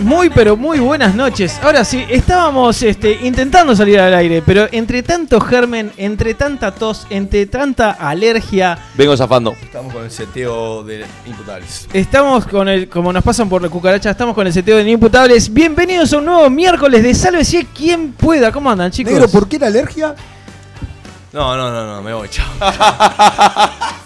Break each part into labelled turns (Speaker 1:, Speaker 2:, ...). Speaker 1: Muy pero muy buenas noches. Ahora sí, estábamos este, intentando salir al aire, pero entre tanto germen, entre tanta tos, entre tanta alergia,
Speaker 2: Vengo zafando.
Speaker 3: Estamos con el seteo de imputables.
Speaker 1: estamos con el, como nos pasan por la cucaracha, estamos con el seteo de Inimputables. Bienvenidos a un nuevo miércoles de Sálvese quien pueda. ¿Cómo andan chicos?
Speaker 4: Negro, ¿por qué la alergia?
Speaker 3: No, no, no, no, me voy, chao.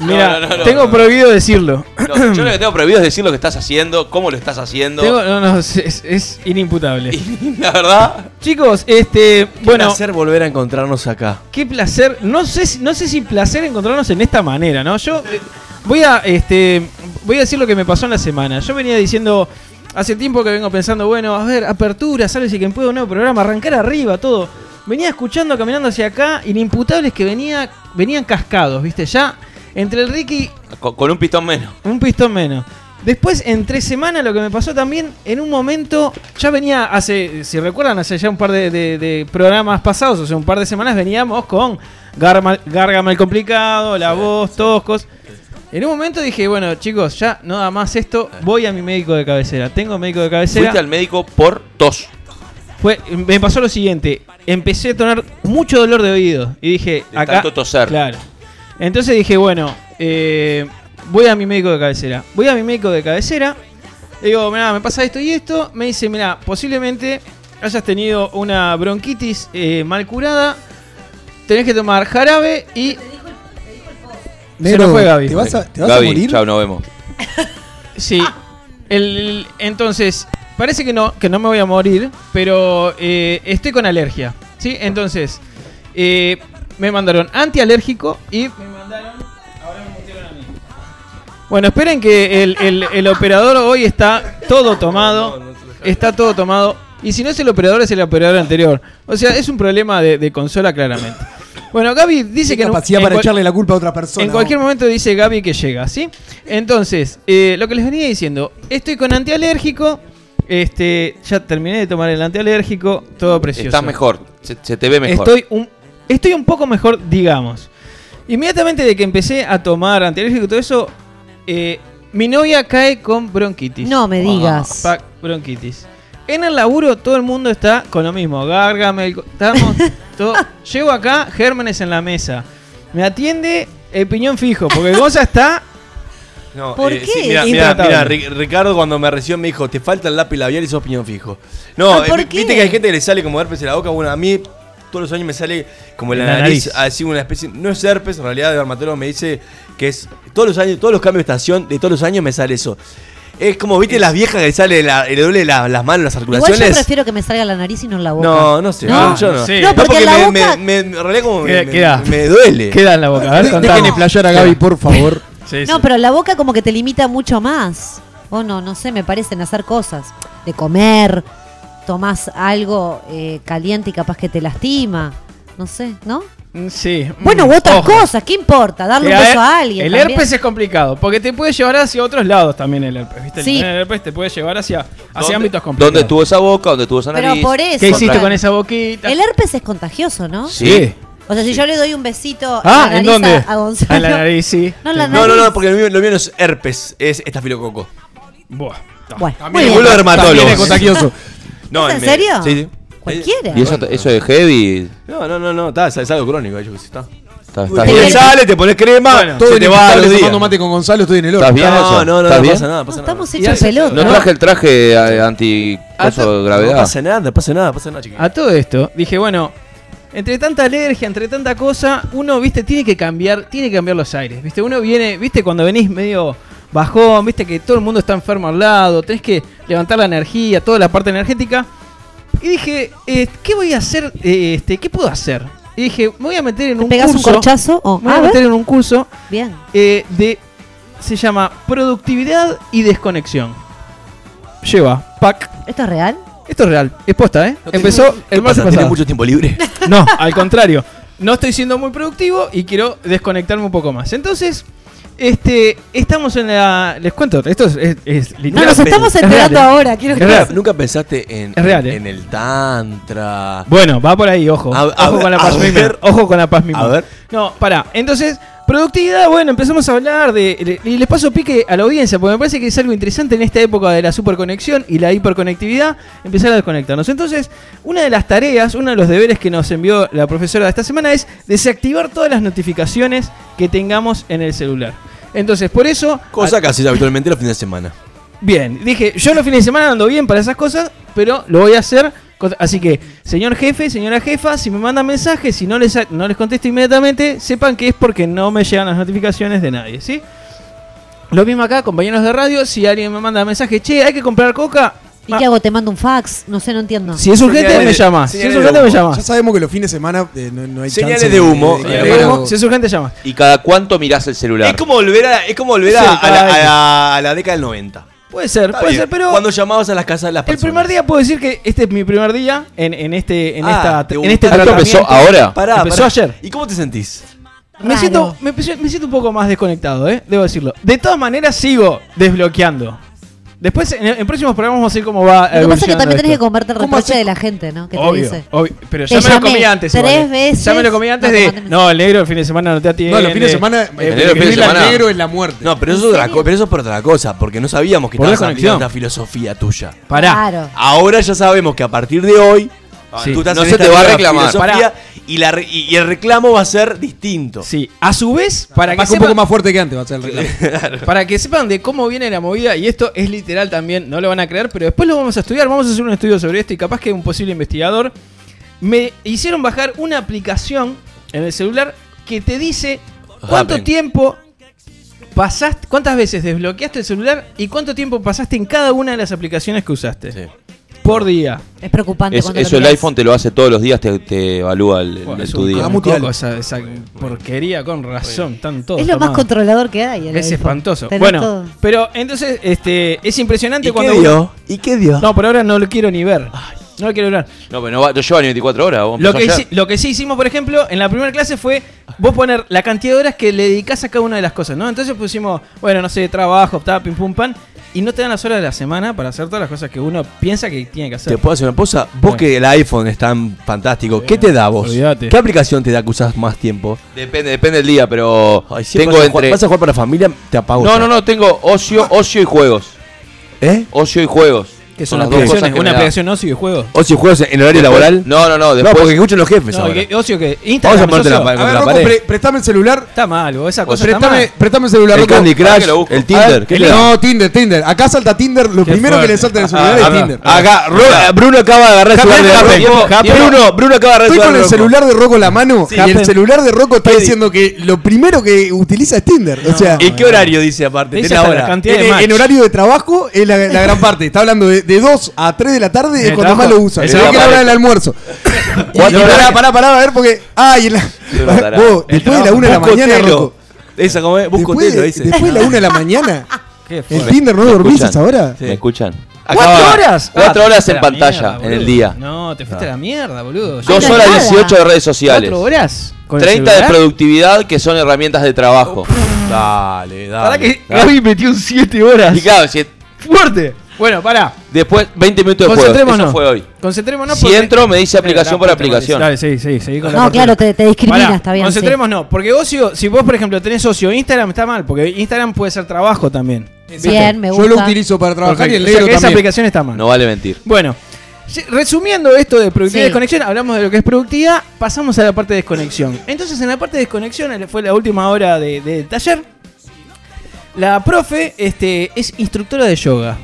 Speaker 1: Mira,
Speaker 2: No, no, no, no,
Speaker 1: tengo
Speaker 2: no.
Speaker 1: prohibido decirlo.
Speaker 2: No, yo lo que tengo prohibido es decir lo que estás haciendo, cómo lo estás haciendo.
Speaker 1: Tengo- no, no, es, es- es inimputable.
Speaker 2: Y la verdad,
Speaker 1: Chicos, este, bueno,
Speaker 3: placer volver a encontrarnos acá.
Speaker 1: Qué placer. No sé, si- no sé si placer encontrarnos en esta manera, ¿no? Yo eh, voy a, este, voy a decir lo que me pasó en la semana. Yo venía diciendo hace tiempo que vengo pensando, bueno, a ver, apertura, sale si quien puede un nuevo programa, arrancar arriba, todo. Venía escuchando, caminando hacia acá, inimputables que venía, venían cascados, ¿viste? Ya entre el Ricky
Speaker 2: con, con un pistón menos.
Speaker 1: un pistón menos. Después, en tres semanas, lo que me pasó también, en un momento, ya venía hace, si recuerdan, hace ya un par de, de- de programas pasados, o sea, un par de semanas, veníamos con Garma- Gargamel complicado, la voz, toscos. En un momento dije, bueno, chicos, ya no da más esto, voy a mi médico de cabecera. Tengo médico de cabecera.
Speaker 2: Fuiste al médico por tos.
Speaker 1: Fue, me pasó lo siguiente, empecé a tener mucho dolor de oído y dije,
Speaker 2: De tanto toser.
Speaker 1: Claro. Entonces dije, bueno, eh, voy a mi médico de cabecera. Voy a mi médico de cabecera. Le digo, mira, me pasa esto y esto. Me dice, mira, posiblemente hayas tenido una bronquitis eh, mal curada. Tenés que tomar jarabe y
Speaker 4: Negro,
Speaker 1: nos fue Gaby.
Speaker 4: ¿Te vas a, te vas a
Speaker 2: Gaby,
Speaker 4: morir?
Speaker 2: chao, nos vemos.
Speaker 1: Sí. El, entonces, parece que no, que no me voy a morir, pero eh, estoy con alergia. ¿Sí? Entonces, eh, me mandaron antialérgico y. Me mandaron. Ahora me a mí. Bueno, esperen que el, el- el operador hoy está todo tomado. Está todo tomado. Y si no es el operador, es el operador anterior. O sea, es un problema de, de consola, claramente. Bueno, Gaby dice
Speaker 4: Qué
Speaker 1: que. en un-
Speaker 4: capacidad
Speaker 1: en
Speaker 4: para
Speaker 1: cual-
Speaker 4: echarle la culpa a otra persona.
Speaker 1: en cualquier
Speaker 4: vos.
Speaker 1: momento dice Gaby que llega, ¿sí? Entonces, eh, lo que les venía diciendo, estoy con antialérgico, este, ya terminé de tomar el antialérgico, todo precioso.
Speaker 2: Estás mejor, se, se te ve mejor.
Speaker 1: Estoy un, estoy un poco mejor, digamos. Inmediatamente de que empecé a tomar antialérgico y todo eso, eh, mi novia cae con bronquitis.
Speaker 5: No me digas.
Speaker 1: Pa- bronquitis. En el laburo todo el mundo está con lo mismo. Gargamel, co- estamos todo. Llego acá, gérmenes en la mesa. Me atiende el piñón fijo, porque Gonza está.
Speaker 3: No, eh,
Speaker 5: ¿Por qué?
Speaker 3: mira, mira,
Speaker 1: Intratable.
Speaker 3: mira, Ri- Ricardo cuando me recibió me dijo, te falta el lápiz labial y sos piñón fijo. No,
Speaker 5: Ah, ¿por
Speaker 3: eh, vi-
Speaker 5: qué?
Speaker 3: viste que hay gente que le sale como herpes en la boca. Bueno, a mí todos los años me sale como en la,
Speaker 1: En la
Speaker 3: nariz,
Speaker 1: nariz.
Speaker 3: así una especie... No es herpes, en realidad el dermatólogo me dice que es... Todos los años, todos los cambios de estación, de todos los años me sale eso. Es como, viste, las viejas que le sale la- el doble de la- las manos, las
Speaker 5: Igual
Speaker 3: articulaciones.
Speaker 5: yo prefiero que me salga la nariz y no en la boca.
Speaker 3: No, no sé.
Speaker 5: No,
Speaker 3: yo no.
Speaker 1: sí.
Speaker 5: No, porque
Speaker 3: porque
Speaker 5: en la
Speaker 3: me,
Speaker 5: boca-
Speaker 3: me- me- en realidad como me,
Speaker 1: Queda-
Speaker 3: me-
Speaker 1: queda.
Speaker 3: me duele.
Speaker 1: Queda en la boca. A ver,
Speaker 4: De- Eh, Dejen
Speaker 1: contame.
Speaker 4: explayar a Gaby, por favor.
Speaker 1: Sí, sí.
Speaker 5: No, pero la boca como que te limita mucho más. O no, no sé, me parecen hacer cosas. De comer, tomás algo eh, caliente y capaz que te lastima. No sé, ¿no?
Speaker 1: Mm, Sí.
Speaker 5: Bueno,
Speaker 1: Mm,
Speaker 5: u otras
Speaker 1: ojo.
Speaker 5: cosas, ¿qué importa? Darle
Speaker 1: Que
Speaker 5: un beso
Speaker 1: ver,
Speaker 5: a alguien.
Speaker 1: El
Speaker 5: también.
Speaker 1: herpes es complicado, porque te puede llevar hacia otros lados también el herpes. ¿viste?
Speaker 5: Sí.
Speaker 1: El herpes Eh, te puede llevar hacia, hacia
Speaker 2: ¿Dónde-
Speaker 1: ámbitos complicados.
Speaker 2: ¿Dónde tuvo esa boca? ¿Dónde tuvo esa
Speaker 5: Pero
Speaker 2: nariz?
Speaker 5: por eso,
Speaker 1: ¿Qué hiciste
Speaker 5: Claro.
Speaker 1: con esa boquita?
Speaker 5: El herpes es contagioso, ¿no?
Speaker 2: Sí.
Speaker 5: O sea, si yo le doy un besito
Speaker 1: Ah,
Speaker 5: a, la
Speaker 1: ¿en
Speaker 5: nariz
Speaker 1: dónde?
Speaker 5: a, a Gonzalo.
Speaker 1: En la nariz, sí.
Speaker 5: No, en la
Speaker 3: No, no,
Speaker 5: nariz.
Speaker 3: no, porque lo mío, lo mío no es herpes, es estafilococo.
Speaker 1: Buah. ta.
Speaker 5: Bueno,
Speaker 3: También
Speaker 5: muy
Speaker 3: el
Speaker 5: bien.
Speaker 4: También es
Speaker 3: dermatólogo.
Speaker 4: contagioso.
Speaker 3: No,
Speaker 5: ¿Es en
Speaker 3: me-
Speaker 5: serio?
Speaker 3: Sí, sí.
Speaker 5: Cualquiera.
Speaker 2: Y eso, eso de heavy.
Speaker 3: No, no, no, no, está, es algo crónico, yo que sé, está.
Speaker 2: Está-
Speaker 5: Uy,
Speaker 2: está-
Speaker 3: Te pones
Speaker 5: bien.
Speaker 3: sal, te pones crema,
Speaker 1: Bueno,
Speaker 4: Todo
Speaker 3: se te va a los días.
Speaker 4: tomando mate con Gonzalo, estoy en el
Speaker 2: ¿Estás
Speaker 4: horno.
Speaker 2: bien
Speaker 3: No,
Speaker 2: eso?
Speaker 3: no, no,
Speaker 2: ¿Estás
Speaker 3: no
Speaker 2: bien?
Speaker 3: pasa nada, pasa
Speaker 5: No, estamos
Speaker 3: nada.
Speaker 5: hechos pelota.
Speaker 2: No traje el traje eh, anti coso de
Speaker 3: Ah, No
Speaker 2: gravedad.
Speaker 3: pasa nada, pasa nada, pasa nada, chiquita.
Speaker 1: A todo esto, dije, bueno, entre tanta alergia, entre tanta cosa, uno, viste, tiene que cambiar, tiene que cambiar los aires, viste, uno viene, viste, cuando venís medio bajón, viste que todo el mundo está enfermo al lado, tenés que levantar la energía, toda la parte energética. Y dije, eh, ¿qué voy a hacer? eh, este, ¿Qué puedo hacer? Y dije, me voy a meter en
Speaker 5: ¿Te
Speaker 1: un
Speaker 5: pegás
Speaker 1: curso.
Speaker 5: un corchazo? Oh,
Speaker 1: me voy
Speaker 5: a
Speaker 1: a
Speaker 5: ver.
Speaker 1: meter en un curso
Speaker 5: Bien.
Speaker 1: eh, de. Se llama Productividad y Desconexión. Lleva, pack.
Speaker 5: ¿Esto es real?
Speaker 1: Esto es real, es posta, ¿eh?
Speaker 3: No te-
Speaker 1: Empezó
Speaker 3: ¿Qué
Speaker 1: el martes
Speaker 3: pasa? ¿Tenés
Speaker 1: pasado.
Speaker 3: mucho tiempo libre?
Speaker 1: No, al contrario. No estoy siendo muy productivo y quiero desconectarme un poco más. Entonces, este, estamos en la. Les cuento, esto es, es- es
Speaker 5: No,
Speaker 1: literal.
Speaker 5: nos estamos
Speaker 1: Es
Speaker 5: enterando
Speaker 1: real, ¿eh?
Speaker 5: ahora. Quiero que
Speaker 1: Es real.
Speaker 3: Nunca pensaste en,
Speaker 1: Es real, eh.
Speaker 3: en el tantra.
Speaker 1: Bueno, va por ahí, ojo.
Speaker 3: A- a
Speaker 1: ojo
Speaker 3: ver,
Speaker 1: con la paz
Speaker 3: a
Speaker 1: misma.
Speaker 3: ver.
Speaker 1: Ojo con la paz misma.
Speaker 3: A ver.
Speaker 1: No, pará. Entonces, Productividad, bueno, empezamos a hablar de. le- Y les paso pique a la audiencia, porque me parece que es algo interesante en esta época de la superconexión y la hiperconectividad, empezar a desconectarnos. Entonces, una de las tareas, uno de los deberes que nos envió la profesora esta semana es desactivar todas las notificaciones que tengamos en el celular. Entonces, por eso.
Speaker 3: Cosa que haces habitualmente los fines de semana.
Speaker 1: Bien, dije, yo los fines de semana ando bien para esas cosas, pero lo voy a hacer. con- Así que, señor jefe, señora jefa, si me mandan mensajes, si no les, no les contesto inmediatamente, sepan que es porque no me llegan las notificaciones de nadie, ¿sí? Lo mismo acá, compañeros de radio, si alguien me manda mensaje, che, hay que comprar coca.
Speaker 5: ¿Y
Speaker 1: Ah,
Speaker 5: qué hago? ¿Te mando un fax? No sé, no entiendo.
Speaker 1: Si es urgente,
Speaker 3: Señales
Speaker 1: me
Speaker 3: de-
Speaker 1: llama. Si es
Speaker 3: señales de
Speaker 1: urgente, me
Speaker 3: humo.
Speaker 1: llama.
Speaker 4: Ya sabemos que los fines de semana eh, no, no hay
Speaker 3: Señales
Speaker 4: chance
Speaker 3: de humo,
Speaker 4: de-
Speaker 1: Si
Speaker 4: de-
Speaker 1: es
Speaker 3: Señales de
Speaker 4: de-
Speaker 1: urgente, Si es urgente, llama.
Speaker 2: ¿Y cada cuánto mirás el celular?
Speaker 3: Es como volver, a, es como volver
Speaker 1: Sí,
Speaker 3: a, a la,
Speaker 1: cada vez.
Speaker 3: a la- a la década del 90.
Speaker 1: Puede ser,
Speaker 3: Está
Speaker 1: puede
Speaker 3: bien.
Speaker 1: ser, pero.
Speaker 3: Cuando llamabas a las casas de las
Speaker 1: El
Speaker 3: personas.
Speaker 1: primer día puedo decir que este es mi primer día en, en este en
Speaker 3: Ah,
Speaker 1: esta
Speaker 3: te
Speaker 1: en este
Speaker 3: gusta.
Speaker 2: ¿Esto empezó
Speaker 1: tratamiento.
Speaker 2: ahora?
Speaker 3: Pará,
Speaker 1: Empezó
Speaker 3: pará.
Speaker 1: ayer.
Speaker 3: ¿Y cómo te sentís?
Speaker 1: Me
Speaker 5: Raro.
Speaker 1: siento, me, pe- me siento un poco más desconectado, ¿eh? Debo decirlo. De todas maneras, sigo desbloqueando. Después, en, en próximos programas vamos a ver cómo va.
Speaker 5: Lo que pasa es que también tenés que
Speaker 1: comer.
Speaker 5: comerte el
Speaker 4: ¿Cómo
Speaker 5: reproche
Speaker 4: hace-
Speaker 5: de la gente, ¿no? Que
Speaker 1: Obvio,
Speaker 5: te dice.
Speaker 1: obvio. Pero
Speaker 5: Te
Speaker 1: ya me lo
Speaker 5: llamé
Speaker 1: comí antes.
Speaker 5: tres
Speaker 1: igual, ¿eh?
Speaker 5: veces,
Speaker 1: Ya me lo comí antes
Speaker 5: no te
Speaker 1: de.
Speaker 5: mandé
Speaker 1: No, el negro el fin de semana no te atiende.
Speaker 4: No, los fines de semana. eh,
Speaker 1: Eh,
Speaker 2: enero, fin de
Speaker 4: escribirle al
Speaker 2: semana.
Speaker 4: negro es la muerte.
Speaker 3: No, pero eso, es otra co- pero eso es por otra cosa, porque no sabíamos que
Speaker 1: Por
Speaker 3: estabas
Speaker 1: desconexión.
Speaker 3: aplicando esta filosofía tuya.
Speaker 1: pará.
Speaker 5: Claro.
Speaker 3: Ahora ya sabemos que a partir de hoy
Speaker 1: Sí.
Speaker 3: tú estás
Speaker 2: No
Speaker 3: en
Speaker 2: se
Speaker 3: esta
Speaker 2: te va a
Speaker 3: nueva
Speaker 2: reclamar.
Speaker 3: filosofía Y, la re- y- y el reclamo va a ser distinto.
Speaker 1: Sí, a su vez, para que,
Speaker 4: Capaz que un
Speaker 1: sepan,
Speaker 4: poco más fuerte que antes va a ser el reclamo.
Speaker 1: para que sepan de cómo viene la movida, y esto es literal también, no lo van a creer, pero después lo vamos a estudiar, vamos a hacer un estudio sobre esto y capaz que un posible investigador me hicieron bajar una aplicación en el celular que te dice cuánto
Speaker 3: Happen.
Speaker 1: tiempo pasaste, cuántas veces desbloqueaste el celular y cuánto tiempo pasaste en cada una de las aplicaciones que usaste
Speaker 3: Sí.
Speaker 1: por día.
Speaker 5: Es preocupante
Speaker 2: Es-
Speaker 5: cuando lo
Speaker 2: eso el
Speaker 5: mirás.
Speaker 2: iPhone te lo hace todos los días, te, te evalúa el, el-
Speaker 1: Buah,
Speaker 2: el
Speaker 1: es
Speaker 2: tu
Speaker 1: un
Speaker 2: día.
Speaker 4: camo-
Speaker 1: coco,
Speaker 4: Camutial.
Speaker 1: esa, esa porquería con razón, están todos
Speaker 5: Es lo más
Speaker 1: tomados.
Speaker 5: controlador que hay. el
Speaker 1: Es
Speaker 5: iPhone.
Speaker 1: espantoso.
Speaker 5: Tenés
Speaker 1: Bueno,
Speaker 5: todo.
Speaker 1: pero entonces este es impresionante
Speaker 3: ¿Y qué
Speaker 1: cuando
Speaker 3: dio? ¿Y qué dio?
Speaker 1: No, por ahora no lo quiero ni ver. No lo quiero ver.
Speaker 2: No, pero no, va- no lleva ni 24 horas. vos
Speaker 1: Lo
Speaker 2: empezó
Speaker 1: que,
Speaker 2: ayer.
Speaker 1: hici- lo que sí hicimos, por ejemplo, en la primera clase fue vos poner la cantidad de horas que le dedicás a cada una de las cosas, ¿no? Entonces pusimos, bueno, no sé, trabajo, tap, pim, pum, pan, y no te dan las horas de la semana para hacer todas las cosas que uno piensa que tiene que
Speaker 3: ¿Te
Speaker 1: hacer.
Speaker 3: puedo hacer una pausa? Vos
Speaker 1: Bueno.
Speaker 3: que el iPhone es tan fantástico, ¿qué te da vos?
Speaker 1: Olvídate.
Speaker 3: ¿Qué aplicación te da que usás más tiempo?
Speaker 2: Depende, depende del día, pero
Speaker 3: Ay, siempre
Speaker 2: tengo
Speaker 3: vas, a jugar,
Speaker 2: entre.
Speaker 3: vas a jugar para la familia, te apago.
Speaker 2: No, no, no, tengo ocio, ocio y juegos.
Speaker 3: ¿Eh?
Speaker 2: Ocio y juegos.
Speaker 1: Que son
Speaker 2: las dos cosas
Speaker 1: aplicaciones,
Speaker 2: que me
Speaker 1: una
Speaker 2: da.
Speaker 1: aplicación ocio y juego.
Speaker 3: O si juegas en horario laboral.
Speaker 2: No, no, no,
Speaker 3: No,
Speaker 2: después.
Speaker 3: porque escuchan los jefes.
Speaker 1: No,
Speaker 3: ahora.
Speaker 1: que- ocio que
Speaker 3: Vamos a
Speaker 1: Instagram
Speaker 3: ponerte
Speaker 1: es
Speaker 3: la,
Speaker 1: ocio.
Speaker 3: pa-
Speaker 4: A ver,
Speaker 3: la
Speaker 4: Rocco,
Speaker 3: pared.
Speaker 4: pre- prestame el celular.
Speaker 1: está mal, vos, esa cosa está
Speaker 4: Prestame,
Speaker 1: mal. Ah,
Speaker 4: prestame el celular.
Speaker 3: El
Speaker 4: Rocco.
Speaker 3: Candy
Speaker 2: Pará
Speaker 3: Crush,
Speaker 2: que lo busco.
Speaker 3: el
Speaker 4: A
Speaker 3: Tinder.
Speaker 4: ver,
Speaker 3: ¿Qué te da?
Speaker 4: no, Tinder, Tinder. Acá salta Tinder. Lo
Speaker 1: Qué
Speaker 4: primero que
Speaker 1: fuerte.
Speaker 4: le salta en el
Speaker 2: Ah,
Speaker 4: celular es
Speaker 2: ah,
Speaker 4: Tinder.
Speaker 3: Acá, Ro- Bruno acaba de agarrar su
Speaker 2: Happen,
Speaker 3: celular.
Speaker 2: happen,
Speaker 3: Bruno,
Speaker 2: happen.
Speaker 3: Bruno, Bruno acaba de agarrar
Speaker 4: Estoy
Speaker 3: su
Speaker 4: con el
Speaker 3: Rocco.
Speaker 4: celular de Rocco en la mano y
Speaker 3: Happen.
Speaker 4: el celular de Rocco está
Speaker 3: Sí.
Speaker 4: diciendo que lo primero que utiliza es Tinder. O sea,
Speaker 3: ¿Y qué horario dice aparte?
Speaker 1: Dice
Speaker 3: Tenés
Speaker 1: hasta la
Speaker 3: ahora.
Speaker 1: cantidad. de
Speaker 4: en,
Speaker 1: match.
Speaker 4: en horario de trabajo es la, la gran parte. Está hablando de, de 2 a 3 de la tarde
Speaker 1: ¿En
Speaker 4: es
Speaker 1: el
Speaker 4: cuando más
Speaker 1: trabajo?
Speaker 4: lo usa.
Speaker 2: Es
Speaker 4: Se ve
Speaker 2: la
Speaker 4: que la hora
Speaker 2: pared.
Speaker 4: del almuerzo. y,
Speaker 2: Cuatro
Speaker 4: y
Speaker 2: horas.
Speaker 4: pará, pará, pará, a ver porque. Ah, y en la,
Speaker 2: lo dará.
Speaker 4: vos,
Speaker 1: El
Speaker 4: después de la
Speaker 1: trabajo.
Speaker 4: 1 de la
Speaker 3: Busco
Speaker 4: mañana,
Speaker 3: telo.
Speaker 4: Rocco.
Speaker 3: Esa como es, busco
Speaker 4: después,
Speaker 3: telo,
Speaker 4: de-
Speaker 3: dice.
Speaker 4: después de la 1 de la mañana,
Speaker 1: Qué
Speaker 4: en
Speaker 1: fuerte.
Speaker 4: Tinder no
Speaker 2: ¿Me
Speaker 4: dormís
Speaker 2: escuchan?
Speaker 4: esa hora.
Speaker 2: ¿Me escuchan?
Speaker 1: ¿Cuatro
Speaker 2: Acaba-
Speaker 1: horas?
Speaker 2: Cuatro
Speaker 1: Ah, te
Speaker 2: horas
Speaker 1: fuiste
Speaker 2: en
Speaker 1: a la
Speaker 2: pantalla,
Speaker 1: mierda,
Speaker 2: en el
Speaker 1: boludo.
Speaker 2: día.
Speaker 1: No, te fuiste a la mierda, boludo.
Speaker 5: Ay,
Speaker 2: Dos
Speaker 5: no
Speaker 2: horas
Speaker 5: es nada.
Speaker 2: 18 de redes sociales.
Speaker 1: ¿Cuatro horas? con el
Speaker 2: 30 de
Speaker 1: celular?
Speaker 2: productividad que son herramientas de trabajo.
Speaker 3: Dale,
Speaker 1: Pará
Speaker 3: dale.
Speaker 1: que
Speaker 2: Ah,
Speaker 1: Gaby metió un 7 horas.
Speaker 2: Y claro, si-
Speaker 1: ¡Fuerte! Bueno, pará.
Speaker 2: después 20 minutos de juego.
Speaker 1: Concentrémonos.
Speaker 2: Eso fue hoy.
Speaker 1: Concentrémonos.
Speaker 2: Si
Speaker 1: porque- Eh,
Speaker 2: entro, me dice
Speaker 1: Pero,
Speaker 2: aplicación
Speaker 1: la
Speaker 2: por
Speaker 1: puta madre.
Speaker 2: aplicación.
Speaker 1: Dale, sí, sí, seguí con la
Speaker 5: No,
Speaker 1: aportación.
Speaker 5: claro, te, te discrimina,
Speaker 1: Pará,
Speaker 5: está bien. sí.
Speaker 1: Concentrémonos, porque ocio, si vos, por ejemplo, tenés ocio Instagram, está mal, porque Instagram puede ser trabajo también.
Speaker 5: Bien, me gusta.
Speaker 4: Yo lo utilizo para trabajar y
Speaker 1: Perfecto.
Speaker 4: el
Speaker 1: O sea
Speaker 4: negro
Speaker 1: que esa
Speaker 4: también.
Speaker 1: aplicación está mal.
Speaker 2: No vale mentir.
Speaker 1: Bueno, ye- resumiendo esto de productividad
Speaker 5: Sí.
Speaker 1: y desconexión, hablamos de lo que es productividad, pasamos a la parte de desconexión. Entonces, en la parte de desconexión eh, fue la última hora de, de taller. La profe este, es instructora de yoga.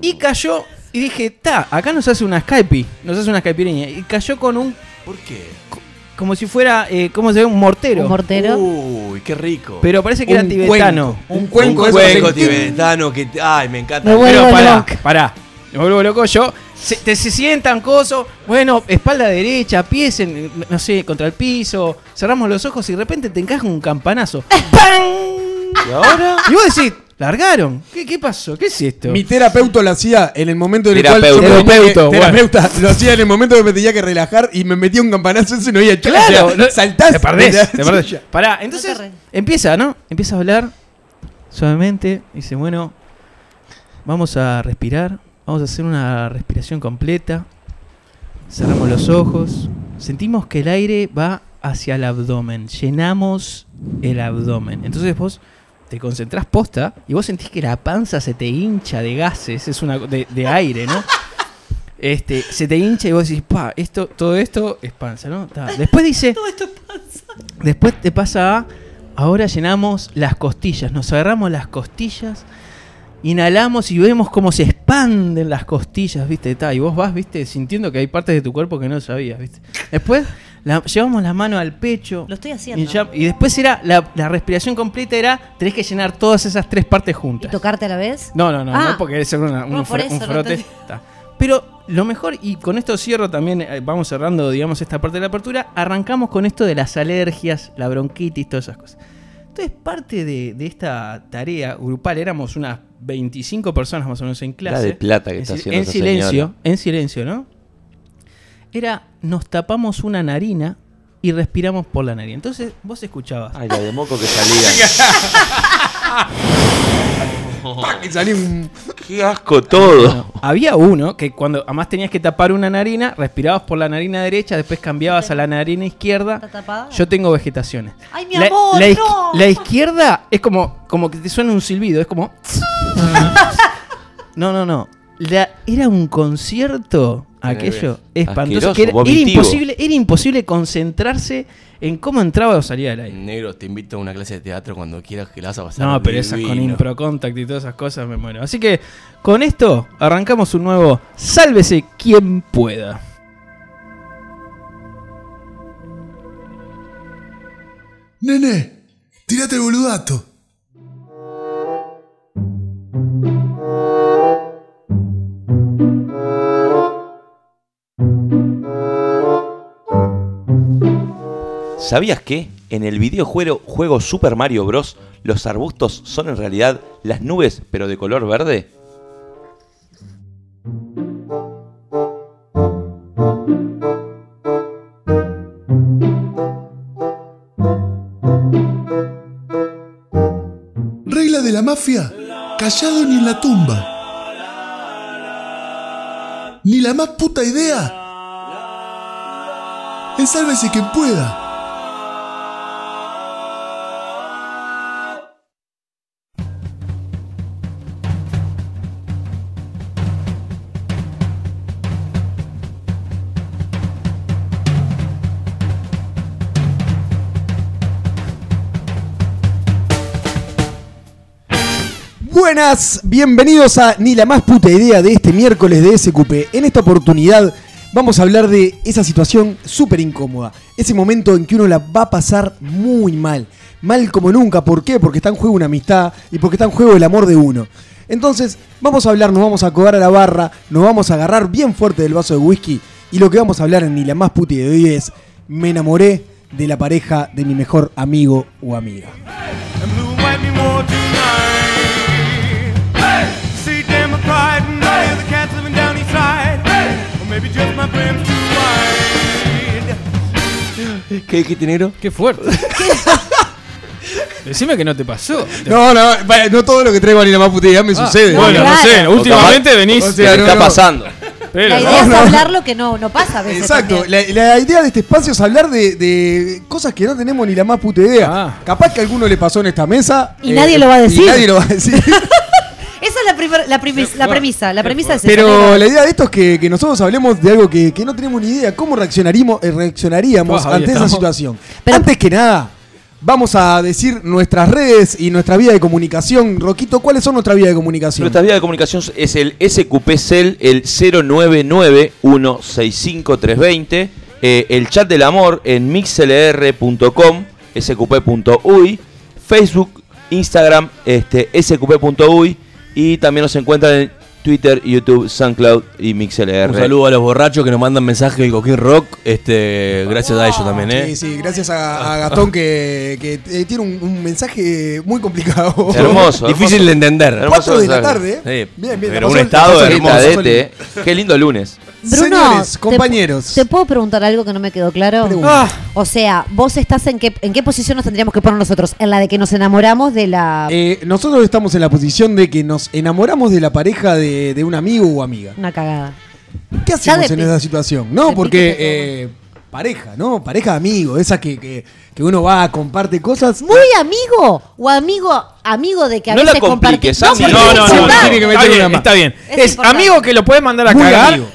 Speaker 1: Y cayó, y dije, ta, acá nos hace una Skype, nos hace una Skypirinha. Y cayó con un,
Speaker 3: ¿Por qué?
Speaker 1: como si fuera, eh, ¿cómo se ve? Un mortero.
Speaker 5: Un mortero.
Speaker 3: Uy, qué rico.
Speaker 1: pero parece que era
Speaker 4: Un
Speaker 1: tibetano.
Speaker 4: cuenco. Un
Speaker 3: Un
Speaker 4: cuenco, eso que
Speaker 3: cuenco
Speaker 4: se-
Speaker 3: tibetano que. te- Ay, me encanta.
Speaker 5: Me vuelvo
Speaker 1: Pero pará,
Speaker 5: loca.
Speaker 1: pará. Me vuelvo loco yo. Se, te, se sientan coso, bueno, espalda derecha, pies, en- no sé, contra el piso. Cerramos los ojos y de repente te encaja un campanazo. ¡Pam!
Speaker 3: ¿Y ahora?
Speaker 1: Y vos decís, largaron. ¿Qué, qué pasó? ¿Qué es esto?
Speaker 4: Mi terapeuta lo hacía en el momento en el cual
Speaker 2: Terapeuta.
Speaker 4: yo me tenía que-
Speaker 1: Terapeuta, bueno.
Speaker 4: terapeuta, lo hacía en el momento que me tenía que relajar y me metía un campanazo ese y no había chance. O sea,
Speaker 1: no-
Speaker 4: saltás.
Speaker 1: Te perdés,
Speaker 4: mirás.
Speaker 1: te perdés. Pará, entonces
Speaker 5: No te re-
Speaker 1: empieza, ¿no? Empieza a hablar suavemente. Dice, bueno, vamos a respirar. Vamos a hacer una respiración completa. Cerramos los ojos. Sentimos que el aire va hacia el abdomen. Llenamos el abdomen. Entonces vos te concentrás posta y vos sentís que la panza se te hincha de gases, es una de, de aire, ¿no? Este, se te hincha y vos decís, pa, esto, todo esto es panza, ¿no? Ta. Después dice. Todo esto es panza. Después te pasa a. Ahora llenamos las costillas. Nos agarramos las costillas. Inhalamos y vemos cómo se expanden las costillas, ¿viste? Ta, y vos vas, ¿viste? Sintiendo que hay partes de tu cuerpo que no sabías, ¿viste? Después la- llevamos la mano al pecho.
Speaker 5: Lo estoy haciendo.
Speaker 1: Y, ya- y después era, la, la respiración completa era, tenés que llenar todas esas tres partes
Speaker 5: ¿Y
Speaker 1: juntas.
Speaker 5: tocarte a la vez?
Speaker 1: No, no, no,
Speaker 5: Ah.
Speaker 1: no porque es una- un,
Speaker 5: No, por
Speaker 1: fro-
Speaker 5: eso
Speaker 1: un
Speaker 5: no
Speaker 1: frote.
Speaker 5: entendí.
Speaker 1: Está. Pero lo mejor, y con esto cierro también, eh, vamos cerrando, digamos, esta parte de la apertura, arrancamos con esto de las alergias, la bronquitis, todas esas cosas. Entonces, parte de, de esta tarea grupal, éramos unas 25 personas más o menos en clase.
Speaker 2: de plata que
Speaker 1: En
Speaker 2: está
Speaker 1: sil-
Speaker 2: haciendo
Speaker 1: En
Speaker 2: esa
Speaker 1: silencio,
Speaker 2: señora.
Speaker 1: en silencio, ¿no? Era, nos tapamos una narina y respiramos por la nariz. Entonces, vos escuchabas.
Speaker 2: Ay, la de moco que salía.
Speaker 4: Y salió un.
Speaker 2: Qué asco todo.
Speaker 1: Bueno, había uno que cuando además tenías que tapar una narina, respirabas por la narina derecha, después cambiabas a la narina
Speaker 5: ¿Está
Speaker 1: izquierda.
Speaker 5: tapada?
Speaker 1: Yo tengo vegetaciones.
Speaker 5: Ay, mi amor,
Speaker 1: la,
Speaker 5: no.
Speaker 1: la izquierda es como, como que te suena un silbido, es como. No, no, no. La- era un concierto aquello espantoso.
Speaker 2: Asqueroso,
Speaker 1: Que era, era
Speaker 2: vomitivo.
Speaker 1: imposible, era imposible concentrarse en cómo entraba o salía el aire.
Speaker 3: Negro, te invito a una clase de teatro cuando quieras que la vas a pasar.
Speaker 1: No, pero esas con
Speaker 3: divino.
Speaker 1: improcontact y todas esas cosas me muero. Así que con esto arrancamos un nuevo Sálvese quien pueda.
Speaker 6: Nene, tirate el boludato.
Speaker 2: ¿Sabías que en el videojuego juego Super Mario Bros. los arbustos son en realidad las nubes pero de color verde?
Speaker 6: Regla de la mafia. Callado ni en la tumba. Ni la más puta idea. En sálvese quien pueda.
Speaker 4: Buenas, bienvenidos a Ni la más puta idea de este miércoles de SQP. En esta oportunidad vamos a hablar de esa situación súper incómoda. Ese momento en que uno la va a pasar muy mal. Mal como nunca. ¿Por qué? Porque está en juego una amistad y porque está en juego el amor de uno. Entonces, vamos a hablar, nos vamos a cobrar a la barra, nos vamos a agarrar bien fuerte del vaso de whisky. Y lo que vamos a hablar en Ni la más puta idea de hoy es: Me enamoré de la pareja de mi mejor amigo o amiga.
Speaker 3: ¿Qué dijiste, negro?
Speaker 1: Qué fuerte. Decime que no te pasó.
Speaker 4: No, no, vale, no todo lo que traigo a ni la más puta idea me
Speaker 1: Ah,
Speaker 4: sucede.
Speaker 5: no, Bueno, claro. sé,
Speaker 2: últimamente
Speaker 1: venís.
Speaker 4: O
Speaker 2: ¿Qué
Speaker 4: sea,
Speaker 2: te
Speaker 4: no,
Speaker 2: está
Speaker 4: no.
Speaker 2: pasando?
Speaker 5: la idea es hablar lo que no, no pasa a veces.
Speaker 4: Exacto,
Speaker 5: también.
Speaker 4: la, la idea de este espacio es hablar de, de cosas que no tenemos ni la más puta idea.
Speaker 1: Ah.
Speaker 4: Capaz que a alguno le pasó en esta mesa. eh,
Speaker 5: Y nadie lo va a decir.
Speaker 4: Y nadie lo va a decir.
Speaker 5: Esa es la, primer- la, premis- la premisa. La premisa es esa,
Speaker 4: Pero
Speaker 5: negro.
Speaker 4: la idea de esto es que, que nosotros hablemos de algo que, que no tenemos ni idea. ¿Cómo reaccionaríamos, eh, reaccionaríamos
Speaker 1: Bah, ahí
Speaker 4: ante esa
Speaker 1: estamos.
Speaker 4: situación?
Speaker 5: Pero-
Speaker 4: Antes que nada, vamos a decir nuestras redes y nuestra vía de comunicación. Roquito, ¿cuáles son nuestra vía de comunicación?
Speaker 2: Nuestra vía de comunicación es el SQPCEL, el 099-165-320, eh, el chat del amor en mixlr.com, sqp.uy, Facebook, Instagram, este, sqp.uy y también nos encuentran en Twitter, YouTube, SoundCloud y mixlr.
Speaker 3: Un saludo a los borrachos que nos mandan mensajes del Coquín Rock. Este, gracias a ellos también, ¿eh?
Speaker 4: Sí, sí, gracias a, a Gastón que, que, eh, tiene un, un mensaje muy complicado.
Speaker 2: Hermoso.
Speaker 3: Difícil
Speaker 2: hermoso.
Speaker 3: de entender.
Speaker 2: Hermoso.
Speaker 4: 4 de la
Speaker 2: mensaje.
Speaker 4: tarde, ¿eh?
Speaker 3: Sí,
Speaker 4: Bien, bien.
Speaker 3: pero
Speaker 4: la
Speaker 3: un
Speaker 4: pasó-
Speaker 3: estado
Speaker 4: la
Speaker 3: de
Speaker 4: pasó la
Speaker 3: hermoso.
Speaker 4: pasó
Speaker 2: Cadete, eh. Qué lindo lunes.
Speaker 5: Bruno,
Speaker 4: Señores,
Speaker 5: ¿te-
Speaker 4: compañeros.
Speaker 5: ¿te, puedo preguntar algo que no me quedó claro? Ah.
Speaker 4: Pregunta.
Speaker 5: O sea, vos estás en qué, en qué posición nos tendríamos que poner nosotros? En la de que nos enamoramos de la...
Speaker 4: Eh, nosotros estamos en la posición de que nos enamoramos de la pareja de, de un amigo o amiga.
Speaker 5: Una cagada.
Speaker 4: Eh. ¿Qué hacemos en
Speaker 5: de pi-
Speaker 4: esa situación? No,
Speaker 5: de
Speaker 4: porque
Speaker 5: pique te
Speaker 4: eh, pareja, ¿no? Pareja de amigos, esa que, que, que uno va, comparte cosas.
Speaker 5: Muy amigo o amigo amigo de que a
Speaker 2: No la
Speaker 5: veces
Speaker 2: compliques, ¿ah?
Speaker 5: comparti-
Speaker 2: Santi.
Speaker 5: porque
Speaker 1: No,
Speaker 5: es
Speaker 1: no, no,
Speaker 5: importante.
Speaker 1: tiene que meter
Speaker 4: Está
Speaker 1: una
Speaker 4: bien,
Speaker 1: más.
Speaker 4: está bien.
Speaker 5: Es
Speaker 1: Es
Speaker 5: importante.
Speaker 1: amigo que lo puede mandar a
Speaker 4: Muy
Speaker 1: cagar.
Speaker 4: amigo.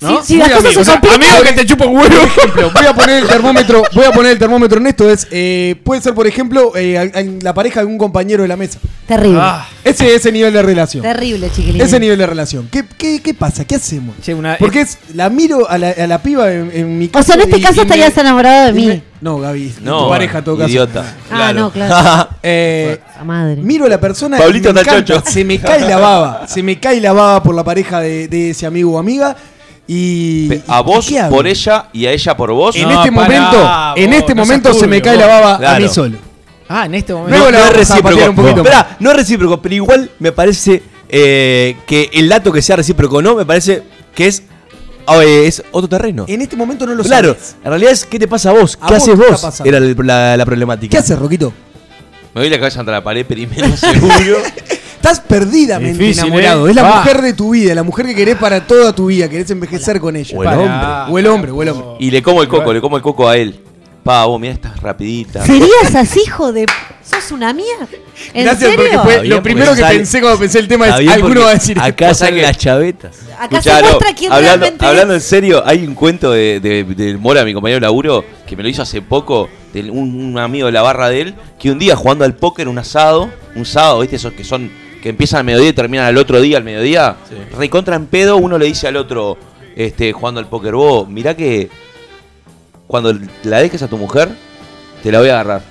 Speaker 1: ¿no?
Speaker 5: Si- si
Speaker 1: Muy
Speaker 5: las cosas
Speaker 1: amigo.
Speaker 5: se
Speaker 1: O sea,
Speaker 5: complican-
Speaker 1: Amigo que te chupa un huevo, ejemplo.
Speaker 4: Voy a poner el termómetro, voy a poner el termómetro en esto, es eh, puede ser, por ejemplo, eh, al- al- la pareja de un compañero de la mesa.
Speaker 5: Terrible.
Speaker 1: Ah,
Speaker 4: Ese, ese nivel de relación.
Speaker 5: Terrible, chiquilines.
Speaker 4: Ese nivel de relación. ¿Qué, qué, qué pasa? ¿Qué hacemos?
Speaker 1: Che, una- eh,
Speaker 4: Porque es, la miro a la, a la piba en, en mi
Speaker 5: O
Speaker 4: casa.
Speaker 5: sea, en este
Speaker 4: y-
Speaker 5: caso
Speaker 4: y
Speaker 5: estarías
Speaker 4: me-
Speaker 5: enamorado de
Speaker 4: y
Speaker 5: mí.
Speaker 4: me- No, Gaby,
Speaker 2: No,
Speaker 4: tu pareja en todo caso.
Speaker 2: idiota.
Speaker 5: Ah,
Speaker 3: Claro.
Speaker 5: no, claro.
Speaker 4: Eh,
Speaker 5: La madre.
Speaker 4: Miro a la persona.
Speaker 2: Pablito
Speaker 4: y me
Speaker 2: está
Speaker 4: encanta.
Speaker 2: chocho.
Speaker 4: Se me cae la baba. Se me cae la baba por la pareja de, de ese amigo o amiga. Y.
Speaker 2: A
Speaker 4: ¿y
Speaker 2: vos
Speaker 4: qué hago?
Speaker 2: por ella y a ella por vos.
Speaker 4: En
Speaker 1: No,
Speaker 4: este
Speaker 1: pará,
Speaker 4: momento,
Speaker 1: vos,
Speaker 4: en este
Speaker 1: no
Speaker 4: momento
Speaker 1: seas
Speaker 4: se me
Speaker 1: turbio,
Speaker 4: cae la
Speaker 1: vos.
Speaker 4: baba a
Speaker 2: Claro.
Speaker 4: mí solo.
Speaker 1: ah, en este momento.
Speaker 4: Luego la
Speaker 3: no es
Speaker 4: vamos a patear
Speaker 3: recíproco.
Speaker 4: un poquito más.
Speaker 3: Esperá, no es recíproco, pero igual me parece eh, que el dato que sea recíproco o no, me parece que es, ah, eh, es otro terreno.
Speaker 4: En este momento no lo
Speaker 3: claro,
Speaker 4: sabes.
Speaker 3: en realidad es qué te pasa a vos,
Speaker 4: ¿A
Speaker 3: qué
Speaker 4: vos
Speaker 3: haces
Speaker 4: qué está
Speaker 3: vos,
Speaker 4: pasando?
Speaker 3: era el- la, la problemática.
Speaker 4: ¿Qué haces, Roquito?
Speaker 2: Me voy la cabeza contra la pared primero, seguro.
Speaker 4: Estás perdidamente
Speaker 1: Difícil,
Speaker 4: enamorado.
Speaker 1: ¿eh?
Speaker 4: Es la
Speaker 1: Va.
Speaker 4: mujer de tu vida, la mujer que querés para toda tu vida, querés envejecer con ella.
Speaker 3: O el
Speaker 1: Pará.
Speaker 4: O el hombre, o el hombre.
Speaker 2: y le como el coco, le como el coco a él. Pa, vos mirá estás rapidita.
Speaker 5: ¿Serías así, hijo de.? ¿Sos una mía? ¿En
Speaker 4: Gracias
Speaker 5: serio?
Speaker 4: porque fue
Speaker 3: Está
Speaker 4: lo
Speaker 3: bien,
Speaker 4: primero
Speaker 3: porque
Speaker 4: que
Speaker 3: sale-
Speaker 4: pensé cuando pensé el tema
Speaker 3: Está
Speaker 4: es
Speaker 3: bien,
Speaker 4: alguno
Speaker 3: porque
Speaker 4: va a decir
Speaker 3: Acá
Speaker 2: esto.
Speaker 3: salen las chavetas.
Speaker 5: Acá
Speaker 2: Escuchá,
Speaker 5: se
Speaker 2: no,
Speaker 5: muestra quién
Speaker 2: hablando,
Speaker 5: realmente
Speaker 2: hablando en
Speaker 5: es.
Speaker 2: serio, hay un cuento de, de- del Mora, mi compañero de laburo, que me lo hizo hace poco, de un, un amigo de la barra de él, que un día jugando al póker, un asado, un sábado, ¿viste? Esos que son que empiezan al mediodía y terminan al otro día, al mediodía. Recontra en pedo, uno le dice al otro, este, jugando al póker, vos, mirá que cuando la dejes a tu mujer, te la voy a agarrar.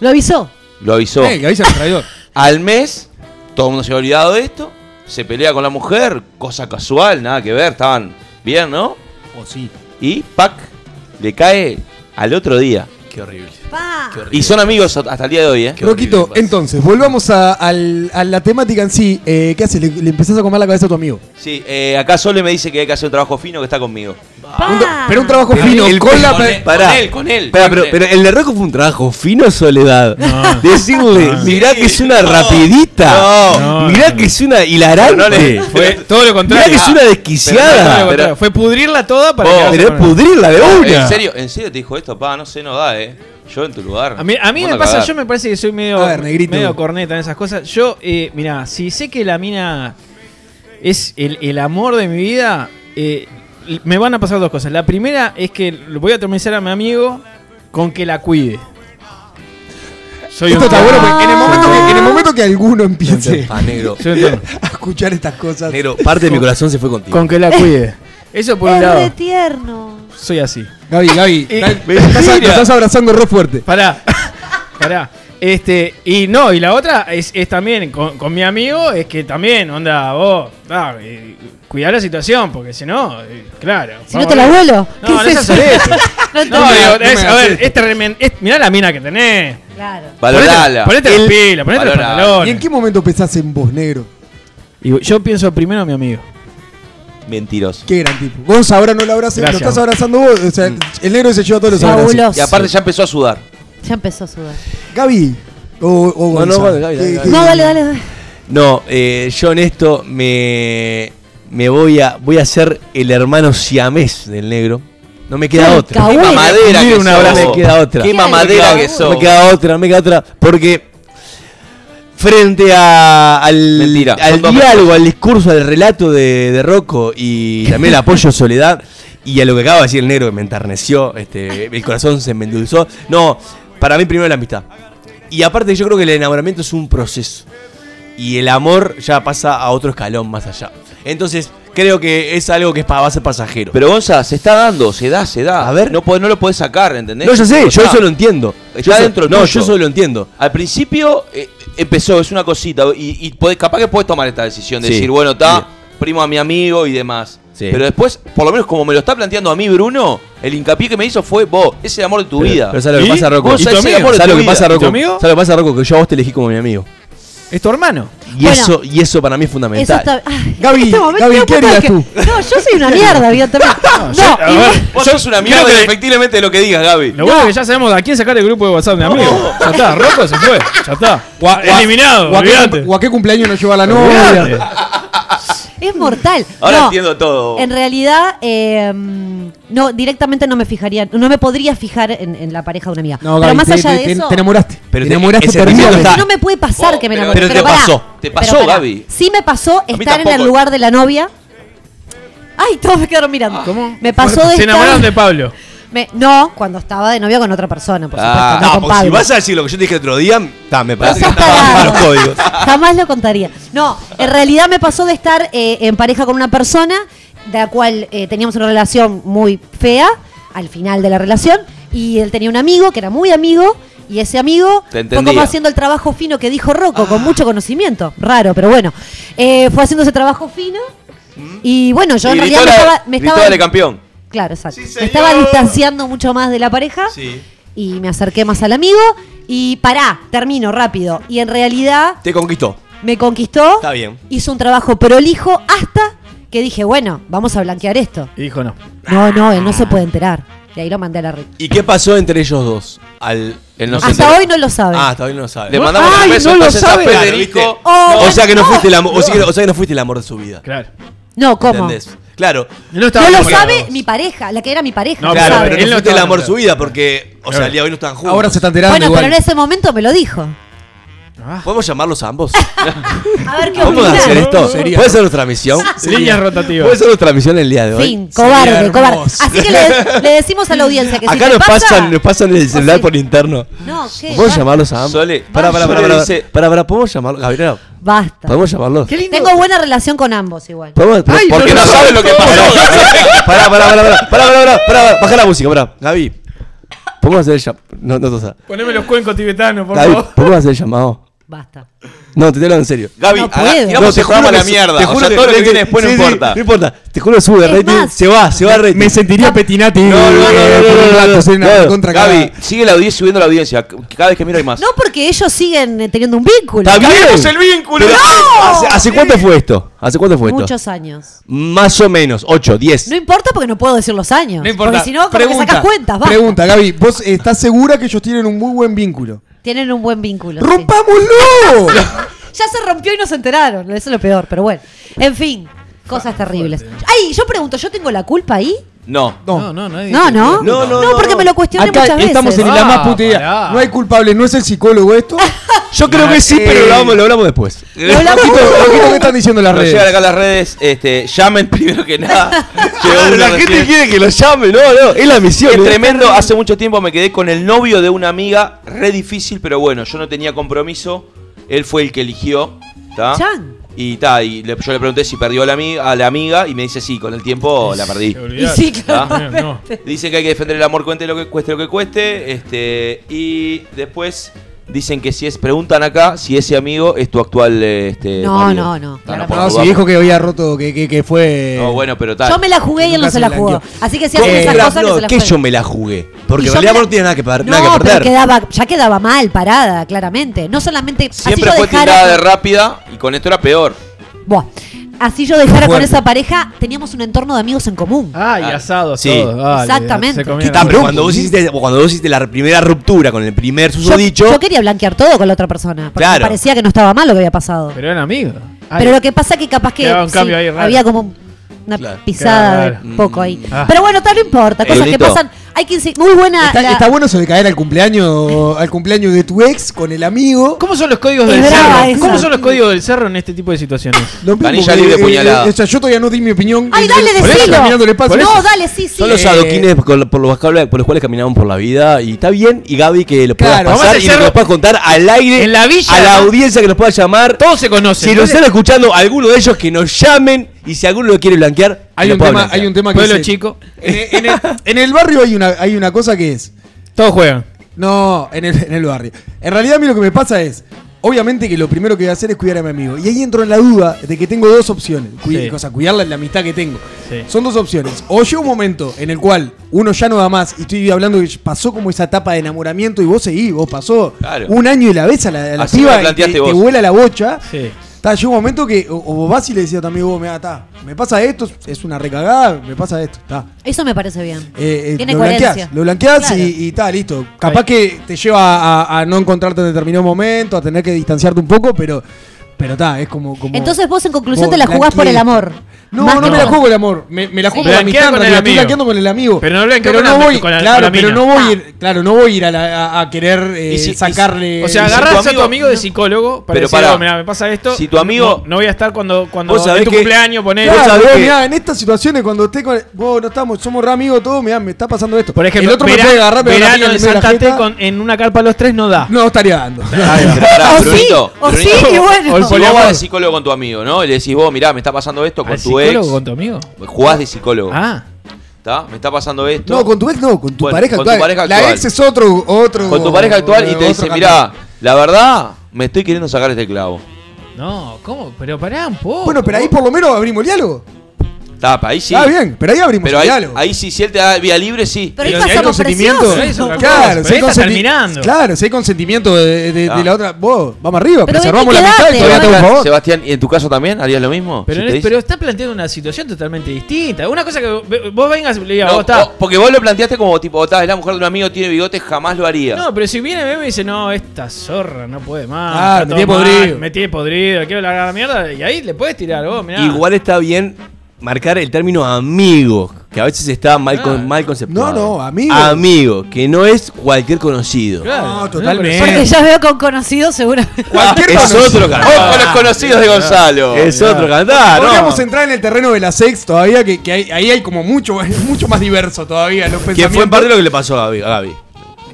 Speaker 5: Lo avisó.
Speaker 2: Lo avisó.
Speaker 4: Eh, que avisa al traidor.
Speaker 2: Al mes, todo el mundo se había olvidado de esto. Se pelea con la mujer, cosa casual, nada que ver, estaban bien, ¿no?
Speaker 3: Oh,
Speaker 4: O sí.
Speaker 2: Y Pac le cae al otro día.
Speaker 3: Qué horrible.
Speaker 5: Pa.
Speaker 2: Y son amigos hasta el día de hoy, ¿eh?
Speaker 3: Qué horrible
Speaker 4: Roquito,
Speaker 3: pasa.
Speaker 4: entonces, volvamos a, al- a la temática en sí. Eh, ¿Qué haces? Le, le empezás a comer la cabeza a tu amigo.
Speaker 2: Sí, eh, acá Sole me dice que hay que hacer un trabajo fino que está conmigo.
Speaker 5: pa.
Speaker 4: Un tra- pero un trabajo
Speaker 3: Pero
Speaker 4: fino
Speaker 3: el-
Speaker 4: con la...
Speaker 3: con
Speaker 4: pe-
Speaker 3: el- Pará.
Speaker 2: Con él, con él.
Speaker 3: Espera,
Speaker 2: con
Speaker 3: pero,
Speaker 2: él.
Speaker 3: pero el de Rocco fue un trabajo fino, Soledad. Decirle, mirá que es una rapidita.
Speaker 1: No,
Speaker 3: mirá
Speaker 1: no.
Speaker 3: que es una hilarante.
Speaker 2: No le-
Speaker 1: Fue todo lo
Speaker 3: mirá
Speaker 1: contrario.
Speaker 3: que es una
Speaker 1: Todo lo
Speaker 3: desquiciada. Pero,
Speaker 1: contrario, Fue pudrirla toda para
Speaker 2: Vos,
Speaker 1: quedarse
Speaker 3: es
Speaker 1: con él.
Speaker 3: pudrirla de una.
Speaker 2: ¿En serio? ¿En serio te dijo esto? Pa, no sé, no da, ¿eh? Yo en tu lugar.
Speaker 1: A mí, a mí
Speaker 2: Vos
Speaker 1: me
Speaker 2: no
Speaker 1: pasa,
Speaker 2: cagás.
Speaker 1: yo me parece que soy medio,
Speaker 4: A ver, negrito.
Speaker 1: medio corneta en esas cosas. Yo, eh, mirá, si sé que la mina es el, el amor de mi vida, eh, l- me van a pasar dos cosas. La primera es que lo voy a atormentar a mi amigo con que la cuide. Soy
Speaker 4: Esto
Speaker 1: un
Speaker 4: está bueno
Speaker 1: tonto.
Speaker 4: porque en el momento que, en el momento que alguno empiece
Speaker 3: Ah, negro.
Speaker 1: Soy un tonto.
Speaker 4: a escuchar estas cosas... Eh.
Speaker 3: Negro, parte de mi corazón se fue contigo.
Speaker 1: Con que la cuide. Eso por un
Speaker 5: Es re
Speaker 1: lado.
Speaker 5: tierno.
Speaker 1: Soy así.
Speaker 4: Gaby, Gaby,
Speaker 1: Eh,
Speaker 4: dale, me estás, me
Speaker 2: mentira.
Speaker 4: estás abrazando re fuerte.
Speaker 1: Pará, pará. Este, y no, y la otra es, es también con, con mi amigo, es que también, onda, vos, ah, eh, cuidá la situación, porque si no, eh, claro.
Speaker 5: Si
Speaker 4: Ah,
Speaker 5: no te la vuelo.
Speaker 1: No,
Speaker 5: ¿Qué
Speaker 1: no
Speaker 5: es
Speaker 1: seas
Speaker 5: eso?
Speaker 1: sorete.
Speaker 5: No
Speaker 1: No,
Speaker 5: entendí.
Speaker 1: digo,
Speaker 4: no
Speaker 1: es-
Speaker 4: me
Speaker 1: a
Speaker 4: hagas
Speaker 1: ver,
Speaker 4: esto.
Speaker 1: es tremen- es- mirá la mina que tenés.
Speaker 5: Claro.
Speaker 2: Valorala.
Speaker 1: Ponete, ponete las
Speaker 2: Él-
Speaker 1: pilas, ponete los
Speaker 2: valorala.
Speaker 1: pantalones.
Speaker 4: ¿Y en qué momento pensás en vos, negro?
Speaker 1: Y yo pienso primero a mi amigo.
Speaker 2: Mentiroso.
Speaker 4: Qué gran tipo. Vos ahora no lo abrazas, lo
Speaker 1: Gracias.
Speaker 4: estás abrazando vos. O sea, el negro se lleva todos los abrazos.
Speaker 5: Fabuloso.
Speaker 2: Y aparte ya empezó a sudar.
Speaker 5: Ya empezó a sudar.
Speaker 4: Gaby. O, o
Speaker 3: No, no,
Speaker 4: Gonzalo.
Speaker 3: Gaby, Gaby,
Speaker 4: ¿Qué-
Speaker 3: Gaby.
Speaker 4: qué-
Speaker 5: No, dale, dale, dale.
Speaker 3: No, eh, yo en esto me, me voy a voy a ser el hermano siamés del negro. No me queda
Speaker 5: Ay,
Speaker 3: otra.
Speaker 5: cabrón.
Speaker 2: Qué
Speaker 5: Bueno,
Speaker 2: mamadera que
Speaker 3: un abrazo.
Speaker 2: sos.
Speaker 3: Me queda otra.
Speaker 2: Qué
Speaker 5: Claro,
Speaker 2: mamadera
Speaker 5: claro.
Speaker 2: que
Speaker 3: No
Speaker 2: sos.
Speaker 3: me queda otra, no me queda otra. Porque frente a- al,
Speaker 2: Mentira,
Speaker 3: al
Speaker 2: son dos
Speaker 3: diálogo, al discurso, al relato de, de Rocco y también el apoyo a Soledad y a lo que acaba de decir el negro que me enterneció, este, el corazón se me endulzó. No, para mí primero la amistad. Y aparte yo creo que el enamoramiento es un proceso. Y el amor ya pasa a otro escalón más allá. Entonces creo que es algo que es pa- va a ser pasajero.
Speaker 2: Pero Gonza, se está dando, se da, se da.
Speaker 3: A ver.
Speaker 2: No, po- no lo podés sacar, ¿entendés?
Speaker 3: no, yo sé, yo
Speaker 2: Está.
Speaker 3: eso lo entiendo.
Speaker 2: Está
Speaker 3: Yo eso-
Speaker 2: dentro
Speaker 3: No,
Speaker 2: tuyo.
Speaker 3: yo eso lo entiendo.
Speaker 2: Al principio eh, empezó, es una cosita, y, y podés- capaz que puedes tomar esta decisión de
Speaker 3: Sí.
Speaker 2: decir, bueno, está, primo a mi amigo y demás.
Speaker 3: Sí.
Speaker 2: Pero después, por lo menos como me lo está planteando a mí Bruno, el hincapié que me hizo fue, vos, es el amor de tu
Speaker 3: Pero-
Speaker 2: vida.
Speaker 3: Pero ¿sabes lo que
Speaker 1: ¿Y?
Speaker 3: pasa, Rocco?
Speaker 2: Vos sos el amor de
Speaker 3: ¿Sabes lo
Speaker 2: tu
Speaker 3: que
Speaker 2: vida.
Speaker 3: pasa,
Speaker 2: ¿Y tu
Speaker 3: Rocco?
Speaker 1: amigo?
Speaker 3: ¿Sabes lo que pasa, Rocco? Que yo a vos te elegí como mi amigo.
Speaker 1: Es tu hermano.
Speaker 3: Y,
Speaker 5: Bueno.
Speaker 3: eso, y eso para mí es fundamental.
Speaker 5: Eso está. ay,
Speaker 4: Gaby,
Speaker 5: en este momento
Speaker 4: Gaby,
Speaker 5: me doy
Speaker 4: ¿qué
Speaker 5: cuenta
Speaker 4: harías
Speaker 5: que-
Speaker 4: tú?
Speaker 5: No, yo soy una mierda, evidentemente. No, y vos-
Speaker 2: Vos sos una mierda,
Speaker 1: Creo que-
Speaker 2: efectivamente, de lo que digas, Gaby.
Speaker 1: Lo bueno es que ya sabemos a quién sacar el grupo de WhatsApp de amigos. Ya está, Rocco se fue. Ya está.
Speaker 4: O a- o a-
Speaker 1: Eliminado,
Speaker 4: o a, qué,
Speaker 1: olvidate.
Speaker 4: cum- o a qué cumpleaños nos lleva la
Speaker 1: Olvidate.
Speaker 4: novia?
Speaker 5: Es mortal.
Speaker 2: Ahora
Speaker 5: No,
Speaker 2: entiendo todo.
Speaker 5: En realidad, eh, no, directamente no me fijaría, no me podría fijar en, en la pareja de una amiga.
Speaker 4: No,
Speaker 5: pero
Speaker 4: Gaby,
Speaker 5: más
Speaker 4: te-
Speaker 5: allá
Speaker 4: te-
Speaker 5: de
Speaker 4: te-
Speaker 5: eso.
Speaker 4: Te enamoraste.
Speaker 3: Pero
Speaker 4: te
Speaker 3: te-
Speaker 4: enamoraste
Speaker 3: ese
Speaker 4: terrible.
Speaker 3: sentimiento
Speaker 5: No,
Speaker 3: está-
Speaker 5: no me puede pasar
Speaker 2: Oh,
Speaker 5: que me
Speaker 2: pero-
Speaker 5: enamore.
Speaker 3: pero te
Speaker 5: pará,
Speaker 3: pasó,
Speaker 2: te pasó,
Speaker 5: pero pará.
Speaker 2: Gaby.
Speaker 5: Sí me pasó estar en
Speaker 2: tampoco.
Speaker 5: el lugar de la novia. Ay, todos me quedaron mirando.
Speaker 1: ¿Cómo?
Speaker 5: Me pasó de
Speaker 1: Se enamoraron de
Speaker 5: estar...
Speaker 1: Pablo.
Speaker 5: Me- no, cuando estaba de novia con otra persona, por supuesto,
Speaker 3: Ah,
Speaker 5: no,
Speaker 3: no,
Speaker 5: con
Speaker 3: porque si
Speaker 5: Pablo.
Speaker 3: vas a decir lo que yo te dije el otro día, ta, me
Speaker 5: No
Speaker 3: parece que
Speaker 5: seas
Speaker 3: está para
Speaker 5: tarado.
Speaker 3: los códigos.
Speaker 5: Jamás lo contaría. No, en realidad me pasó de estar eh, en pareja con una persona de la cual eh, teníamos una relación muy fea al final de la relación y él tenía un amigo que era muy amigo y ese amigo
Speaker 2: Te
Speaker 5: fue como
Speaker 2: entendía.
Speaker 5: haciendo el trabajo fino que dijo Rocco con mucho conocimiento, raro, pero bueno, Eh, fue haciendo ese trabajo fino y bueno, yo
Speaker 2: Y
Speaker 5: en
Speaker 2: gritó
Speaker 5: realidad me
Speaker 2: la-
Speaker 5: estaba, me
Speaker 2: gritó
Speaker 5: estaba-
Speaker 2: dale campeón.
Speaker 5: Claro, exacto.
Speaker 3: Sí,
Speaker 5: me estaba
Speaker 3: señor.
Speaker 5: distanciando mucho más de la pareja
Speaker 3: Sí.
Speaker 5: y me acerqué más al amigo y pará, termino rápido. Y en realidad
Speaker 3: Te conquistó.
Speaker 5: me conquistó.
Speaker 3: Está bien.
Speaker 5: Hizo un trabajo prolijo hasta que dije, bueno, vamos a blanquear esto.
Speaker 1: Y dijo no.
Speaker 5: No, no, él no se puede enterar. Y ahí lo mandé a la red.
Speaker 3: ¿Y qué pasó entre ellos dos? Al...
Speaker 2: Él no se
Speaker 5: Hasta
Speaker 2: enteró.
Speaker 5: hoy no lo sabe.
Speaker 3: Ah, todavía no lo sabe.
Speaker 2: Le mandamos
Speaker 1: Ay,
Speaker 2: un beso
Speaker 1: no lo
Speaker 2: entonces a
Speaker 1: sabe.
Speaker 3: Claro,
Speaker 2: Federico.
Speaker 3: ¿viste?
Speaker 5: Oh,
Speaker 3: o sea que no
Speaker 5: no.
Speaker 3: fuiste el amor, o sea que no, o sea que no fuiste el amor de su vida.
Speaker 1: Claro.
Speaker 5: no, ¿cómo?
Speaker 3: ¿Entendés? Claro.
Speaker 1: No, estaba
Speaker 5: No lo
Speaker 1: enamorado.
Speaker 5: sabe mi pareja, la que era mi pareja.
Speaker 1: No,
Speaker 5: lo
Speaker 3: claro,
Speaker 5: sabe.
Speaker 3: pero
Speaker 1: Él
Speaker 3: no
Speaker 1: no
Speaker 3: fuiste el
Speaker 1: estaba
Speaker 3: amor de su
Speaker 1: enamorado.
Speaker 3: vida porque, o sea,
Speaker 1: Claro.
Speaker 3: el día de hoy no están juntos.
Speaker 4: Ahora se está enterando
Speaker 5: bueno,
Speaker 4: igual.
Speaker 5: pero en ese momento me lo dijo.
Speaker 1: Ah,
Speaker 3: ¿Podemos llamarlos a ambos?
Speaker 5: A ver qué
Speaker 3: ¿Podemos
Speaker 5: opinan.
Speaker 3: hacer esto?
Speaker 4: Sería-
Speaker 3: ¿Puede ser nuestra misión?
Speaker 1: líneas
Speaker 3: ¿Puede
Speaker 1: rotativas.
Speaker 3: ser nuestra misión el día de hoy?
Speaker 5: Fin,
Speaker 4: Sería
Speaker 5: cobarde,
Speaker 4: hermoso.
Speaker 5: cobarde. Así que le, le decimos a la audiencia que si
Speaker 3: Acá
Speaker 5: te
Speaker 3: nos
Speaker 5: pasa...
Speaker 3: pasan, nos pasan el celular
Speaker 5: sí.
Speaker 3: por interno.
Speaker 5: No, ¿qué?
Speaker 3: ¿Podemos
Speaker 5: Basta.
Speaker 3: llamarlos a ambos?
Speaker 2: Sole,
Speaker 3: Para, para,
Speaker 2: Sole
Speaker 3: para, para,
Speaker 2: dice-
Speaker 3: para, ¿podemos llamarlos? Gabriela,
Speaker 5: Basta.
Speaker 3: ¿podemos llamarlos?
Speaker 1: Qué lindo.
Speaker 5: Tengo buena relación con ambos igual.
Speaker 3: ¿Podemos?
Speaker 1: Ay,
Speaker 3: ¿Por qué
Speaker 2: Porque
Speaker 1: no
Speaker 2: no
Speaker 1: lo
Speaker 2: sabe lo que pasó.
Speaker 3: Pará, pará, pará, pará, pará, pará, pará, pará, baja la música, pará. Gaby, ¿podemos hacer el llamado? No, no tosa.
Speaker 1: Poneme los cuencos tibetanos, por
Speaker 3: Gaby,
Speaker 1: favor.
Speaker 3: ¿podemos hacer el llamado?
Speaker 5: Basta.
Speaker 3: No, te estoy hablando en serio.
Speaker 2: Gaby,
Speaker 5: No
Speaker 2: haga-
Speaker 5: puedo.
Speaker 2: tiramos
Speaker 3: No,
Speaker 2: el
Speaker 3: juro
Speaker 2: programa a
Speaker 3: que
Speaker 2: la
Speaker 3: su-
Speaker 2: mierda.
Speaker 3: te
Speaker 2: O
Speaker 3: juro
Speaker 2: sea, todo lo que viene después no
Speaker 3: sí, sí,
Speaker 2: importa.
Speaker 3: No importa. Te juro, sube de
Speaker 5: Es
Speaker 3: rating.
Speaker 5: más.
Speaker 3: Se va, se va de rating.
Speaker 4: Me sentiría Petinati.
Speaker 3: No, no, no,
Speaker 4: eh,
Speaker 3: no,
Speaker 4: por
Speaker 3: no,
Speaker 4: un
Speaker 3: no,
Speaker 4: rato,
Speaker 3: no,
Speaker 4: soy una
Speaker 3: no.
Speaker 4: contra
Speaker 2: Gaby,
Speaker 4: cagada.
Speaker 2: sigue la audiencia subiendo la audiencia. Cada vez que miro hay más.
Speaker 5: No porque ellos siguen eh, teniendo un vínculo.
Speaker 3: Está bien.
Speaker 2: ¡Cambiemos el vínculo!
Speaker 3: Pero,
Speaker 5: ¡No!
Speaker 3: ¿hace, hace cuánto fue esto? ¿Hace cuánto fue esto?
Speaker 5: Muchos años.
Speaker 3: Más o menos, 8, 10.
Speaker 5: No importa porque no puedo decir los años.
Speaker 1: No importa.
Speaker 5: Porque si no, como que
Speaker 1: Pregunta.
Speaker 5: sacas cuentas, va.
Speaker 4: Pregunta, Gaby, ¿vos estás segura que ellos tienen un muy buen vínculo?
Speaker 5: Tienen un buen vínculo. sí.
Speaker 4: ¡Rompámoslo!
Speaker 5: Ya se rompió y no se enteraron. Eso es lo peor, pero bueno. En fin, cosas terribles. Ay, yo pregunto, ¿yo tengo la culpa ahí?
Speaker 2: No.
Speaker 1: No, no, nadie.
Speaker 5: No, no.
Speaker 3: No, no, no,
Speaker 5: porque
Speaker 3: no.
Speaker 5: me lo cuestioné
Speaker 4: Acá
Speaker 5: muchas veces.
Speaker 4: estamos en la
Speaker 1: Ah,
Speaker 4: más putea.
Speaker 1: pará.
Speaker 4: No hay culpable, no es el psicólogo esto.
Speaker 3: Yo creo que sí, pero lo hablamos, lo hablamos después.
Speaker 5: Lo hablamos.
Speaker 4: Ojito, ojito que están diciendo las
Speaker 2: Nos llegan
Speaker 4: redes.
Speaker 2: acá las redes, este, llamen primero que nada. Llegó
Speaker 3: Claro,
Speaker 2: uno
Speaker 3: la gente
Speaker 2: recién.
Speaker 3: quiere que lo llame, no, no, es la misión.
Speaker 2: Es
Speaker 3: ¿eh?
Speaker 2: tremendo, hace mucho tiempo me quedé con el novio de una amiga, re difícil, pero bueno, yo no tenía compromiso, él fue el que eligió, ¿tá?
Speaker 5: Chan.
Speaker 2: Y, ta, y le- yo le pregunté si perdió a la, ami- a la amiga y me dice sí, con el tiempo la perdí.
Speaker 5: Y sí,
Speaker 2: Ah,
Speaker 5: claro.
Speaker 1: no.
Speaker 2: Dicen que hay que defender el amor, cuente lo que cueste lo que cueste. Este, y después dicen que si es, preguntan acá si ese amigo es tu actual eh, este,
Speaker 5: No,
Speaker 2: marido.
Speaker 5: no, no,
Speaker 2: Ah,
Speaker 5: claramente.
Speaker 2: por
Speaker 4: No, si
Speaker 2: favor.
Speaker 4: dijo que había roto, que, que, que fue.
Speaker 2: No, Oh, bueno, pero tal.
Speaker 5: Yo me la jugué y él no
Speaker 4: Nunca
Speaker 5: se la
Speaker 4: se
Speaker 5: jugó.
Speaker 4: blanqueó.
Speaker 5: Así que si
Speaker 3: ¿Cómo
Speaker 5: hacen esas
Speaker 3: que la-
Speaker 5: cosas, no,
Speaker 3: Eh, no,
Speaker 5: se la
Speaker 3: que
Speaker 5: juegan.
Speaker 3: yo me la jugué.
Speaker 5: Y
Speaker 3: Porque en
Speaker 5: yo me
Speaker 3: realidad
Speaker 5: la-
Speaker 3: vos no tienes nada que, par-
Speaker 5: No,
Speaker 3: nada que
Speaker 5: pero
Speaker 3: perder.
Speaker 5: quedaba, ya quedaba mal parada, claramente. No solamente. así
Speaker 2: Siempre
Speaker 5: yo
Speaker 2: fue
Speaker 5: dejara-
Speaker 2: tirada de rápida y con esto era peor.
Speaker 5: Buah. Así yo dejara con
Speaker 4: Fuerte.
Speaker 5: esa pareja, teníamos un entorno de amigos en común.
Speaker 1: Ah, y asado,
Speaker 3: Sí.
Speaker 1: todo. Dale,
Speaker 5: Exactamente.
Speaker 1: se comían
Speaker 3: Que tam-
Speaker 1: las-
Speaker 3: pero cuando vos, hiciste, cuando vos hiciste la primera ruptura con el primer
Speaker 5: Yo,
Speaker 3: susodicho,
Speaker 5: yo quería blanquear todo con la otra persona. Porque
Speaker 3: Claro.
Speaker 5: me parecía que no estaba mal lo que había pasado.
Speaker 1: Pero eran amigos. Ay,
Speaker 5: Pero lo que pasa que capaz que
Speaker 1: Quedaba un
Speaker 5: sí,
Speaker 1: cambio ahí raro.
Speaker 5: había como una
Speaker 3: Claro.
Speaker 5: pisada
Speaker 1: Claro.
Speaker 5: de poco ahí.
Speaker 1: Ah.
Speaker 5: Pero bueno, tal no importa. Cosas que
Speaker 2: Erudito.
Speaker 5: pasan. Hay que insi- Muy buena.
Speaker 4: Está,
Speaker 5: la-
Speaker 4: está bueno eso de caer al cumpleaños, al cumpleaños de tu ex con el amigo.
Speaker 1: ¿Cómo son los códigos
Speaker 5: Es
Speaker 1: del
Speaker 5: brava
Speaker 1: cerro?
Speaker 5: esa.
Speaker 1: ¿Cómo son los códigos del cerro en este tipo de situaciones?
Speaker 4: Lo mismo
Speaker 2: Canilla
Speaker 4: que,
Speaker 2: libre,
Speaker 4: eh,
Speaker 2: puñalada.
Speaker 4: eh, o sea, yo todavía no di mi opinión.
Speaker 5: Ay,
Speaker 4: eh,
Speaker 5: dale,
Speaker 4: por eso está
Speaker 5: decilo.
Speaker 4: mirando el espacio.
Speaker 5: No, dale, sí, sí.
Speaker 3: son los
Speaker 5: Eh,
Speaker 3: adoquines con- por, los cuales, por los cuales caminaban por la vida. Y está bien, y Gaby, que lo puedas
Speaker 4: Claro, vamos
Speaker 1: a
Speaker 3: pasar y
Speaker 1: hacer-
Speaker 3: que lo puedas contar al aire,
Speaker 1: En la villa,
Speaker 3: a la
Speaker 1: ¿no?
Speaker 3: audiencia que nos pueda llamar.
Speaker 1: Todos se conocen.
Speaker 3: Si nos están escuchando alguno de ellos, que nos llamen. Y si alguno lo quiere blanquear,
Speaker 4: Hay
Speaker 3: lo
Speaker 4: un,
Speaker 3: pueda
Speaker 4: tema,
Speaker 3: blanquear.
Speaker 4: hay un tema que
Speaker 1: Pueblo
Speaker 4: es-
Speaker 1: chico.
Speaker 4: En, en el, en el barrio hay una, hay una cosa que es.
Speaker 1: Todos juegan.
Speaker 4: No, en el, en el barrio. En realidad, a mí lo que me pasa es. Obviamente que lo primero que voy a hacer es cuidar a mi amigo. Y ahí entro en la duda de que tengo dos opciones. Cuid-
Speaker 1: Sí.
Speaker 4: O sea, cuidar la, la amistad que tengo. Eh,
Speaker 1: Sí.
Speaker 4: Son dos opciones. O llega un momento en el cual uno ya no da más. Y estoy hablando que pasó como esa etapa de enamoramiento y vos seguís. Vos pasó
Speaker 2: Claro.
Speaker 4: un año y la ves a la, a la
Speaker 2: Así
Speaker 4: piba
Speaker 2: la
Speaker 4: y te,
Speaker 2: planteaste
Speaker 4: te
Speaker 2: vos.
Speaker 4: vuela la bocha.
Speaker 1: Sí.
Speaker 4: Ta, llega un momento que o, o vos vas y le decías a tu amigo, vos, mira, ta, me pasa esto, es una recagada, me pasa esto. Ta.
Speaker 5: Eso me parece bien.
Speaker 4: Eh, eh,
Speaker 5: Tiene
Speaker 4: lo
Speaker 5: coherencia.
Speaker 4: blanqueás, lo blanqueás
Speaker 5: Claro.
Speaker 4: y, y ta, listo. Capaz que te lleva a, a no encontrarte en determinado momento, a tener que distanciarte un poco, pero Pero está, es como, como-
Speaker 5: Entonces vos, en conclusión,
Speaker 4: vos
Speaker 5: te la jugás por el
Speaker 4: blanqueaste.
Speaker 5: amor.
Speaker 4: No,
Speaker 5: Más
Speaker 4: no
Speaker 5: que
Speaker 4: me la
Speaker 5: nada.
Speaker 4: juego el amor. Me, me la juego
Speaker 1: Sí.
Speaker 4: con amistad,
Speaker 1: Blanquea con el
Speaker 4: en realidad, estoy
Speaker 1: amigo.
Speaker 4: blanqueando con el amigo.
Speaker 1: Pero no blanquea con
Speaker 4: no
Speaker 1: la-
Speaker 4: voy,
Speaker 1: con la-
Speaker 4: claro,
Speaker 1: con la
Speaker 4: pero
Speaker 1: mina.
Speaker 4: no voy, ir- claro, no voy a ir a, la- a- a querer eh,
Speaker 2: Y si- y si-
Speaker 4: sacarle.
Speaker 1: O sea,
Speaker 2: Y si tu
Speaker 1: agarras a tu
Speaker 2: amigo-
Speaker 1: amigo de psicólogo para
Speaker 2: Pero
Speaker 1: decir,
Speaker 2: pará.
Speaker 1: "Oh, mirá, me pasa esto.
Speaker 2: Si tu amigo-
Speaker 1: No, no voy a estar cuando, cuando
Speaker 2: Vos sabés
Speaker 1: en tu
Speaker 2: que-
Speaker 1: cumpleaños ponele.
Speaker 2: Vos
Speaker 4: Claro,
Speaker 2: sabés
Speaker 4: vos,
Speaker 2: que-
Speaker 4: mirá, en estas situaciones cuando esté con vos no estamos, somos re amigos todos, mirá, me está pasando esto.
Speaker 1: Por ejemplo,
Speaker 4: el otro
Speaker 1: vera-
Speaker 4: me puede agarrar, pero la
Speaker 1: verano
Speaker 4: mina
Speaker 1: en
Speaker 4: le mete la
Speaker 1: Santa Fe
Speaker 4: jeta.
Speaker 1: con- en una carpa los tres no da.
Speaker 4: No estaría dando.
Speaker 2: Pará,
Speaker 5: O sí,
Speaker 2: Brunito,
Speaker 5: o sí,
Speaker 2: Brunito.
Speaker 5: y bueno.
Speaker 1: O el
Speaker 2: Si vos
Speaker 1: poliamor.
Speaker 2: vas de psicólogo con tu amigo, ¿no? Y le decís, vos, mirá, me está pasando esto con
Speaker 1: ¿Al
Speaker 2: tu
Speaker 1: psicólogo
Speaker 2: ex.
Speaker 1: con tu amigo?
Speaker 2: Jugás de psicólogo.
Speaker 1: Ah.
Speaker 2: ¿Está? Me está pasando esto.
Speaker 4: No, con tu ex no, con tu
Speaker 2: Bueno,
Speaker 4: pareja
Speaker 2: con tu
Speaker 4: actual.
Speaker 2: pareja
Speaker 4: La
Speaker 2: actual.
Speaker 4: ex es otro, otro.
Speaker 2: Con tu pareja actual y te
Speaker 4: otro
Speaker 2: dice,
Speaker 4: cantante.
Speaker 2: mirá, la verdad, me estoy queriendo sacar este clavo.
Speaker 1: No, ¿cómo? Pero pará un poco.
Speaker 4: Bueno, pero ahí por lo menos abrimos el diálogo.
Speaker 2: Tapa, ahí sí.
Speaker 4: Está Ah, bien, pero ahí abrimos
Speaker 2: Pero
Speaker 4: el
Speaker 2: ahí,
Speaker 4: diálogo.
Speaker 2: ahí sí, si él te da vía libre, sí.
Speaker 5: Pero ahí
Speaker 1: Pero si hay
Speaker 5: pasamos
Speaker 1: consentimiento,
Speaker 5: precioso.
Speaker 1: eso, Claro,
Speaker 4: ¿eh? Claro,
Speaker 1: pero
Speaker 4: si hay
Speaker 1: ahí está
Speaker 4: consenti-
Speaker 1: terminando.
Speaker 4: Claro, si hay consentimiento de, de- de
Speaker 2: Ah.
Speaker 4: la otra. Vos, vamos arriba,
Speaker 5: Pero
Speaker 4: preservamos la
Speaker 5: vení,
Speaker 4: amistad y
Speaker 5: quedate,
Speaker 4: todavía
Speaker 5: ¿no?
Speaker 4: te por favor.
Speaker 2: Sebastián, ¿y en tu caso también harías lo mismo?
Speaker 1: Pero, este-
Speaker 2: Si
Speaker 1: no-
Speaker 2: te
Speaker 1: pero
Speaker 2: dicen-
Speaker 1: está planteando una situación totalmente distinta. Una cosa que v- vos vengas y le digas,
Speaker 2: No,
Speaker 1: vos está.
Speaker 2: o- porque vos lo planteaste como tipo, "Tá, es la mujer de un amigo, tiene bigote, jamás lo haría.
Speaker 1: No, pero si viene Meme y dice, no, esta zorra no puede más.
Speaker 4: Ah,
Speaker 1: está
Speaker 4: me tiene
Speaker 1: todo mal,
Speaker 4: podrido.
Speaker 1: Me tiene podrido, quiero largar la mierda. Y ahí le puedes tirar vos, mirá.
Speaker 3: Igual está bien marcar el término amigo, que a veces está mal, con,
Speaker 2: Ah.
Speaker 1: Claro.
Speaker 3: mal conceptuado.
Speaker 4: No, no, amigo.
Speaker 3: Amigo, que no es cualquier conocido.
Speaker 1: Claro,
Speaker 4: No,
Speaker 1: no,
Speaker 4: totalmente.
Speaker 1: pero-
Speaker 5: Porque ya veo con conocidos, seguramente.
Speaker 4: Cualquier
Speaker 3: Es
Speaker 4: conocido.
Speaker 3: otro cantante.
Speaker 2: Ojo los conocidos de Gonzalo.
Speaker 3: Es otro cantar,
Speaker 4: Podríamos
Speaker 3: ¿no?
Speaker 4: entrar en el terreno de la sex todavía, que, que hay- ahí hay como mucho, mucho más diverso todavía los
Speaker 3: Que
Speaker 4: pensamientos.
Speaker 3: fue en parte lo que le pasó a Gaby. A Gaby.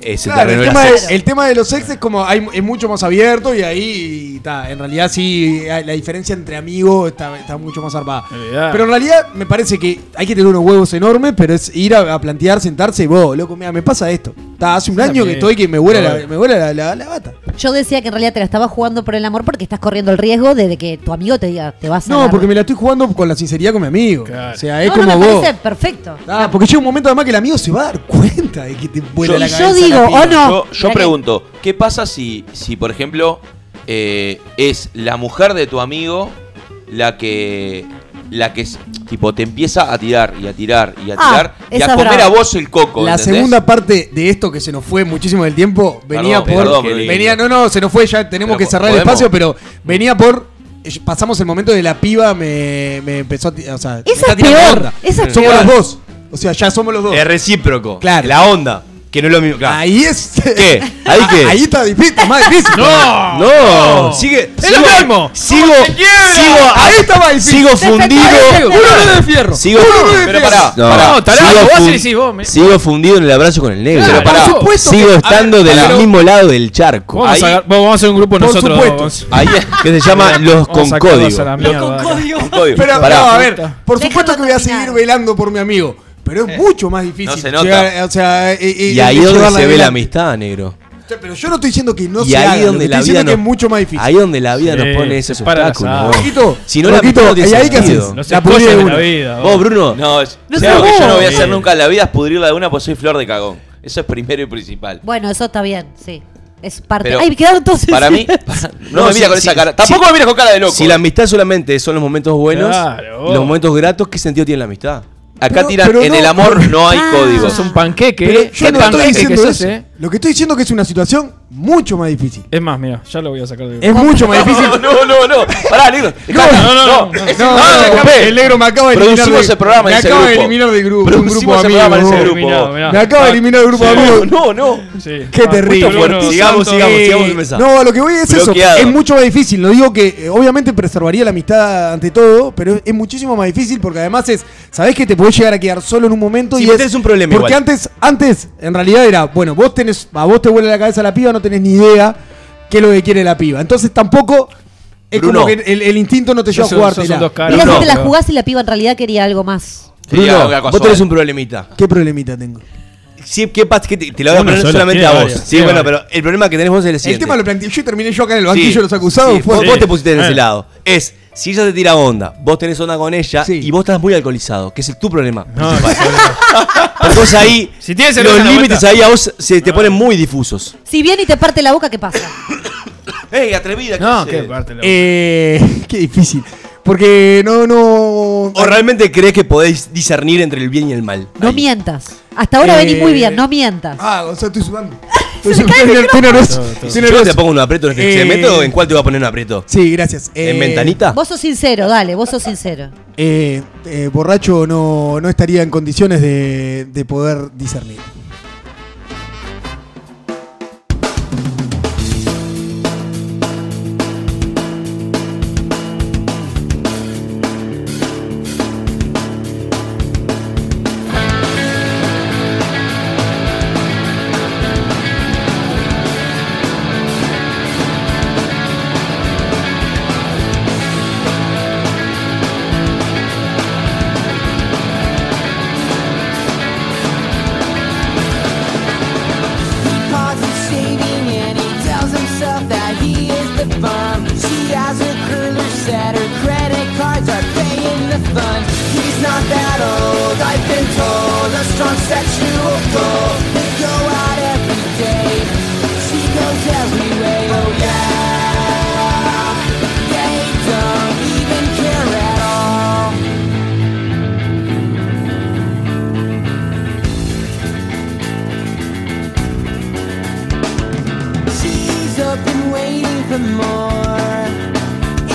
Speaker 3: Ese
Speaker 4: Claro,
Speaker 3: terreno
Speaker 4: el,
Speaker 3: de
Speaker 4: tema
Speaker 3: la
Speaker 4: de,
Speaker 3: sex.
Speaker 4: el tema de los sex es como hay, es mucho más abierto y ahí está. En realidad sí, hay- la diferencia entre amigos está, está mucho más armada.
Speaker 1: Olvidá.
Speaker 4: Pero en realidad me parece que hay que tener unos huevos enormes, pero es ir a, a plantear, sentarse y vos, loco, mira, me pasa esto. Está, hace un
Speaker 1: Sí,
Speaker 4: año que
Speaker 1: también.
Speaker 4: estoy que me vuela la,
Speaker 1: Obvio.
Speaker 4: me vuela la, la- la bata.
Speaker 5: Yo decía que en realidad te la estabas jugando por el amor porque estás corriendo el riesgo de de que tu amigo te diga, te vas a.
Speaker 4: No,
Speaker 5: dar".
Speaker 4: porque me la estoy jugando con la sinceridad con mi amigo.
Speaker 1: Claro.
Speaker 4: O sea, es
Speaker 5: No, no,
Speaker 4: como
Speaker 5: me
Speaker 4: vos.
Speaker 5: parece perfecto.
Speaker 4: Ah, porque llega un momento además que el amigo se va a dar cuenta de que te vuela
Speaker 5: Yo-
Speaker 4: la
Speaker 5: y yo
Speaker 4: cabeza. "Oh, la
Speaker 5: digo,
Speaker 4: piba.
Speaker 5: o no.
Speaker 2: Yo, yo
Speaker 5: Mirá que-
Speaker 2: pregunto, ¿qué pasa si, si por ejemplo, eh, es la mujer de tu amigo la que. la que es- tipo te empieza a tirar y a tirar y a
Speaker 5: Ah,
Speaker 2: tirar y
Speaker 5: esa
Speaker 2: a
Speaker 5: es
Speaker 2: comer
Speaker 5: brava.
Speaker 2: a vos el coco?
Speaker 4: La
Speaker 2: ¿entendés?
Speaker 4: segunda parte de esto que se nos fue muchísimo del tiempo venía
Speaker 2: Perdón,
Speaker 4: por.
Speaker 2: perdón,
Speaker 4: que-
Speaker 2: Brunito.
Speaker 4: venía, no, no, se nos fue, ya tenemos
Speaker 2: Pero
Speaker 4: que
Speaker 2: po-
Speaker 4: cerrar
Speaker 2: podemos.
Speaker 4: el espacio, pero venía por. eh, Pasamos el momento de la piba, me, me empezó a. ti- O sea,
Speaker 5: Esa
Speaker 4: me está
Speaker 5: es
Speaker 4: tirando
Speaker 5: peor,
Speaker 4: onda.
Speaker 5: esa es
Speaker 4: Somos
Speaker 5: peor.
Speaker 4: los dos. O sea, ya somos los dos.
Speaker 3: Es recíproco.
Speaker 4: Claro.
Speaker 3: La onda. Que no es lo mismo. claro.
Speaker 4: Ahí es. Ah,
Speaker 3: ¿Qué? ¿Ahí qué?
Speaker 4: Ahí está difícil, más difícil.
Speaker 1: ¡No!
Speaker 3: No, sigue.
Speaker 1: ¡Es
Speaker 3: sigo-
Speaker 1: lo mismo!
Speaker 3: Sigo.
Speaker 1: ¡No se quiebra!
Speaker 3: Sigo.
Speaker 4: Ahí está más difícil.
Speaker 3: Sigo fundido.
Speaker 4: Uno no es de fierro.
Speaker 3: Sigo.
Speaker 4: Uno no es de
Speaker 2: Pero
Speaker 4: fierro.
Speaker 2: pará,
Speaker 3: No,
Speaker 2: pará.
Speaker 1: No, tarado,
Speaker 3: sigo
Speaker 1: vos
Speaker 3: fun-
Speaker 1: le decís vos, me-
Speaker 3: Sigo fundido en el abrazo con el negro.
Speaker 1: Claro,
Speaker 3: Pará.
Speaker 1: por
Speaker 4: supuesto
Speaker 3: sigo
Speaker 4: que- a
Speaker 3: estando
Speaker 4: ver,
Speaker 3: del
Speaker 4: pero-
Speaker 3: mismo lado del charco.
Speaker 1: Vamos,
Speaker 3: Ahí-
Speaker 1: a, vamos a hacer un grupo
Speaker 4: Por
Speaker 1: nosotros.
Speaker 4: supuesto.
Speaker 1: vamos.
Speaker 3: ahí que se llama Los con
Speaker 1: Vamos a sacarlos a
Speaker 3: Código.
Speaker 1: la mierda.
Speaker 2: Un código.
Speaker 4: Pero
Speaker 2: este. Pará.
Speaker 4: no, a ver, por
Speaker 5: Déjalo
Speaker 4: supuesto que voy a
Speaker 5: terminar.
Speaker 4: seguir velando por mi amigo. Pero es mucho más difícil.
Speaker 2: Eh. No se nota.
Speaker 4: llegar, o sea, eh, eh,
Speaker 3: Y
Speaker 4: eh,
Speaker 3: ahí es donde
Speaker 4: llevarla
Speaker 3: se ve la
Speaker 4: adelante.
Speaker 3: amistad, negro.
Speaker 4: O sea, Pero yo no estoy diciendo que no
Speaker 3: y
Speaker 4: se
Speaker 3: ahí
Speaker 4: haga, lo que
Speaker 3: donde la
Speaker 4: estoy
Speaker 3: vida
Speaker 4: diciendo
Speaker 3: nos,
Speaker 4: que es mucho más difícil.
Speaker 3: Ahí donde la vida
Speaker 1: Sí,
Speaker 3: nos pone esos
Speaker 1: se para la
Speaker 3: obstáculos.
Speaker 1: sal.
Speaker 3: vos.
Speaker 4: Roquito,
Speaker 3: Si no la
Speaker 4: Roquito,
Speaker 3: amistad no tiene
Speaker 4: ahí hay que
Speaker 3: sentido.
Speaker 4: hacer-
Speaker 1: No sé
Speaker 4: La
Speaker 1: cosas
Speaker 4: pudrí
Speaker 1: de
Speaker 4: uno.
Speaker 1: la vida.
Speaker 3: Vos, Bruno.
Speaker 2: No, es-
Speaker 5: No
Speaker 2: claro
Speaker 5: sé
Speaker 2: que
Speaker 5: vos.
Speaker 2: yo no voy a hacer
Speaker 1: Sí.
Speaker 2: nunca en la vida es pudrirla de una porque soy flor de cagón. Eso es primero y principal.
Speaker 5: Bueno, eso está bien, sí. Es parte.
Speaker 2: Pero
Speaker 5: Ay, me quedaron todos en
Speaker 2: Para mí,
Speaker 5: silencio.
Speaker 2: no,
Speaker 3: No,
Speaker 2: me mira
Speaker 3: si-
Speaker 2: con
Speaker 3: si-
Speaker 2: esa cara.
Speaker 3: si-
Speaker 2: Tampoco me miras con cara de loco.
Speaker 3: Si la amistad solamente son los momentos buenos,
Speaker 1: Claro, vos.
Speaker 3: los momentos gratos, ¿qué sentido tiene la amistad?
Speaker 2: Acá
Speaker 4: Pero-
Speaker 2: tiran,
Speaker 4: pero
Speaker 2: en
Speaker 4: no,
Speaker 2: el amor
Speaker 4: pero-
Speaker 2: no hay
Speaker 5: Ah.
Speaker 2: códigos.
Speaker 1: Sos un panqueque.
Speaker 4: Pero
Speaker 1: ¿eh?
Speaker 4: yo
Speaker 1: Qué
Speaker 4: no estoy
Speaker 1: panqueque que
Speaker 4: diciendo
Speaker 1: sos,
Speaker 4: eso.
Speaker 1: eh.
Speaker 4: Lo que estoy diciendo es que es una situación mucho más difícil.
Speaker 1: Es más, mira, ya lo voy a sacar de
Speaker 4: Es mucho más difícil.
Speaker 2: No, no, no, no. Pará, negro.
Speaker 4: No,
Speaker 2: Dejala.
Speaker 1: No, no, no. no.
Speaker 2: Es-
Speaker 4: No,
Speaker 2: no,
Speaker 4: no,
Speaker 2: déjame.
Speaker 4: el negro me acaba de eliminar.
Speaker 2: Producimos
Speaker 4: de-
Speaker 2: el programa
Speaker 4: me
Speaker 2: en ese
Speaker 4: acaba de
Speaker 2: grupo.
Speaker 4: eliminar del grupo. de un
Speaker 2: Producimos
Speaker 4: grupo
Speaker 2: ese
Speaker 4: amigo,
Speaker 2: programa en ese
Speaker 4: vos.
Speaker 2: grupo.
Speaker 1: Terminado, mirá.
Speaker 4: Me acaba de eliminar del grupo de amigos.
Speaker 2: No, no.
Speaker 1: Sí.
Speaker 4: Qué
Speaker 1: Ah,
Speaker 4: terrible.
Speaker 1: justo Bruno,
Speaker 3: sigamos,
Speaker 1: santo.
Speaker 3: sigamos,
Speaker 1: Sí.
Speaker 3: sigamos el mensaje.
Speaker 4: No, a lo que voy es
Speaker 2: Bloqueado.
Speaker 4: eso. Es mucho más difícil. No digo que eh, obviamente preservaría la amistad ante todo, pero es muchísimo más difícil porque además es, sabés que te podés llegar a quedar solo en un momento
Speaker 3: Sí,
Speaker 4: y
Speaker 3: vos
Speaker 4: es
Speaker 3: tenés un problema
Speaker 4: Porque
Speaker 3: igual.
Speaker 4: antes antes en realidad era, bueno, vos tenés a vos te vuelve la cabeza la piba, no tenés ni idea qué es lo que quiere la piba. Entonces tampoco es
Speaker 3: Bruno.
Speaker 4: como que el, el instinto no te lleva a
Speaker 1: Sos un- sos un
Speaker 4: jugártela.
Speaker 1: dos caras.
Speaker 5: Mirá
Speaker 3: No,
Speaker 5: si te la
Speaker 1: pero-
Speaker 5: jugás y la piba en realidad quería algo más.
Speaker 2: Sí,
Speaker 3: Bruno,
Speaker 2: haga cosa
Speaker 3: vos tenés
Speaker 2: suave.
Speaker 3: un problemita.
Speaker 4: ¿Qué problemita tengo?
Speaker 3: Sí, ¿qué pasa? Que te, te la voy a
Speaker 1: Uno
Speaker 3: poner
Speaker 1: solo,
Speaker 3: solamente
Speaker 1: tiene
Speaker 3: a vos.
Speaker 1: varios,
Speaker 3: Sí,
Speaker 1: tiene
Speaker 3: bueno,
Speaker 1: varios.
Speaker 3: pero el problema que tenés vos es el siguiente.
Speaker 4: El tema lo planteé yo y terminé yo acá en el
Speaker 3: Sí,
Speaker 4: banquillo de los acusados.
Speaker 3: sí,
Speaker 4: fue-
Speaker 3: vos, vos te pusiste en
Speaker 1: Eh.
Speaker 3: ese lado. Es, si ella te tira onda, vos tenés onda con ella
Speaker 4: Sí.
Speaker 3: y vos estás muy alcoholizado, que es el- tu problema.
Speaker 1: No,
Speaker 3: principal. Porque vos ahí,
Speaker 1: Si tienes cerveza
Speaker 3: los
Speaker 1: en la
Speaker 3: límites
Speaker 1: vuelta.
Speaker 3: ahí a vos se te ponen muy difusos.
Speaker 5: Si viene y te parte la boca, ¿qué pasa?
Speaker 2: Ey, atrevida.
Speaker 1: No,
Speaker 2: ¿qué
Speaker 1: qué
Speaker 2: haces?
Speaker 1: parte. la-
Speaker 4: Eh, qué difícil. Porque no no
Speaker 3: ¿O realmente crees que podéis discernir entre el bien y el mal?
Speaker 5: No mientas. Hasta ahora
Speaker 4: Eh,
Speaker 5: venís muy bien, no mientas.
Speaker 4: Ah, Gonzalo, estoy sudando.
Speaker 5: Se me cae el micrófono.
Speaker 4: nervioso.
Speaker 3: Si
Speaker 4: Estoy
Speaker 3: yo te
Speaker 4: nervioso.
Speaker 3: pongo un aprieto en este
Speaker 4: Eh,
Speaker 3: segmento, ¿en cuál te voy a poner un aprieto?
Speaker 4: Sí, gracias.
Speaker 3: ¿En
Speaker 4: Eh,
Speaker 3: ventanita?
Speaker 5: Vos sos sincero, dale, vos sos sincero.
Speaker 4: eh, eh, borracho no, no estaría en condiciones de, de poder discernir.
Speaker 7: paws is shaving and he tells himself that he is the bum. She has her curler set, her credit cards are paying the fun. He's not that old, I've been told, a strong sexual goal. They go out every day, she goes every way, oh yeah. They don't even care at all. She's up and waiting for more.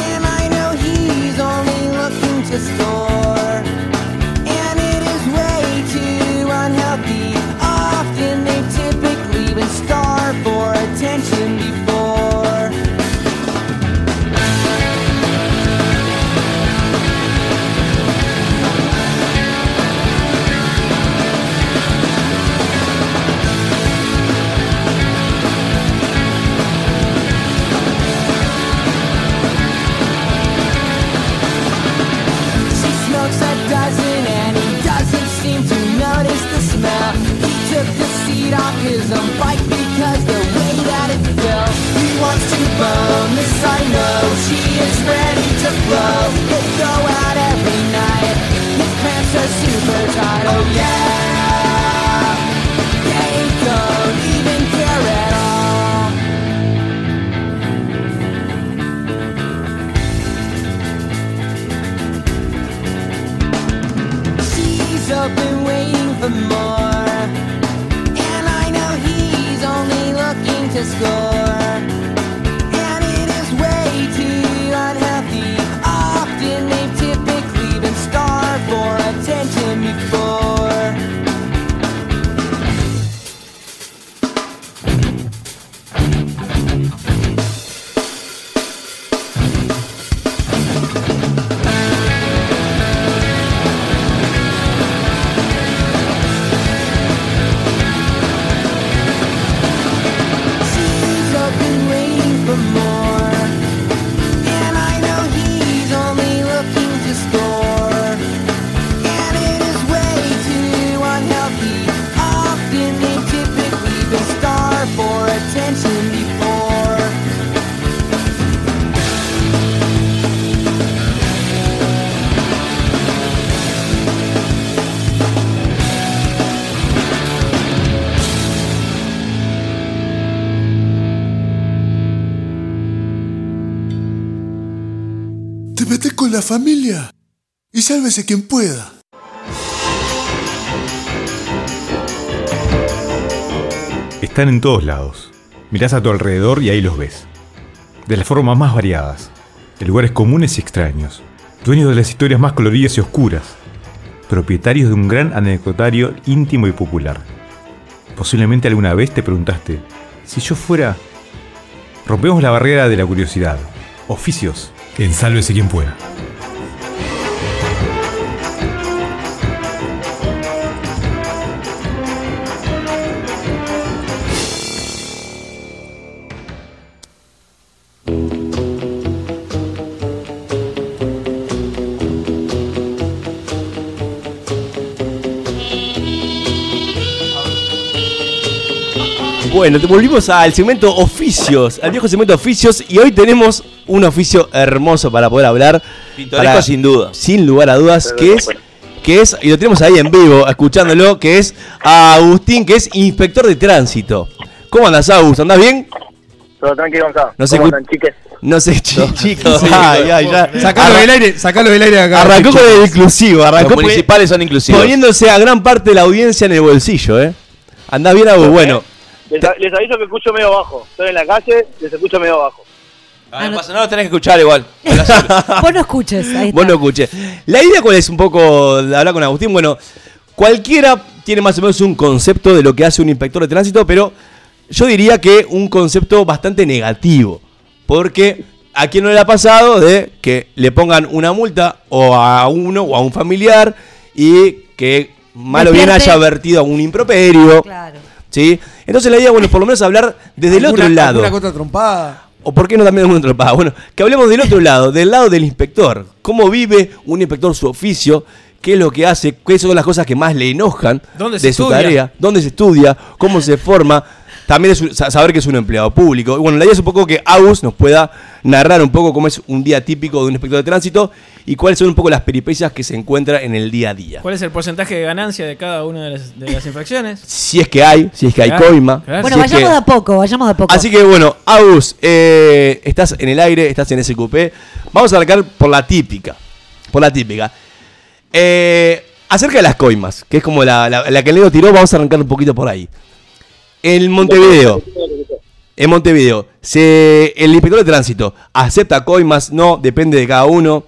Speaker 7: And I know he's only looking to score. And it is way too unhealthy. Often they've typically been starved for attention before. She smokes a dozen and he doesn't seem to notice the smell. He took the seat off his own bike because the way that it fell. He wants to bone this I know. She is ready to blow. They go out every night. His pants are super tight. Oh yeah. They don't even care at all. She's up and waiting for more. And I know he's only looking to score. And it is way too unhealthy. Often they've typically been starved for attention before. She's up and waiting for more. And I know he's only looking to score. And it is way too unhealthy. Often they typically been starved for attention before.
Speaker 6: Te metes con la familia y sálvese quien pueda.
Speaker 8: Están en todos lados. Mirás a tu alrededor y ahí los ves. De las formas más variadas, de lugares comunes y extraños, dueños de las historias más coloridas y oscuras, propietarios de un gran anecdotario íntimo y popular. Posiblemente alguna vez te preguntaste, si yo fuera... Rompemos la barrera de la curiosidad. Oficios. En Sálvese quien pueda.
Speaker 3: Bueno, te- volvimos al segmento oficios, al viejo segmento oficios, y hoy tenemos un oficio hermoso para poder hablar.
Speaker 2: Pintoresco
Speaker 3: para-
Speaker 2: sin duda.
Speaker 3: Sin lugar a dudas, que es, que es, y lo tenemos ahí en vivo, escuchándolo, que es a Agustín, que es inspector de tránsito. ¿Cómo andás, Agus? ¿Andás bien?
Speaker 9: Todo tranquilo, Gonzalo.
Speaker 3: No sé
Speaker 9: ¿Cómo
Speaker 3: cu-
Speaker 9: andan, chiques?
Speaker 3: No sé, chi- chicos.
Speaker 2: sí,
Speaker 3: ay,
Speaker 2: todo.
Speaker 3: ay, ya.
Speaker 4: Sacalo
Speaker 3: Arra-
Speaker 4: del aire, sacalo del aire acá.
Speaker 3: Arrancó con el inclusivo,
Speaker 2: Los
Speaker 3: arrancó poni-
Speaker 2: municipales son inclusivos.
Speaker 3: poniéndose a gran parte de la audiencia en el bolsillo, ¿eh? Andás bien, Agus. Bueno,
Speaker 9: Les, a- les aviso que escucho medio bajo. Estoy en la calle, les escucho medio bajo.
Speaker 2: Ah, no pasa nada, tenés que escuchar igual.
Speaker 5: Vos no escuches. Ahí está.
Speaker 3: Vos lo escuché. La idea cuál es un poco de hablar con Agustín. Bueno, cualquiera tiene más o menos un concepto de lo que hace un inspector de tránsito, pero yo diría que un concepto bastante negativo. Porque a quien no le ha pasado de que le pongan una multa o a uno o a un familiar y que mal o bien
Speaker 5: Despierte.
Speaker 3: haya vertido algún improperio.
Speaker 5: Claro.
Speaker 3: ¿Sí? Entonces la idea, bueno, por lo menos hablar desde el otro lado.
Speaker 4: Una contra trompada.
Speaker 3: ¿O por qué no también alguna tropada? Bueno, que hablemos del otro lado, del lado del inspector. ¿Cómo vive un inspector su oficio? ¿Qué es lo que hace? ¿Cuáles son las cosas que más le enojan
Speaker 1: ¿Dónde
Speaker 3: de
Speaker 1: se
Speaker 3: su
Speaker 1: estudia?
Speaker 3: tarea? ¿Dónde se estudia? ¿Cómo se forma? También es un- sa- saber que es un empleado público. Y Bueno, la idea es un poco que Agus nos pueda narrar un poco cómo es un día típico de un inspector de tránsito y cuáles son un poco las peripecias que se encuentra en el día a día.
Speaker 1: ¿Cuál es el porcentaje de ganancia de cada una de las, de las infracciones?
Speaker 3: Si es que hay, si es que hay
Speaker 1: Claro,
Speaker 3: coima.
Speaker 1: claro.
Speaker 5: Bueno,
Speaker 3: si es
Speaker 5: vayamos
Speaker 3: que-
Speaker 5: de a poco, vayamos de a poco.
Speaker 3: Así que bueno, Agus, eh, estás en el aire, estás en SQP. Vamos a arrancar por la típica. Por la típica. Eh, acerca de las coimas, que es como la, la- la que Leo tiró, vamos a arrancar un poquito por ahí. En Montevideo. En Montevideo. Se, el inspector de tránsito acepta coimas, no, depende de cada uno.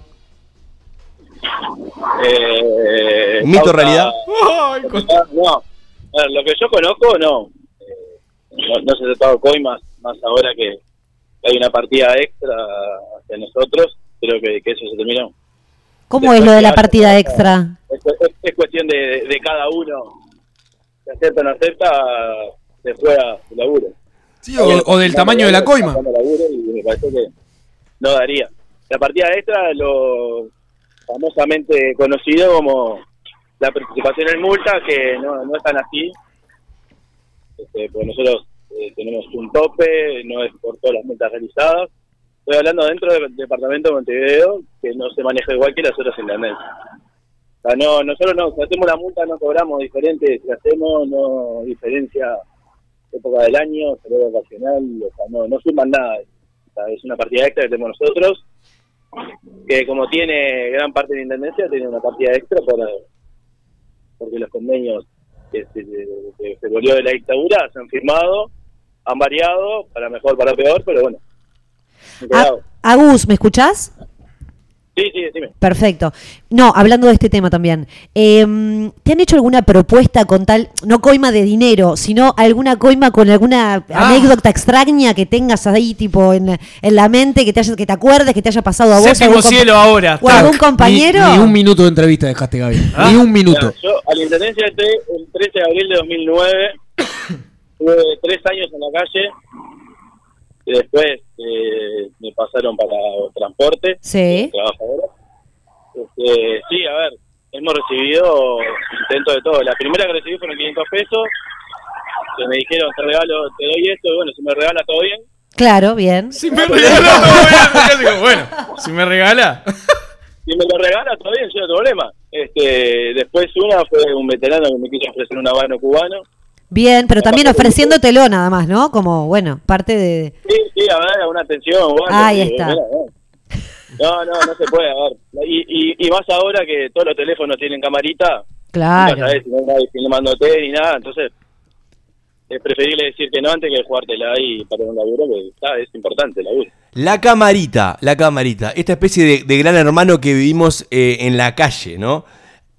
Speaker 9: Eh,
Speaker 3: ¿Mito
Speaker 9: causa-
Speaker 3: realidad?
Speaker 1: Ay, co-
Speaker 9: No, A ver, lo que yo conozco, no. Eh, no, no se ha tratado coimas, más ahora que hay una partida extra hacia nosotros. Creo que, que eso se terminó.
Speaker 5: ¿Cómo es lo de la partida extra?
Speaker 9: Es, es- es cuestión de, de cada uno. Si acepta o no acepta, se juega el laburo.
Speaker 4: Sí, o, o del tamaño de la coima.
Speaker 9: Cuando laburo y me parece que no daría. La partida extra, lo famosamente conocido como la participación en multa, que no, no es tan así. Este, porque nosotros eh, tenemos un tope, no es por todas las multas realizadas. Estoy hablando dentro del departamento de Montevideo, que no se maneja igual que las otras intendencias. O sea, no, nosotros no, si hacemos una multa no cobramos diferente, si hacemos no diferencia época del año, salario vacacional, o sea, no, no suman nada. O sea, es una partida extra que tenemos nosotros, que como tiene gran parte de la intendencia, tiene una partida extra para, porque los convenios que se, que se volvió de la dictadura se han firmado, han variado, para mejor, para peor, pero bueno. han
Speaker 5: A-
Speaker 9: quedado.
Speaker 5: Agus, ¿me escuchás?
Speaker 9: Sí, sí, decime.
Speaker 5: Perfecto. No, hablando de este tema también. eh, ¿Te han hecho alguna propuesta con tal, no coima de dinero, sino alguna coima con alguna anécdota extraña que tengas ahí, tipo en, en la mente, que te, haya- que te acuerdes, que te haya pasado a vos?
Speaker 1: Séptimo
Speaker 5: algún compa-
Speaker 1: cielo ahora.
Speaker 5: ¿O algún compañero?
Speaker 4: Ni, ni un minuto de entrevista dejaste, Gaby.
Speaker 9: Ah.
Speaker 4: Ni un minuto.
Speaker 9: Mira, yo a la intendencia entré el 13 de abril de 2009. Tuve tres años en la calle. Y después eh, me pasaron para transporte.
Speaker 5: Sí.
Speaker 9: Trabajo ahora. Este, sí, a ver, hemos recibido intentos de todo. La primera que recibí fueron 500 pesos. Que me dijeron, te regalo, te doy esto. Y bueno, si me regala, todo bien.
Speaker 5: Claro, bien.
Speaker 1: Si me regala, todo bien. Yo digo, bueno, si me regala.
Speaker 9: Si me lo regala, todo bien, yo no tengo problema. Este, después una fue un veterano que me quiso ofrecer un habano cubano.
Speaker 5: Bien, pero también ofreciéndotelo nada más, ¿no? Como, bueno, parte de...
Speaker 9: Sí, sí, a ver, alguna atención. bueno,
Speaker 5: Ahí
Speaker 9: sí,
Speaker 5: está.
Speaker 9: mira, bueno. No, no, no se puede, a ver. Y, y, y más ahora que todos los teléfonos tienen camarita,
Speaker 5: Claro.
Speaker 9: no sabes si no hay nadie filmándote ni nada, entonces es preferible decir que no antes que jugártela ahí para un laburo, que está, es importante el laburo.
Speaker 3: La camarita, la camarita, esta especie de, de gran hermano que vivimos eh, en la calle, ¿no?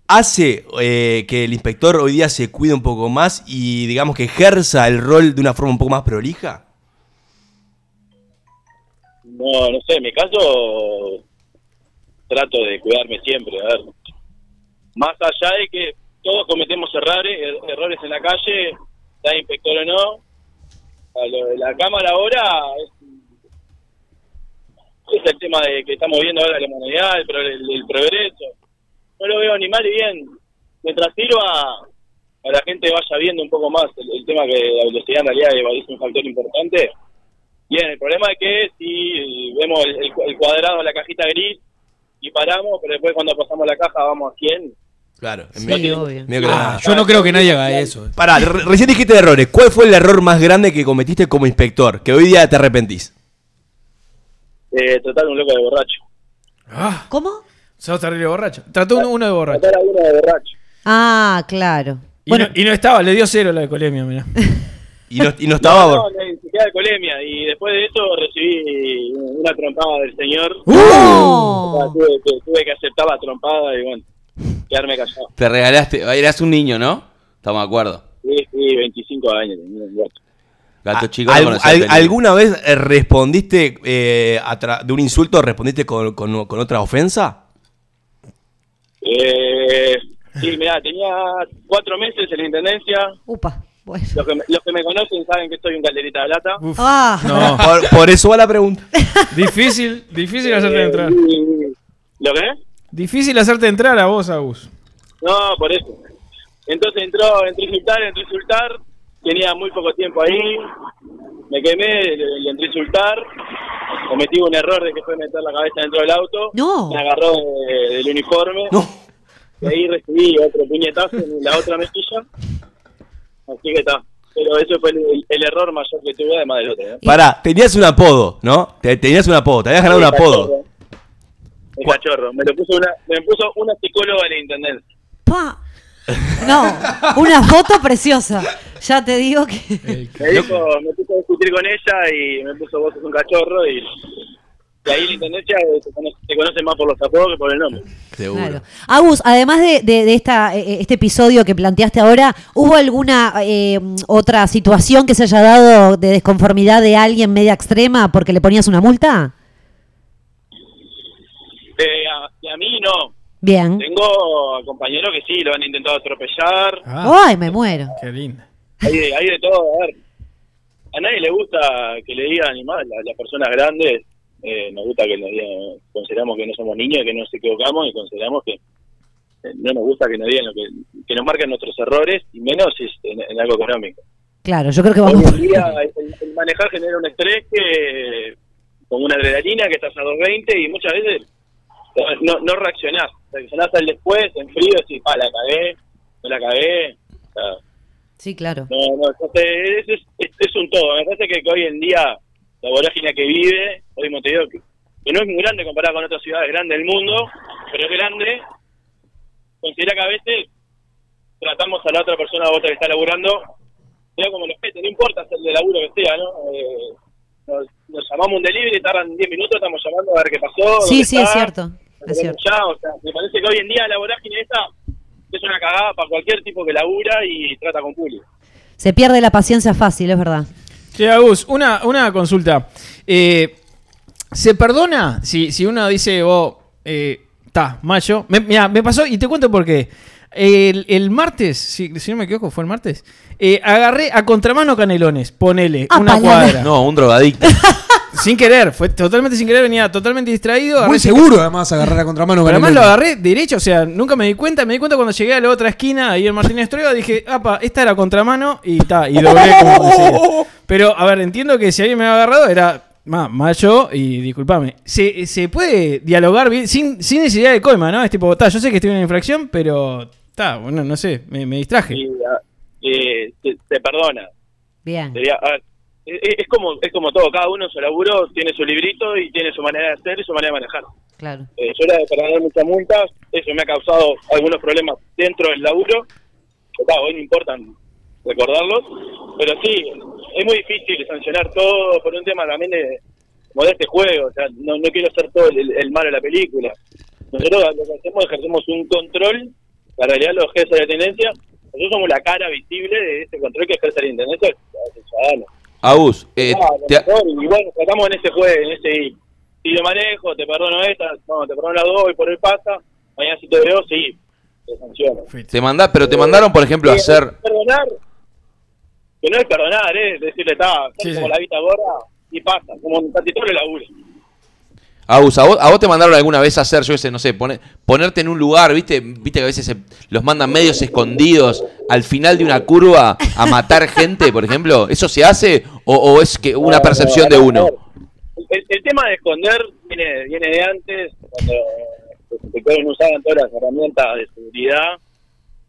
Speaker 3: Hace eh, que el inspector hoy día se cuide un poco más y digamos que ejerza el rol de una forma un poco más prolija.
Speaker 9: No, no sé, en mi caso trato de cuidarme siempre, a ver. Más allá de que todos cometemos errores, er- errores en la calle, sea inspector o no, a lo de la cámara ahora es, es el tema de que estamos viendo ahora la humanidad, el, pro- el- el progreso. No lo veo ni mal ni bien. Mientras sirva, a la gente vaya viendo un poco más el, el tema que la velocidad en realidad es un factor importante. Bien, el problema es que si vemos el, el- el cuadrado de la cajita gris y paramos, pero después cuando pasamos la caja vamos a 100.
Speaker 3: Claro,
Speaker 5: Sí, obvio.
Speaker 3: medio que
Speaker 4: Ah,
Speaker 3: la-
Speaker 4: yo no creo que nadie haga eso.
Speaker 3: Pará, re- recién dijiste de errores. ¿Cuál fue el error más grande que cometiste como inspector? Que hoy día te arrepentís.
Speaker 9: Eh, tratar a un loco de borracho.
Speaker 1: Ah,
Speaker 5: ¿Cómo?
Speaker 1: sos terrible borracho. Trató uno, uno de borracho.
Speaker 9: Tratar a uno de borracho.
Speaker 5: Ah, claro.
Speaker 1: Y, no, y no estaba, le dio cero la de colemia, mirá.
Speaker 3: Y Y no, y no estaba.
Speaker 9: No, no, ni siquiera alcoholemia. Y después de eso recibí una trompada del señor.
Speaker 3: ¡Uh!
Speaker 9: O sea, tuve, que- tuve que aceptar la trompada y bueno, quedarme callado.
Speaker 2: Te regalaste, eras un niño, ¿no? Estamos de acuerdo.
Speaker 9: Sí, sí, 25 años. tenía un gato.
Speaker 2: Gato
Speaker 3: Ah,
Speaker 2: chico. no
Speaker 3: al-
Speaker 2: conoce
Speaker 3: al-
Speaker 2: el peligro.
Speaker 3: ¿Alguna vez eh, respondiste eh, a tra- de un insulto, respondiste con, con- con otra ofensa?
Speaker 9: Eh, sí, mirá, tenía cuatro meses en la intendencia.
Speaker 5: Upa, bueno.
Speaker 9: Los que, me, los que me conocen saben que soy un calderita de lata.
Speaker 1: Uf,
Speaker 5: Ah.
Speaker 1: No,
Speaker 3: Por, por eso va la pregunta.
Speaker 1: difícil, difícil hacerte
Speaker 9: Eh,
Speaker 1: entrar.
Speaker 9: y- ¿Lo qué?
Speaker 1: Difícil hacerte entrar a vos, Agus.
Speaker 9: No, por eso. Entonces entró, entré a insultar, entré a insultar. Tenía muy poco tiempo ahí. Me quemé, le, le entré a insultar. Cometí un error de que fue meter la cabeza dentro del auto.
Speaker 3: Oh.
Speaker 5: No.
Speaker 9: Me agarró de- del uniforme. Y ahí recibí otro puñetazo en la otra mejilla. Así que está. Pero ese fue el, el error mayor que tuve, además del otro. ¿eh?
Speaker 3: Pará, tenías un apodo, ¿no? Te- tenías un apodo, te habías ganado un
Speaker 9: El
Speaker 3: apodo.
Speaker 9: cachorro. El cachorro. Me lo puso una, me puso una psicóloga de la intendencia.
Speaker 5: Pa. No, una foto preciosa. Ya te digo que.
Speaker 9: Me dijo, me puse a discutir con ella y me puso vos sos un cachorro y, y ahí la intendencia eh, se conoce, se conoce más por los apodos que por el nombre.
Speaker 5: Claro. Agus, además de, de- de esta, eh, este episodio que planteaste ahora, ¿hubo alguna eh, otra situación que se haya dado de desconformidad de alguien media extrema porque le ponías una multa?
Speaker 9: Eh, a, a mí no.
Speaker 5: Bien.
Speaker 9: Tengo compañeros que sí, lo han intentado atropellar.
Speaker 5: Ay, me muero.
Speaker 1: Ah. Qué linda.
Speaker 9: Hay de, hay de todo, a ver. A nadie le gusta que le digan, y más a las personas grandes, eh, nos gusta que nos digan, consideramos que no somos niños, que nos equivocamos y consideramos que eh, no nos gusta que nos digan lo que, que nos marquen nuestros errores y menos si es en, en algo económico.
Speaker 5: Claro, yo creo que
Speaker 9: Hoy
Speaker 5: vamos.
Speaker 9: en día el, el manejar genera un estrés que, con una adrenalina que estás a 220 y muchas veces no, no reaccionás, reaccionás al después, en frío, y pa, la cagué, no la cagué. O sea,
Speaker 5: Sí, claro.
Speaker 9: no, no, no sé, es, es- es un todo. Me parece que, que hoy en día, la vorágine que vive, hoy Montevideo, que, que no es muy grande comparada con otras ciudades grandes del mundo, pero es grande, considera que a veces tratamos a la otra persona o otra que está laburando, sea como los peces, no importa el de laburo que sea, ¿no? Eh, nos, nos llamamos un delivery, tardan 10 minutos, estamos llamando a ver qué pasó.
Speaker 5: Sí,
Speaker 9: dónde
Speaker 5: sí, es
Speaker 9: está,
Speaker 5: cierto.
Speaker 9: nos
Speaker 5: Es
Speaker 9: queremos
Speaker 5: cierto.
Speaker 9: ya, o sea, me parece que hoy en día la vorágine esta es una cagada para cualquier tipo que labura y trata con público.
Speaker 5: Se pierde la paciencia fácil, es verdad.
Speaker 1: Che, Agus, una, una consulta. Eh, ¿Se perdona si, si uno dice, oh, está, mayo? Me, mirá, me pasó, y te cuento por qué. El, el martes, si, si no me equivoco, fue el martes, eh, agarré a contramano canelones, ponele,
Speaker 5: Ah,
Speaker 1: una
Speaker 5: palabra.
Speaker 1: cuadra.
Speaker 2: No, un drogadicto.
Speaker 1: Sin querer, fue totalmente sin querer, venía totalmente distraído. agarré
Speaker 4: Muy
Speaker 1: ese-
Speaker 4: seguro, además, agarrar a contramano.
Speaker 1: Pero además
Speaker 4: Ganeloni.
Speaker 1: lo agarré derecho, o sea, nunca me di cuenta. Me di cuenta cuando llegué a la otra esquina, ahí en Martínez Trueba, dije, apa, esta era contramano y ta, y doblé como decía. Pero, a ver, entiendo que si alguien me había agarrado era ma, mayo y discúlpame. Se, se puede dialogar bien, sin, sin necesidad de coima, ¿no? Es tipo, ta, yo sé que estoy en una infracción, pero ta, bueno, no sé, me, me distraje.
Speaker 9: y ah, eh, se, se perdona.
Speaker 5: Bien.
Speaker 9: Sería, a ver, e, es, es como es como todo, cada uno en su laburo tiene su librito y tiene su manera de hacer y su manera de manejar.
Speaker 5: Claro.
Speaker 9: Eh, yo era de perdonar muchas multas, eso me ha causado algunos problemas dentro del laburo, que, tá, hoy no importan recordarlos, pero sí, es muy difícil sancionar todo por un tema también de, como de este juego, o sea, no, no quiero ser todo el, el malo de la película. Nosotros lo que hacemos es ejercemos un control, la realidad los jefes de la tendencia, nosotros somos la cara visible de ese control que ejerce la intendencia hacia el ciudadano.
Speaker 2: Agus, eh,
Speaker 9: Ah, a lo
Speaker 2: te-
Speaker 9: mejor, y bueno, tratamos en ese juego, en ese si lo manejo, te perdono esta, no, te perdono las dos, y por hoy pasa, mañana si te veo, sí, te sanciono.
Speaker 2: te manda, pero te mandaron, por ejemplo, a
Speaker 9: Eh,
Speaker 2: hacer.
Speaker 9: Perdonar, que no es perdonar, eh, es decirle, está,
Speaker 1: Sí,
Speaker 9: como
Speaker 1: sí.
Speaker 9: la vista gorda, y pasa, como un tantito lo laburo.
Speaker 2: Agus, a vos, a vos te mandaron alguna vez a hacer, yo qué sé, no sé, pone- ponerte en un lugar, ¿viste? Viste que a veces se- los mandan medios escondidos al final de una curva a matar gente, por ejemplo. ¿Eso se hace o, o es que una
Speaker 9: No,
Speaker 2: percepción
Speaker 9: no,
Speaker 2: de
Speaker 9: a
Speaker 2: uno?
Speaker 9: ver, El, el tema de esconder viene, viene de antes, cuando los inspectores no usaban todas las herramientas de seguridad.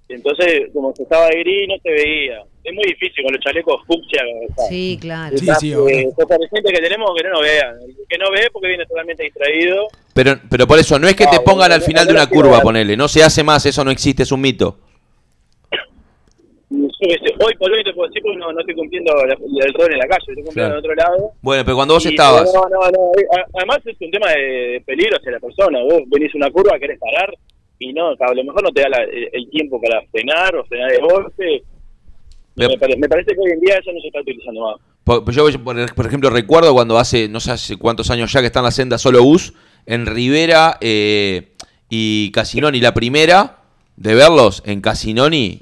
Speaker 9: Entonces, como se estaba de gris, no se veía. Es muy difícil con los chalecos fucsia. o sea,
Speaker 5: Sí, claro.
Speaker 4: Sí,
Speaker 9: Estás,
Speaker 4: sí,
Speaker 9: eh,
Speaker 4: obvio.
Speaker 9: cosas de gente que tenemos que no nos vean. El que no ve porque viene totalmente distraído.
Speaker 2: Pero, pero por eso, no es que te
Speaker 9: No,
Speaker 2: pongan
Speaker 9: no,
Speaker 2: al
Speaker 9: no,
Speaker 2: final
Speaker 9: no
Speaker 2: de
Speaker 9: lo
Speaker 2: una
Speaker 9: quiero
Speaker 2: curva,
Speaker 9: ver.
Speaker 2: ponele. No se hace más, eso no existe, es un mito.
Speaker 9: Y Yo yo qué sé, hoy por hoy te puedo decir que no, no estoy cumpliendo la- el rol en la calle, estoy cumpliendo
Speaker 2: Claro.
Speaker 9: en otro lado.
Speaker 2: Bueno, pero cuando vos
Speaker 9: Y-
Speaker 2: estabas.
Speaker 9: No, no, no. eh, a- Además es un tema de peligro hacia la persona. Vos venís a una curva, querés parar y no, a lo mejor no te da la- el, el tiempo para frenar o frenar de golpe.
Speaker 2: Pero-
Speaker 9: Me, pare- me parece que hoy en día eso no se está utilizando más.
Speaker 2: Por- pues Yo, por por ejemplo, recuerdo cuando hace, no sé hace cuántos años ya que está en la senda solo bus, en Rivera eh, y Casinoni, la primera de verlos en Casinoni,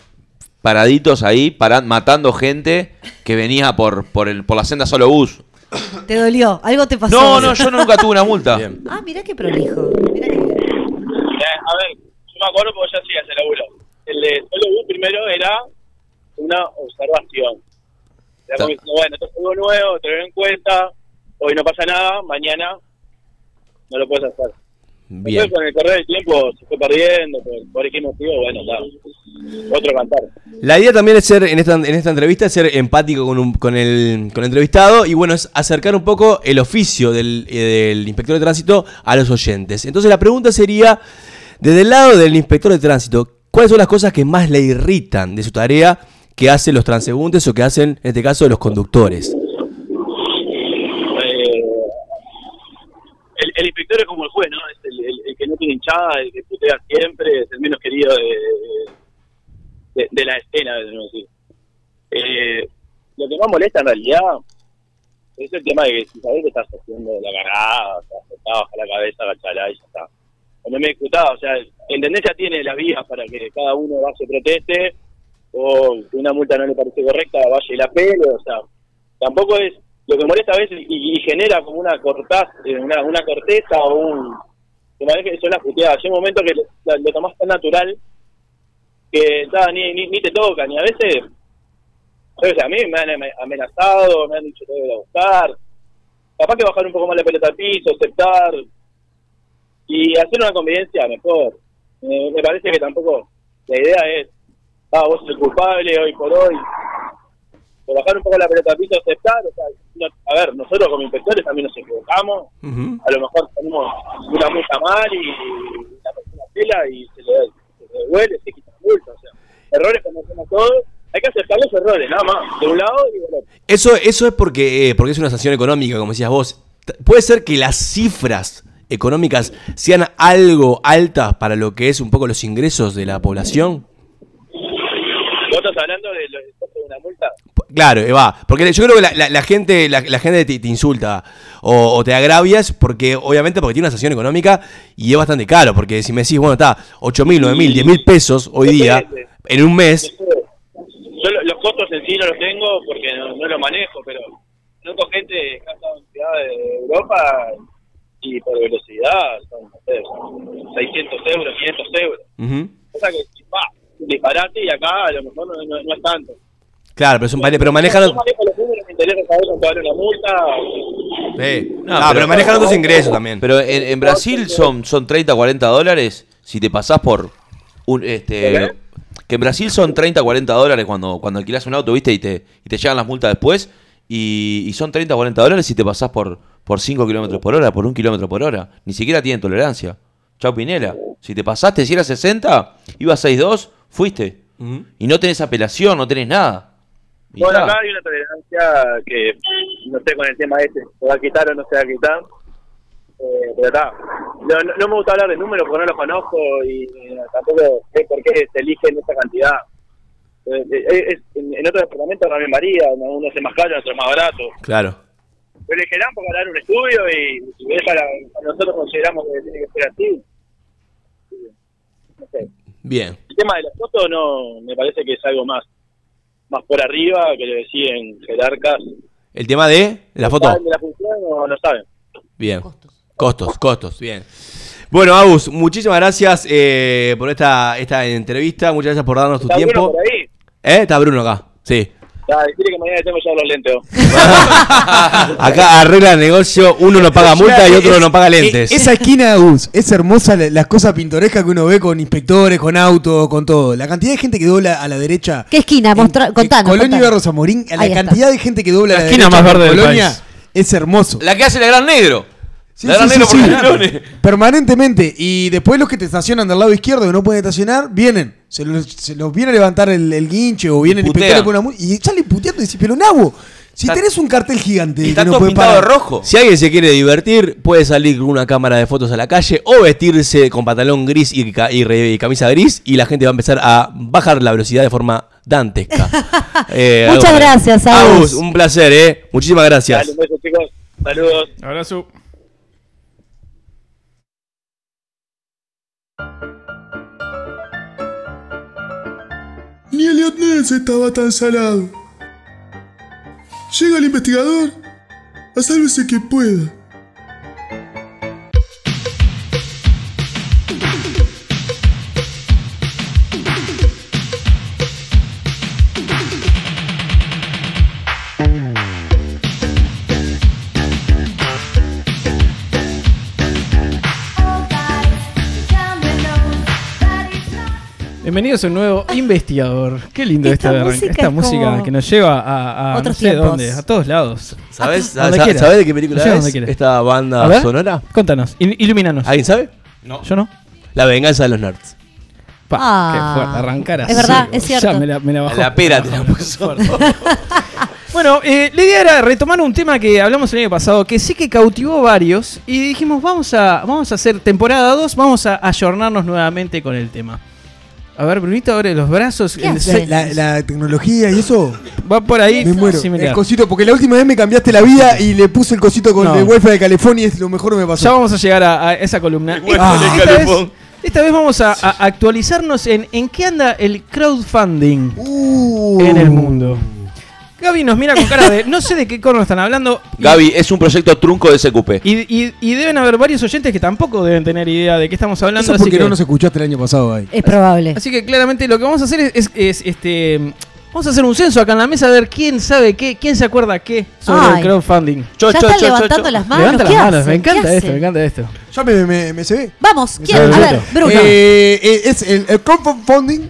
Speaker 2: paraditos ahí, para- matando gente que venía por, por, el, por la senda solo bus.
Speaker 5: Te dolió, algo te pasó.
Speaker 2: No, no, yo nunca tuve una multa.
Speaker 3: Bien.
Speaker 5: Ah, mirá qué prolijo. mirá qué-
Speaker 9: Eh, a ver, yo me acuerdo porque yo hacía ese laburo. El de solo bus primero era una observación. Era como
Speaker 2: Claro.
Speaker 9: diciendo, bueno, esto es algo nuevo, tener en cuenta, hoy no pasa nada, mañana no lo puedes hacer.
Speaker 3: Bien.
Speaker 9: Después, con el correr del tiempo se fue perdiendo, por, por X motivo, bueno, nada. Otro cantar.
Speaker 3: La idea también es ser, en esta, en esta entrevista, es ser empático con, un- con, el, con el entrevistado y bueno, es acercar un poco el oficio del, eh, del inspector de tránsito a los oyentes. Entonces la pregunta sería, desde el lado del inspector de tránsito, ¿cuáles son las cosas que más le irritan de su tarea que hacen los transeúntes o que hacen, en este caso, los conductores?
Speaker 9: Eh, el, el inspector es como el juez, ¿no? Es el, el- el que no tiene hinchada, el que putea siempre, es el menos querido de, de, de la escena, de decir. Eh, lo que más molesta en realidad es el tema de que si sabés que estás haciendo la cagada, o sea, te baja la cabeza, agachala y ya está. O no me discutaba, o sea, en tendencia tiene las vías para que cada uno va se proteste, o si una multa no le parece correcta, vaya y la pele, o sea, tampoco es lo que molesta a veces y, y genera como una cortaz, eh, una, una corteza o un que maneje son las puteadas, hay un momento que lo, la- lo tomás tan natural que ta, ni, ni, ni te tocan y a veces o sea, a mí me han ame- amenazado, me han dicho que voy a buscar, capaz que bajar un poco más la pelota al piso, aceptar y hacer una convivencia mejor. Eh, me parece que tampoco la idea es, ah, vos sos el culpable hoy por hoy, por bajar un poco la pelota al piso, aceptar. O sea, no- a ver, nosotros como inspectores también nos equivocamos,
Speaker 3: Ujú.
Speaker 9: a lo mejor tenemos una multa mal y la persona pela y se le, se le devuelve, se quita la multa. O sea, errores como hacemos todos, hay que aceptar los errores, nada más, de un lado y del otro.
Speaker 3: Eso, eso es porque, eh, porque es una sanción económica, como decías vos. T- Puede ser que las cifras económicas sean algo altas para lo que es un poco los ingresos de la población.
Speaker 9: Vos estás hablando de los costos de una multa.
Speaker 3: P- Claro, eh, va. Porque yo creo que la, la- la gente, la, la gente te, te insulta o, o te agravias porque, obviamente, porque tiene una sanción económica y es bastante caro. Porque si me decís, bueno, está 8 mil, 9 mil, 10 mil pesos hoy día, en un mes,
Speaker 9: Yo lo- los costos en sí no los tengo porque no, no los manejo, pero conozco gente que ha estado en ciudades de Europa y por velocidad son no sé, 600 euros, 500 euros.
Speaker 3: ujú.
Speaker 9: Cosa que va, un disparate y acá a lo mejor no, no- no es tanto.
Speaker 3: claro, pero, son- pero
Speaker 9: Yo
Speaker 3: manejan.
Speaker 9: manejo los números, me interesa saber cuánto vale una multa.
Speaker 3: eh,
Speaker 2: No,
Speaker 3: ah,
Speaker 2: pero-
Speaker 3: pero manejan otros ingresos también.
Speaker 2: Pero en, en Brasil son, son 30, 40 dólares si te pasás por un...
Speaker 9: ¿Por
Speaker 2: Este,
Speaker 9: qué?
Speaker 2: que en Brasil son 30, 40 dólares cuando, cuando alquilas un auto, ¿viste? Y te, y te llegan las multas después. Y, y son 30, 40 dólares si te pasás por, por 5 kilómetros por hora, por 1 kilómetro por hora. Ni siquiera tienen tolerancia. Chao Pinela. Si te pasaste, si era 60, ibas 6-2, fuiste.
Speaker 3: Ujú.
Speaker 2: Y no tenés apelación, no tenés nada. Y
Speaker 9: Bueno,
Speaker 2: ta.
Speaker 9: acá hay una tolerancia que no sé con el tema este, se va a quitar o no se va a quitar. Eh, pero está. No, no- no me gusta hablar de números porque no los conozco y eh, tampoco sé por qué se eligen esa cantidad. Eh, eh, es- en, en otros departamentos también varía, ¿no? uno hace más caro, otro es más barato.
Speaker 3: Claro.
Speaker 9: Pero elegirán porque harán un estudio y, y es para, nosotros consideramos que tiene que ser así. No sé.
Speaker 3: Bien.
Speaker 9: El tema de los fotos no, me parece que es algo más más por arriba que lo deciden jerarcas
Speaker 3: El tema de la foto.
Speaker 9: ¿Saben de la función o no saben?
Speaker 3: Bien. Costos, costos, bien. Bueno, Agus, muchísimas gracias eh, por esta, esta entrevista, muchas gracias por darnos tu
Speaker 9: ¿Está
Speaker 3: tiempo.
Speaker 9: Bruno por ahí?
Speaker 3: ¿Eh? Está Bruno acá, sí.
Speaker 9: Ah, decirle que mañana tengo ya los lentes. vos.
Speaker 3: Acá arregla el negocio, uno no paga multa y otro
Speaker 4: Es-
Speaker 3: no paga
Speaker 4: e-
Speaker 3: lentes.
Speaker 4: Esa esquina, Gus, es hermosa la- las cosas pintorescas que uno ve con inspectores, con autos, con todo. La cantidad de gente que dobla a la derecha.
Speaker 5: ¿Qué esquina?
Speaker 4: En-
Speaker 5: Mostra-
Speaker 4: en
Speaker 5: contanos,
Speaker 4: Colonia
Speaker 5: contanos.
Speaker 4: y Barros Zamorín, la
Speaker 5: Ah, Ahí está.
Speaker 4: cantidad de gente que dobla
Speaker 1: La
Speaker 4: a la
Speaker 1: esquina
Speaker 4: derecha
Speaker 1: más
Speaker 4: en
Speaker 1: verde del
Speaker 4: Colonia
Speaker 1: país.
Speaker 4: es hermoso.
Speaker 2: La que hace la Gran Negro.
Speaker 4: Sí,
Speaker 2: la
Speaker 4: sí,
Speaker 2: Gran
Speaker 4: sí,
Speaker 2: Negro por
Speaker 4: sí.
Speaker 2: Canelones.
Speaker 4: Permanentemente. Y después los que te estacionan del lado izquierdo que no pueden estacionar, vienen, Se los, se los viene a levantar el, el guinche o viene el
Speaker 2: Putea.
Speaker 4: inspector y, pone una mu- y sale puteando y dice, pero Nabo, si
Speaker 2: Está-
Speaker 4: tenés un cartel gigante
Speaker 2: Y
Speaker 4: que
Speaker 2: está
Speaker 4: no
Speaker 2: todo
Speaker 4: puede
Speaker 2: pintado de
Speaker 4: parar.
Speaker 2: rojo.
Speaker 3: Si alguien se quiere divertir, puede salir con una cámara de fotos a la calle o vestirse con pantalón gris y, ca- y re- y camisa gris y la gente va a empezar a bajar la velocidad de forma dantesca. Eh,
Speaker 5: Muchas
Speaker 3: Agus.
Speaker 5: gracias, Agus.
Speaker 3: Un placer, ¿eh? Muchísimas gracias.
Speaker 9: Dale, un beso, chicos. Saludos.
Speaker 1: Abrazo.
Speaker 6: Ni Elliot Ness estaba tan salado. Llega el investigador. A sálvese que pueda.
Speaker 1: Bienvenidos a un nuevo investigador. Qué lindo
Speaker 5: Esta
Speaker 1: esta, arranque-
Speaker 5: música
Speaker 1: esta
Speaker 5: es
Speaker 1: música
Speaker 5: como
Speaker 1: que nos lleva a, a
Speaker 5: Otros
Speaker 1: no sé
Speaker 5: tiempos.
Speaker 1: dónde, a todos lados.
Speaker 3: ¿Sabes
Speaker 1: Donde quiera.
Speaker 3: ¿Sabes de qué película
Speaker 1: Llega
Speaker 3: es?
Speaker 1: donde quiera.
Speaker 3: Esta
Speaker 1: A
Speaker 3: banda
Speaker 1: ver.
Speaker 3: sonora. Ah.
Speaker 1: Contanos, il- ilumínanos.
Speaker 3: ¿Alguien sabe?
Speaker 1: Yo no.
Speaker 3: La venganza de los nerds.
Speaker 1: Pa,
Speaker 5: Ah.
Speaker 1: qué fuerte, arrancar
Speaker 5: Es
Speaker 1: así.
Speaker 5: verdad,
Speaker 1: vos.
Speaker 5: es cierto.
Speaker 1: Ya me la, me la bajó.
Speaker 3: La pera te la puso.
Speaker 1: Bueno, eh, la idea era retomar un tema que hablamos el año pasado, que sí que cautivó varios, y dijimos, vamos a, vamos a hacer temporada 2, vamos a ayornarnos nuevamente con el tema. A ver, Brunito, abre los brazos.
Speaker 5: ¿Qué
Speaker 1: el
Speaker 5: haces?
Speaker 1: se-
Speaker 4: La, la tecnología y eso,
Speaker 1: Va por ahí.
Speaker 4: me muero.
Speaker 1: similar.
Speaker 4: El cosito, porque la última vez me cambiaste la vida y le puse el cosito con
Speaker 1: No.
Speaker 4: el wifi de California y es lo mejor que me pasó.
Speaker 1: Ya vamos a llegar a, a esa columna.
Speaker 2: Bueno,
Speaker 4: Ah.
Speaker 2: el
Speaker 1: esta, vez,
Speaker 2: calefón.
Speaker 1: esta vez vamos a, a actualizarnos en en qué anda el crowdfunding
Speaker 4: Uh.
Speaker 1: en el mundo. Gaby nos mira con cara de no sé de qué corno están hablando. y-
Speaker 2: Gaby, es un proyecto trunco de SQP.
Speaker 1: Y, y- y deben haber varios oyentes que tampoco deben tener idea de qué estamos hablando.
Speaker 4: Eso
Speaker 1: Así
Speaker 4: porque
Speaker 1: que,
Speaker 4: no nos escuchaste el año pasado ahí.
Speaker 5: Es probable.
Speaker 1: así que claramente lo que vamos a hacer es, es- es, este. Vamos a hacer un censo acá en la mesa a ver quién sabe qué, quién se acuerda qué sobre
Speaker 5: Ay.
Speaker 1: el crowdfunding.
Speaker 2: Cho,
Speaker 5: ya
Speaker 2: cho,
Speaker 5: están
Speaker 2: cho, cho,
Speaker 5: levantando
Speaker 2: cho.
Speaker 5: las manos.
Speaker 1: Levanta
Speaker 5: ¿Qué
Speaker 1: las manos,
Speaker 5: hacen?
Speaker 1: me encanta
Speaker 5: ¿Qué
Speaker 1: esto, me
Speaker 5: hacen?
Speaker 1: encanta esto.
Speaker 4: Ya me, me, me se ve.
Speaker 5: Vamos, ¿quién?
Speaker 1: sabe
Speaker 5: A ver,
Speaker 1: Bruno.
Speaker 5: Bruno.
Speaker 4: Eh, eh, es el, el crowdfunding.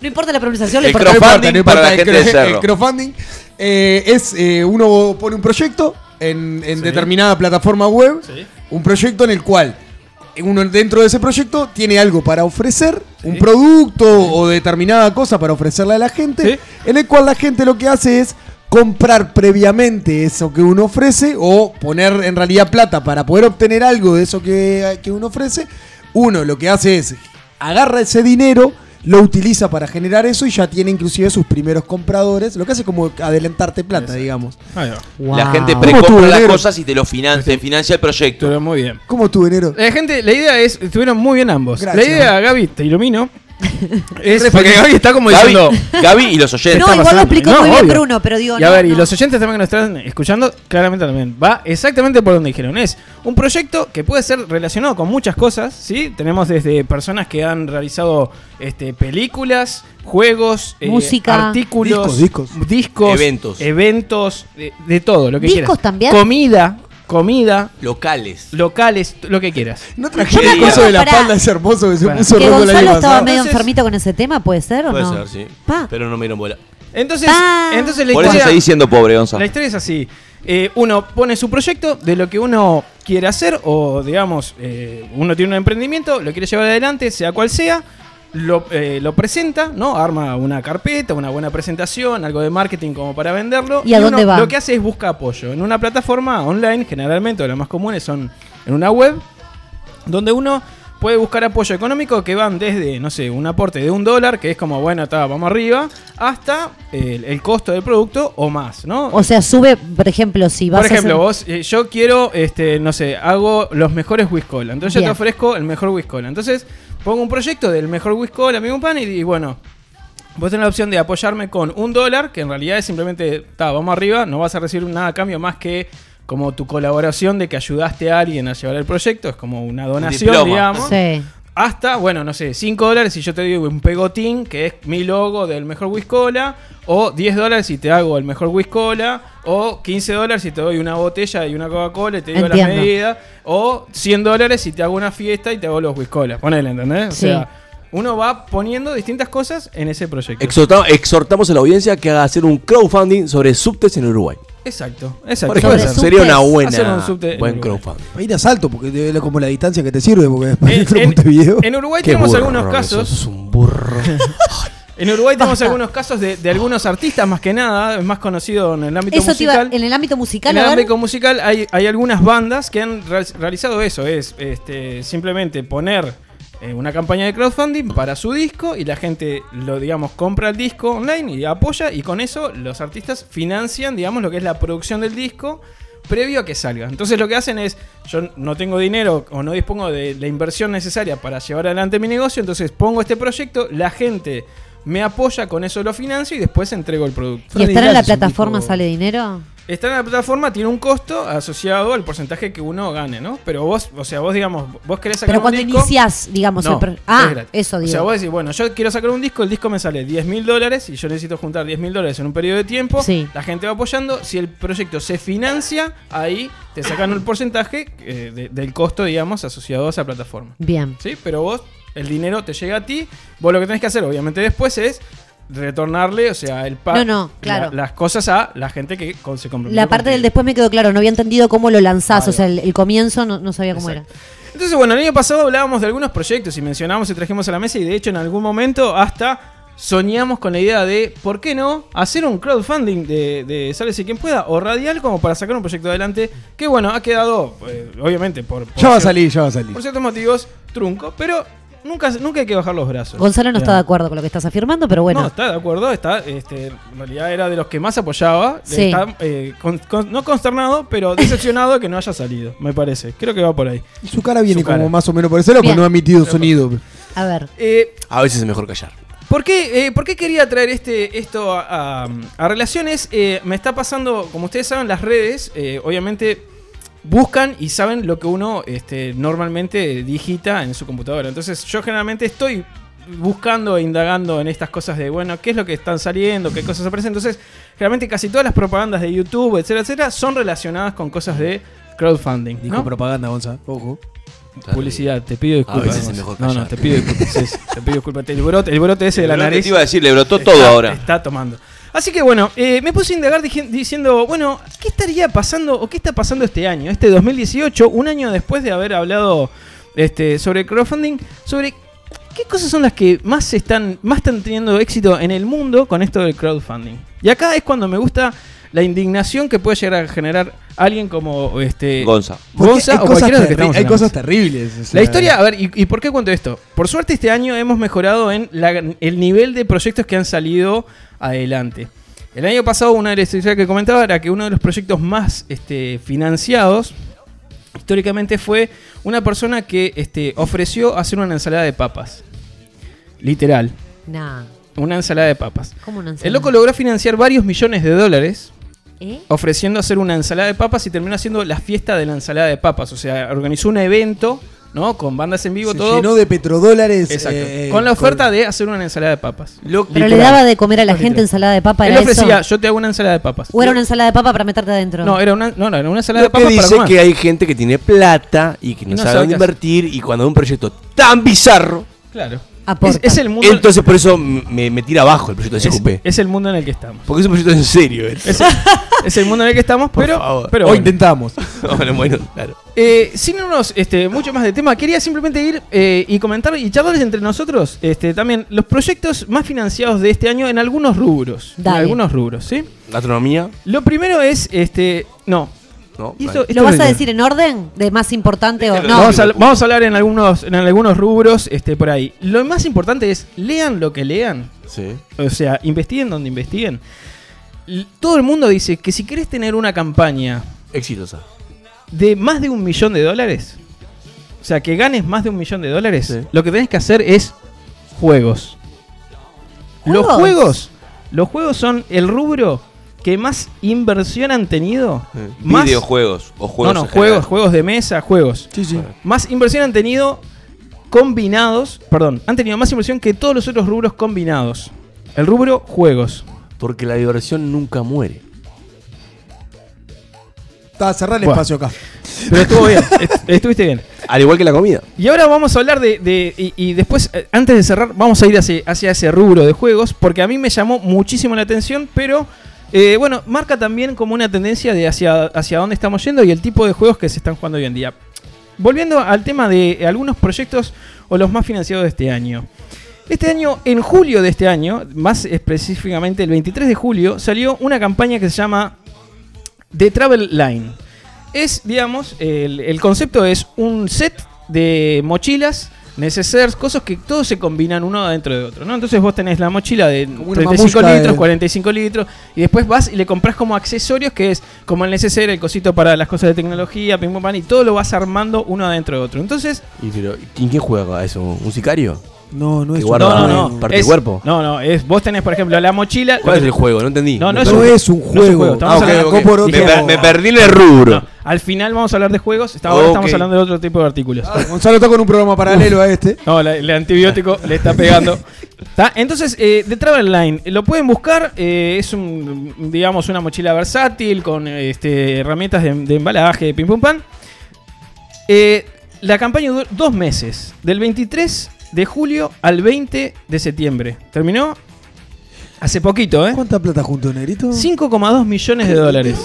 Speaker 5: no importa la pronunciación,
Speaker 2: el
Speaker 5: le
Speaker 4: Pero
Speaker 5: importa.
Speaker 4: no importa,
Speaker 2: crowdfunding
Speaker 4: no importa,
Speaker 2: para la
Speaker 4: el
Speaker 2: gente de
Speaker 4: cro-
Speaker 2: Cerro.
Speaker 4: El crowdfunding eh, es eh, uno pone un proyecto en, en determinada plataforma web, un proyecto en el cual uno dentro de ese proyecto tiene algo para ofrecer, un producto o determinada cosa para ofrecerle a la gente,
Speaker 1: Sí.
Speaker 4: en el cual la gente lo que hace es comprar previamente eso que uno ofrece o poner en realidad plata para poder obtener algo de eso que, que uno ofrece. Uno lo que hace es agarra ese dinero, lo utiliza para generar eso y ya tiene inclusive sus primeros compradores. Lo que hace es como adelantarte plata, digamos.
Speaker 2: La gente
Speaker 4: pre- ¿Cómo
Speaker 2: precompra
Speaker 4: estuvo,
Speaker 2: las
Speaker 4: negro?
Speaker 2: cosas y te lo financia, te financia el proyecto.
Speaker 1: Estuvo muy bien.
Speaker 4: ¿Cómo tu dinero?
Speaker 1: La Eh, gente, la idea es, estuvieron muy bien ambos.
Speaker 4: Gracias.
Speaker 1: La idea, Gaby, te ilumino. es
Speaker 4: Re
Speaker 1: porque
Speaker 4: feliz.
Speaker 1: Gaby está como
Speaker 2: Gaby,
Speaker 1: diciendo.
Speaker 2: Gaby y los oyentes.
Speaker 5: No, igual
Speaker 1: pasando?
Speaker 5: lo explicó
Speaker 1: No,
Speaker 5: muy bien
Speaker 1: obvio.
Speaker 5: Bruno, pero digo.
Speaker 1: Y a
Speaker 5: no,
Speaker 1: ver, y
Speaker 5: no.
Speaker 1: los oyentes también que nos están escuchando, claramente también. Va exactamente por donde dijeron. Es un proyecto que puede ser relacionado con muchas cosas, ¿sí? Tenemos desde personas que han realizado este, películas, juegos, eh,
Speaker 5: Música.
Speaker 1: artículos,
Speaker 4: Discos,
Speaker 1: discos,
Speaker 2: Eventos.
Speaker 1: eventos, de, de todo, lo que
Speaker 5: Discos
Speaker 1: quieras.
Speaker 5: también.
Speaker 1: Comida, comida,
Speaker 2: Locales.
Speaker 1: locales, t- lo que quieras.
Speaker 4: No
Speaker 5: Yo me
Speaker 4: trajiste el
Speaker 5: acuerdo,
Speaker 4: coso de la
Speaker 5: pará.
Speaker 4: espalda, ese hermoso que se
Speaker 1: Bueno.
Speaker 4: puso
Speaker 5: Que
Speaker 4: rojo el año
Speaker 5: Gonzalo estaba
Speaker 4: pasado.
Speaker 5: medio
Speaker 1: Entonces-
Speaker 5: enfermito con ese tema, ¿puede ser o
Speaker 3: Puede
Speaker 5: no?
Speaker 3: ser, sí.
Speaker 5: Pa.
Speaker 3: Pero no me dieron bola.
Speaker 1: Entonces,
Speaker 5: Pa.
Speaker 1: entonces la
Speaker 2: Por eso
Speaker 1: historia-
Speaker 2: seguís siendo pobre,
Speaker 1: La
Speaker 2: Gonzalo.
Speaker 1: historia es así. Eh, uno pone su proyecto de lo que uno quiere hacer o, digamos, eh, uno tiene un emprendimiento, lo quiere llevar adelante, sea cual sea, lo, eh, lo presenta, ¿no? Arma una carpeta, una buena presentación, algo de marketing como para venderlo.
Speaker 5: ¿Y a dónde
Speaker 1: uno
Speaker 5: va?
Speaker 1: Lo que hace es busca apoyo. En una plataforma online, generalmente, o las más comunes son en una web, donde uno puede buscar apoyo económico que van desde, no sé, un aporte de un dólar, que es como, bueno, está, vamos arriba, hasta el, el costo del producto o más, ¿no?
Speaker 5: O sea, sube, por ejemplo, si vas
Speaker 1: Por ejemplo,
Speaker 5: a.
Speaker 1: vos,
Speaker 5: hacer-
Speaker 1: eh, yo quiero, este, no sé, hago los mejores whiskola. Entonces yo
Speaker 5: Bien.
Speaker 1: te ofrezco el mejor whiskola. Entonces pongo un proyecto del mejor whiskola, amigo pan, y, y bueno, vos tenés la opción de apoyarme con un dólar, que en realidad es simplemente, ta, vamos arriba, no vas a recibir nada a cambio más que como tu colaboración de que ayudaste a alguien a llevar el proyecto, es como una donación,
Speaker 2: diploma.
Speaker 1: digamos.
Speaker 5: Sí.
Speaker 1: Hasta, bueno, no sé, 5 dólares si yo te digo un pegotín que es mi logo del mejor whiskola, o 10 dólares si te hago el mejor whiskola, o 15 dólares si te doy una botella y una Coca-Cola y te digo la
Speaker 5: Entiendo.
Speaker 1: medida, o 100 dólares si te hago una fiesta y te hago los whiskolas. Ponele, ¿entendés? O
Speaker 5: Sí.
Speaker 1: sea, uno va poniendo distintas cosas en ese proyecto.
Speaker 3: Exhorta- exhortamos a la audiencia que haga hacer un crowdfunding sobre subtes en Uruguay.
Speaker 1: exacto, exacto.
Speaker 3: Por ejemplo,
Speaker 5: Sobre
Speaker 3: sería una
Speaker 5: subtes.
Speaker 1: Hacer
Speaker 3: buena
Speaker 1: un subte en
Speaker 3: buen
Speaker 1: Uruguay.
Speaker 3: crowdfunding.
Speaker 4: Para ir a salto, porque es como la distancia que te sirve, porque después
Speaker 1: En,
Speaker 4: entro a
Speaker 1: en-
Speaker 4: Montevideo.
Speaker 1: en Uruguay
Speaker 3: Qué
Speaker 1: tenemos
Speaker 3: burro,
Speaker 1: algunos
Speaker 3: Roberto,
Speaker 1: casos.
Speaker 3: sos un burro.
Speaker 1: En Uruguay tenemos algunos casos de, de algunos artistas más que nada, es más conocido en el ámbito
Speaker 5: Eso te iba,
Speaker 1: musical.
Speaker 5: en el ámbito musical,
Speaker 1: en el
Speaker 5: a ver,
Speaker 1: ámbito musical hay, hay algunas bandas que han real- realizado eso, es este, simplemente poner eh, una campaña de crowdfunding para su disco y la gente lo, digamos, compra el disco online y apoya y con eso los artistas financian, digamos, lo que es la producción del disco previo a que salga. Entonces lo que hacen es, yo no tengo dinero o no dispongo de la inversión necesaria para llevar adelante mi negocio, entonces pongo este proyecto, la gente me apoya, con eso lo financio y después entrego el producto.
Speaker 5: y
Speaker 4: Freddy
Speaker 5: estar en la
Speaker 4: Glass es un
Speaker 5: plataforma
Speaker 4: tipo-
Speaker 5: sale dinero.
Speaker 1: Estar en la plataforma tiene un costo asociado al porcentaje que uno gane, ¿no? Pero vos, o sea, vos digamos, vos querés sacar
Speaker 5: Pero
Speaker 1: un
Speaker 5: cuando
Speaker 1: disco,
Speaker 5: iniciás, digamos,
Speaker 1: no,
Speaker 5: el pro-
Speaker 1: es
Speaker 5: Ah,
Speaker 1: gratis.
Speaker 5: eso digo.
Speaker 1: O sea, vos decís, bueno, yo quiero sacar un disco, el disco me sale 10 mil dólares y yo necesito juntar 10 mil dólares en un periodo de tiempo.
Speaker 5: Sí.
Speaker 1: La gente va apoyando. Si el proyecto se financia, ahí te sacan el porcentaje eh, de- del costo, digamos, asociado a esa plataforma.
Speaker 5: Bien.
Speaker 1: ¿sí? Pero vos, el dinero te llega a ti. Vos lo que tenés que hacer, obviamente, después es retornarle, o sea, el pago.
Speaker 5: No, no, claro.
Speaker 1: las cosas a la gente que con- se comprometió.
Speaker 5: La parte del
Speaker 1: contigo.
Speaker 5: después me quedó claro, no había entendido cómo lo lanzás,
Speaker 1: Ahí
Speaker 5: o sea, el, el comienzo no, no sabía cómo
Speaker 1: Ah, Exacto. Entonces, bueno, el año pasado hablábamos de algunos proyectos y mencionábamos y trajimos a la mesa y de hecho en algún momento hasta soñamos con la idea de, ¿por qué no? Hacer un crowdfunding de, de Sálvese quien pueda o radial como para sacar un proyecto adelante que bueno, ha quedado, eh, obviamente, por, por
Speaker 4: Ya va a
Speaker 1: cier-
Speaker 4: salir, ya va a salir.
Speaker 1: por ciertos motivos trunco, pero nunca, nunca hay que bajar los brazos.
Speaker 5: era. Gonzalo no está
Speaker 1: Bien.
Speaker 5: de acuerdo con lo que estás afirmando, pero bueno.
Speaker 1: No, está de acuerdo, está, este, en realidad era de los que más apoyaba.
Speaker 5: Sí.
Speaker 1: Está, eh, con- con- no consternado, pero decepcionado que no haya salido, me parece. Creo que va por ahí.
Speaker 4: Y su cara viene
Speaker 1: Su cara.
Speaker 4: como más o menos por ese lado,
Speaker 5: Bien.
Speaker 4: porque no ha emitido sonido.
Speaker 5: A ver,
Speaker 1: Eh,
Speaker 3: A veces es mejor callar.
Speaker 1: ¿Por qué, eh, por qué quería traer este, esto a, a- a relaciones? Eh, me está pasando, como ustedes saben, las redes, eh, obviamente, buscan y saben lo que uno este, normalmente digita en su computadora. Entonces, yo generalmente estoy buscando e indagando en estas cosas de, bueno, qué es lo que están saliendo, qué cosas aparecen. Entonces, generalmente casi todas las propagandas de YouTube, etcétera, etcétera, son relacionadas con cosas de crowdfunding.
Speaker 4: Dijo
Speaker 1: ¿no?
Speaker 4: propaganda, Gonza. Ojo.
Speaker 1: Publicidad, te
Speaker 4: Ah,
Speaker 1: pido disculpas.
Speaker 3: veces es
Speaker 1: Gonza.
Speaker 3: mejor
Speaker 1: no, no,
Speaker 3: callar.
Speaker 1: te pido disculpas. sí, sí, te pido disculpas. El brote, el brote ese de la
Speaker 2: Pero no te
Speaker 1: nariz.
Speaker 2: iba a decir, le brotó todo
Speaker 1: Está-
Speaker 2: ahora.
Speaker 1: Está tomando. Así que bueno, eh, me puse a indagar dije- diciendo, bueno, ¿qué estaría pasando o qué está pasando este año, este 2018, un año después de haber hablado este, sobre crowdfunding, sobre qué cosas son las que más están, más están teniendo éxito en el mundo con esto del crowdfunding. Y acá es cuando me gusta la indignación que puede llegar a generar alguien como este
Speaker 2: Gonza.
Speaker 4: Porque
Speaker 1: Gonza
Speaker 4: hay
Speaker 1: o
Speaker 4: cosas,
Speaker 1: cualquiera de los que
Speaker 4: terri-
Speaker 1: estamos
Speaker 4: hay
Speaker 1: en la
Speaker 4: cosas
Speaker 1: mesa.
Speaker 4: terribles. o sea,
Speaker 1: La historia, a ver, ¿y, y por qué cuento esto? Por suerte este año hemos mejorado en la- el nivel de proyectos que han salido adelante. El año pasado una de las historias que comentaba era que uno de los proyectos más este, financiados históricamente fue una persona que este, ofreció hacer una ensalada de papas. Literal,
Speaker 5: nada.
Speaker 1: una ensalada de papas.
Speaker 5: ¿Cómo una ensalada?
Speaker 1: El loco logró financiar varios millones de dólares
Speaker 5: ¿Eh?
Speaker 1: ofreciendo hacer una ensalada de papas y terminó haciendo la fiesta de la ensalada de papas. O sea, organizó un evento, ¿no? Con bandas en vivo,
Speaker 4: se
Speaker 1: todo.
Speaker 4: llenó de petrodólares.
Speaker 1: Exacto.
Speaker 4: eh,
Speaker 1: con la oferta de hacer una ensalada de papas.
Speaker 5: Pero le daba de comer a la gente ensalada de papa,
Speaker 1: Él
Speaker 5: ¿era
Speaker 1: ofrecía,
Speaker 5: eso?
Speaker 1: yo te hago una ensalada de papas.
Speaker 5: ¿O era una ensalada de papa para meterte adentro?
Speaker 1: No, era una, no, no, era una ensalada
Speaker 3: Lo
Speaker 1: de
Speaker 3: que
Speaker 1: papas para
Speaker 3: dice
Speaker 1: comer.
Speaker 3: que hay gente que tiene plata y que no,
Speaker 1: no
Speaker 3: sabe
Speaker 1: sabe
Speaker 3: dónde
Speaker 1: qué hacer.
Speaker 3: invertir y cuando ve un proyecto tan bizarro,
Speaker 1: Claro.
Speaker 5: Aporta.
Speaker 1: Es, es el mundo.
Speaker 3: entonces por eso m- me, me tira abajo el proyecto de
Speaker 1: es,
Speaker 3: CQP.
Speaker 1: es el mundo en el que estamos.
Speaker 3: Porque es un proyecto en serio. esto.
Speaker 1: Es, es el mundo en el que estamos,
Speaker 3: Por
Speaker 1: pero,
Speaker 3: favor.
Speaker 1: pero
Speaker 4: o
Speaker 1: bueno.
Speaker 4: intentamos.
Speaker 3: Bueno, bueno, claro.
Speaker 1: Eh, sin irnos este, mucho más de tema, quería simplemente ir eh, y comentar y charlarles entre nosotros este, también los proyectos más financiados de este año en algunos rubros.
Speaker 5: Dale.
Speaker 1: En algunos rubros, ¿sí?
Speaker 3: Gastronomía,
Speaker 1: Lo primero es, este, no. este
Speaker 3: ¿no?
Speaker 1: Y esto- esto
Speaker 5: ¿Lo vas
Speaker 1: es-
Speaker 5: a decir en orden? ¿De más importante o
Speaker 2: Déjalo.
Speaker 5: no?
Speaker 1: Vamos a, vamos a hablar en algunos, en algunos rubros este, por ahí. Lo más importante es, lean lo que lean.
Speaker 3: Sí.
Speaker 1: O sea, investiguen donde investiguen. L- Todo el mundo dice que si querés tener una campaña
Speaker 3: Exitosa.
Speaker 1: de más de un millón de dólares, o sea, que ganes más de un millón de dólares,
Speaker 3: Sí.
Speaker 1: lo que tenés que hacer es juegos. Los
Speaker 5: ¿Juegos?
Speaker 1: juegos, los juegos son el rubro que más inversión han tenido. Más,
Speaker 2: Eh, Videojuegos o
Speaker 1: no,
Speaker 2: juegos.
Speaker 1: no,
Speaker 2: en general.
Speaker 1: juegos, juegos de mesa, juegos.
Speaker 4: Sí, sí.
Speaker 1: Más inversión han tenido combinados, perdón, han tenido más inversión que todos los otros rubros combinados. El rubro juegos.
Speaker 3: Porque la diversión nunca muere.
Speaker 4: Está cerrar el
Speaker 1: Bueno.
Speaker 4: espacio acá.
Speaker 1: Pero estuvo bien, est- estuviste bien.
Speaker 3: Al igual que la comida.
Speaker 1: Y ahora vamos a hablar de. de- y, y después, eh, antes de cerrar, vamos a ir hacia, hacia ese rubro de juegos, porque a mí me llamó muchísimo la atención, pero. eh, bueno, marca también como una tendencia de hacia, hacia dónde estamos yendo y el tipo de juegos que se están jugando hoy en día. Volviendo al tema de eh, algunos proyectos o los más financiados de este año. Este año, en julio de este año, más específicamente el 23 de julio, salió una campaña que se llama The Travel Line. Es, digamos, el, el concepto es un set de mochilas, necesarias, cosas que todos se combinan uno dentro de otro, ¿no? Entonces vos tenés la mochila de
Speaker 4: Como una
Speaker 1: 35
Speaker 4: mamushka de-
Speaker 1: litros, 45 litros, y después vas y le compras como accesorios que es como el neceser, el cosito para las cosas de tecnología, pim pum pam, y todo lo vas armando uno adentro de otro. Entonces,
Speaker 3: ¿Y pero, ¿quién, quién juega a eso? ¿Un sicario?
Speaker 4: No, no
Speaker 3: Que
Speaker 4: es
Speaker 3: guarda-
Speaker 4: un
Speaker 1: no,
Speaker 4: juego.
Speaker 1: no, no.
Speaker 3: parte del
Speaker 1: es-
Speaker 3: cuerpo.
Speaker 1: No, no, es vos tenés, por ejemplo, la mochila.
Speaker 3: ¿Cuál es el juego? No entendí.
Speaker 1: No, no,
Speaker 4: No es un
Speaker 1: no
Speaker 4: juego.
Speaker 1: estamos
Speaker 3: Ah, ok,
Speaker 1: hablando-
Speaker 3: ok.
Speaker 4: por otro
Speaker 3: me, per-
Speaker 4: lado.
Speaker 3: me perdí en el rubro.
Speaker 1: No, al final vamos a hablar de juegos, está- ahora estamos
Speaker 3: Ok.
Speaker 1: hablando de otro tipo de artículos.
Speaker 4: Ah, Gonzalo está con un programa paralelo a este.
Speaker 1: No, la- el antibiótico le está pegando. Está, Entonces, eh, The Travel Line, lo pueden buscar. eh, es un, digamos, una mochila versátil con eh, este, herramientas de, de embalaje, de pim pum pan. Eh, la campaña duró dos meses, del 23 de julio al 20 de septiembre. Terminó hace poquito, ¿eh?
Speaker 4: ¿Cuánta plata junto, Negrito?
Speaker 1: 5,2 millones de dólares.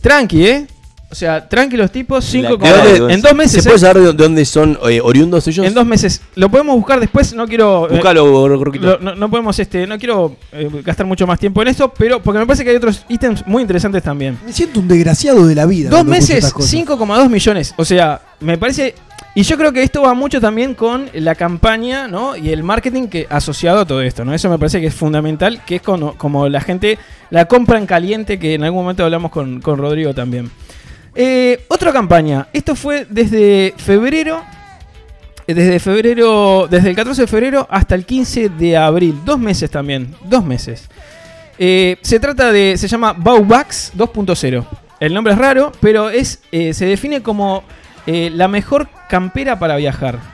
Speaker 1: Tranqui, ¿eh? O sea, tranqui los tipos,
Speaker 2: La
Speaker 1: 5,2.
Speaker 2: cara de
Speaker 1: En dos
Speaker 3: ¿Se
Speaker 1: meses,
Speaker 3: puede
Speaker 1: ¿eh?
Speaker 3: saber de dónde son eh, oriundos ellos?
Speaker 1: En dos meses. Lo podemos buscar después, no quiero... eh,
Speaker 3: Búscalo, Roquito.
Speaker 1: lo- no, no podemos, este, no quiero eh, gastar mucho más tiempo en esto, pero porque me parece que hay otros ítems muy interesantes también.
Speaker 4: Me siento un desgraciado de la vida.
Speaker 1: Dos
Speaker 4: cuando escucho
Speaker 1: meses,
Speaker 4: estas cosas.
Speaker 1: 5,2 millones. O sea, me parece. Y yo creo que esto va mucho también con la campaña, ¿no? Y el marketing que asociado a todo esto, ¿no? Eso me parece que es fundamental, que es como, como la gente la compra en caliente, que en algún momento hablamos con, con Rodrigo también. Eh, otra campaña. Esto fue desde febrero. eh, Desde febrero. Desde el 14 de febrero hasta el 15 de abril. Dos meses también. Dos meses. Eh, se trata de. Se llama Baubax 2.0. El nombre es raro, pero es. eh, se define como eh, la mejor campera para viajar.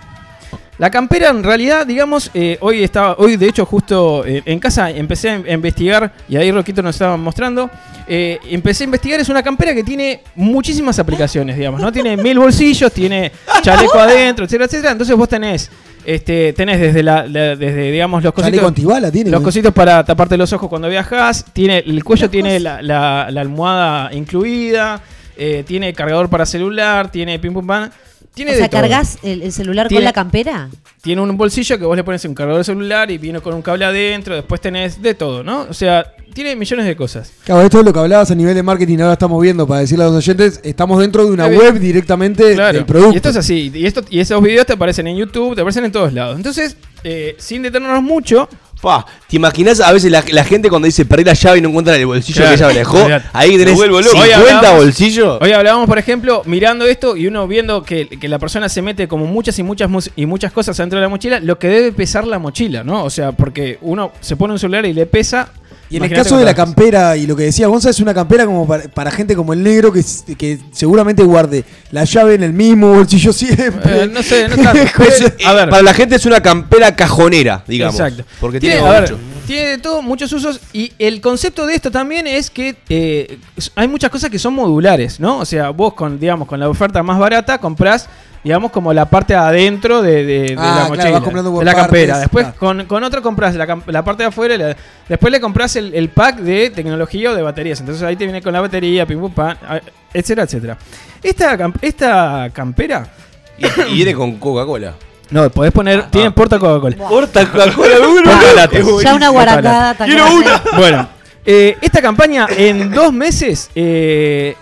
Speaker 1: La campera en realidad, digamos, eh, hoy estaba, hoy de hecho justo eh, en casa empecé a in- a investigar, y ahí Roquito nos estaba mostrando, eh, empecé a investigar, es una campera que tiene muchísimas aplicaciones, digamos, ¿no? Tiene mil bolsillos, tiene chaleco adentro, etcétera, etcétera. Entonces vos tenés, este, tenés desde la, la- desde, digamos, los
Speaker 4: Chaleco
Speaker 1: cositos.
Speaker 4: antibala tiene.
Speaker 1: Los
Speaker 4: güey.
Speaker 1: cositos para taparte los ojos cuando viajas. Tiene, el cuello tiene la, la- la almohada incluida. eh, tiene cargador para celular. Tiene pim pum pan. Tiene
Speaker 5: O
Speaker 1: de
Speaker 5: sea,
Speaker 1: todo.
Speaker 5: cargas el, el celular
Speaker 1: Tiene-
Speaker 5: con la campera.
Speaker 1: Tiene un bolsillo que vos le pones un cargador de celular y viene con un cable adentro. Después tenés de todo, ¿no? O sea, tiene millones de cosas.
Speaker 4: Claro, esto es lo que hablabas a nivel de marketing, ahora estamos viendo, para decirle a los oyentes, estamos dentro de una web directamente
Speaker 1: Claro.
Speaker 4: del producto.
Speaker 1: Y esto es así. Y, esto, y esos videos te aparecen en YouTube, te aparecen en todos lados. Entonces, eh, sin detenernos mucho,
Speaker 3: Pa, ¿Te imaginas a veces la, la gente cuando dice perdí la llave y no encuentra el bolsillo
Speaker 1: Claro.
Speaker 3: que ella me dejó?
Speaker 1: Olvídate.
Speaker 3: Ahí
Speaker 2: Me
Speaker 3: tenés
Speaker 2: vuelvo loco.
Speaker 3: 50
Speaker 1: hablamos-
Speaker 3: bolsillos.
Speaker 1: Hoy hablábamos, por ejemplo, mirando esto y uno viendo que, que la persona se mete como muchas y muchas mus- y muchas cosas dentro de la mochila, lo que debe pesar la mochila, ¿no? O sea, porque uno se pone un celular y le pesa.
Speaker 4: Y en el
Speaker 1: Imagínate
Speaker 4: caso de la
Speaker 1: cuántas-
Speaker 4: campera y lo que decía Gonza, es una campera como para, para gente como el negro que, s- que seguramente guarde la llave en el mismo bolsillo siempre.
Speaker 1: Eh, no sé, no tanto.
Speaker 3: Es-
Speaker 1: Pero, a
Speaker 3: eh,
Speaker 1: ver.
Speaker 3: Para la gente es una campera cajonera, digamos.
Speaker 1: Exacto.
Speaker 3: Porque
Speaker 1: tiene,
Speaker 3: tiene,
Speaker 1: a ver,
Speaker 3: mucho.
Speaker 1: tiene de todo, muchos usos. Y el concepto de esto también es que eh, hay muchas cosas que son modulares, ¿no? O sea, vos con, digamos, con la oferta más barata comprás, digamos, como la parte de adentro de, de- de
Speaker 4: Ah,
Speaker 1: la
Speaker 4: claro,
Speaker 1: mochila,
Speaker 4: vas comprando por
Speaker 1: de la campera.
Speaker 4: partes,
Speaker 1: Después
Speaker 4: claro.
Speaker 1: con, con otra compras la, cam- la parte de afuera, y la- después le compras el, el pack de tecnología o de baterías. Entonces ahí te viene con la batería, pim pum pam, ah, etcétera, etcétera. Esta, cam- esta campera,
Speaker 3: Y, y viene con Coca-Cola.
Speaker 1: no, podés poner,
Speaker 5: Ah.
Speaker 1: tiene porta Coca-Cola.
Speaker 3: Corta Coca-Cola,
Speaker 1: Porta latas.
Speaker 5: Ya una guaracada
Speaker 1: Chocolate.
Speaker 5: tan grande.
Speaker 1: Bueno, eh, esta campaña en dos meses eh,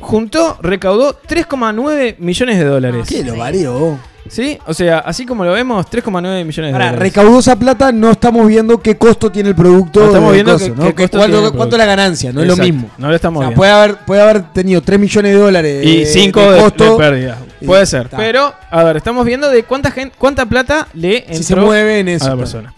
Speaker 1: juntó, recaudó 3,9 millones de dólares.
Speaker 4: ¿Qué lo varió?
Speaker 1: ¿Sí? O sea, así como lo vemos, 3,9 millones de
Speaker 4: Ahora,
Speaker 1: dólares.
Speaker 4: recaudó esa plata, no estamos viendo qué costo tiene el producto.
Speaker 1: No estamos
Speaker 4: del
Speaker 1: viendo
Speaker 4: coso,
Speaker 1: qué-
Speaker 4: ¿no?
Speaker 1: qué costo
Speaker 4: cuánto,
Speaker 1: tiene el
Speaker 4: cuánto
Speaker 1: producto.
Speaker 4: la ganancia, no es lo
Speaker 1: Exacto,
Speaker 4: mismo.
Speaker 1: No lo estamos
Speaker 4: O sea,
Speaker 1: viendo.
Speaker 4: puede haber, puede haber tenido 3 millones de dólares
Speaker 1: Y
Speaker 4: de-
Speaker 1: 5
Speaker 4: de
Speaker 1: de, de
Speaker 4: costo.
Speaker 1: pérdida.
Speaker 4: Y
Speaker 1: Puede ser. Ah,
Speaker 4: está.
Speaker 1: Pero, a ver, estamos viendo de cuánta gente, cuánta plata le entró
Speaker 4: si se mueve en
Speaker 1: a la
Speaker 4: eso. claro.
Speaker 1: persona.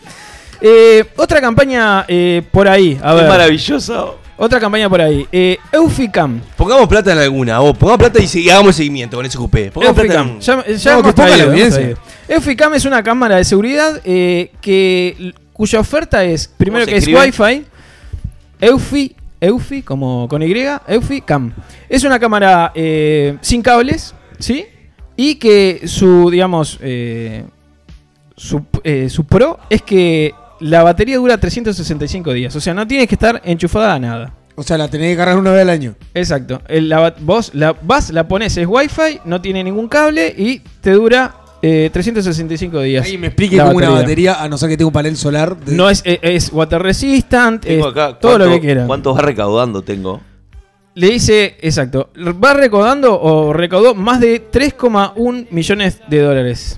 Speaker 1: Eh, otra campaña eh, por ahí. A
Speaker 2: Es
Speaker 1: ver,
Speaker 2: maravilloso.
Speaker 1: otra campaña por ahí. Eh, Euficam.
Speaker 3: Pongamos plata en alguna, vos. Pongamos plata y, se- y hagamos seguimiento con ese cupé. Pongamos plata en
Speaker 1: Euficam. Ya, ya
Speaker 4: No,
Speaker 1: hemos
Speaker 4: que ponga
Speaker 1: traído,
Speaker 4: la
Speaker 1: hemos
Speaker 4: evidencia.
Speaker 1: traído. Euficam es una cámara de seguridad eh, que cuya oferta es, primero
Speaker 2: se
Speaker 1: que
Speaker 2: escribe?
Speaker 1: es Wi-Fi, Eufi, Eufi, como con Y, Euficam. Es una cámara eh, sin cables, ¿sí? Y que su, digamos, eh, su, eh, su pro es que la batería dura 365 días. O sea, no tienes que estar enchufada a nada.
Speaker 4: O sea, la tenés que cargar una vez al año.
Speaker 1: Exacto. El- la, bat- vos la, vas, la pones, es wifi, no tiene ningún cable y te dura eh, 365 días.
Speaker 4: Ahí me explique
Speaker 1: la
Speaker 4: como una batería, a no ser que tenga un panel solar. de-
Speaker 1: No es, es, es water resistant, es
Speaker 2: Tengo acá
Speaker 1: Este, todo lo
Speaker 2: cuánto-
Speaker 1: que quiera.
Speaker 2: ¿Cuánto va recaudando tengo?
Speaker 1: Le dice, exacto, va recaudando o recaudó más de 3,1 millones de dólares.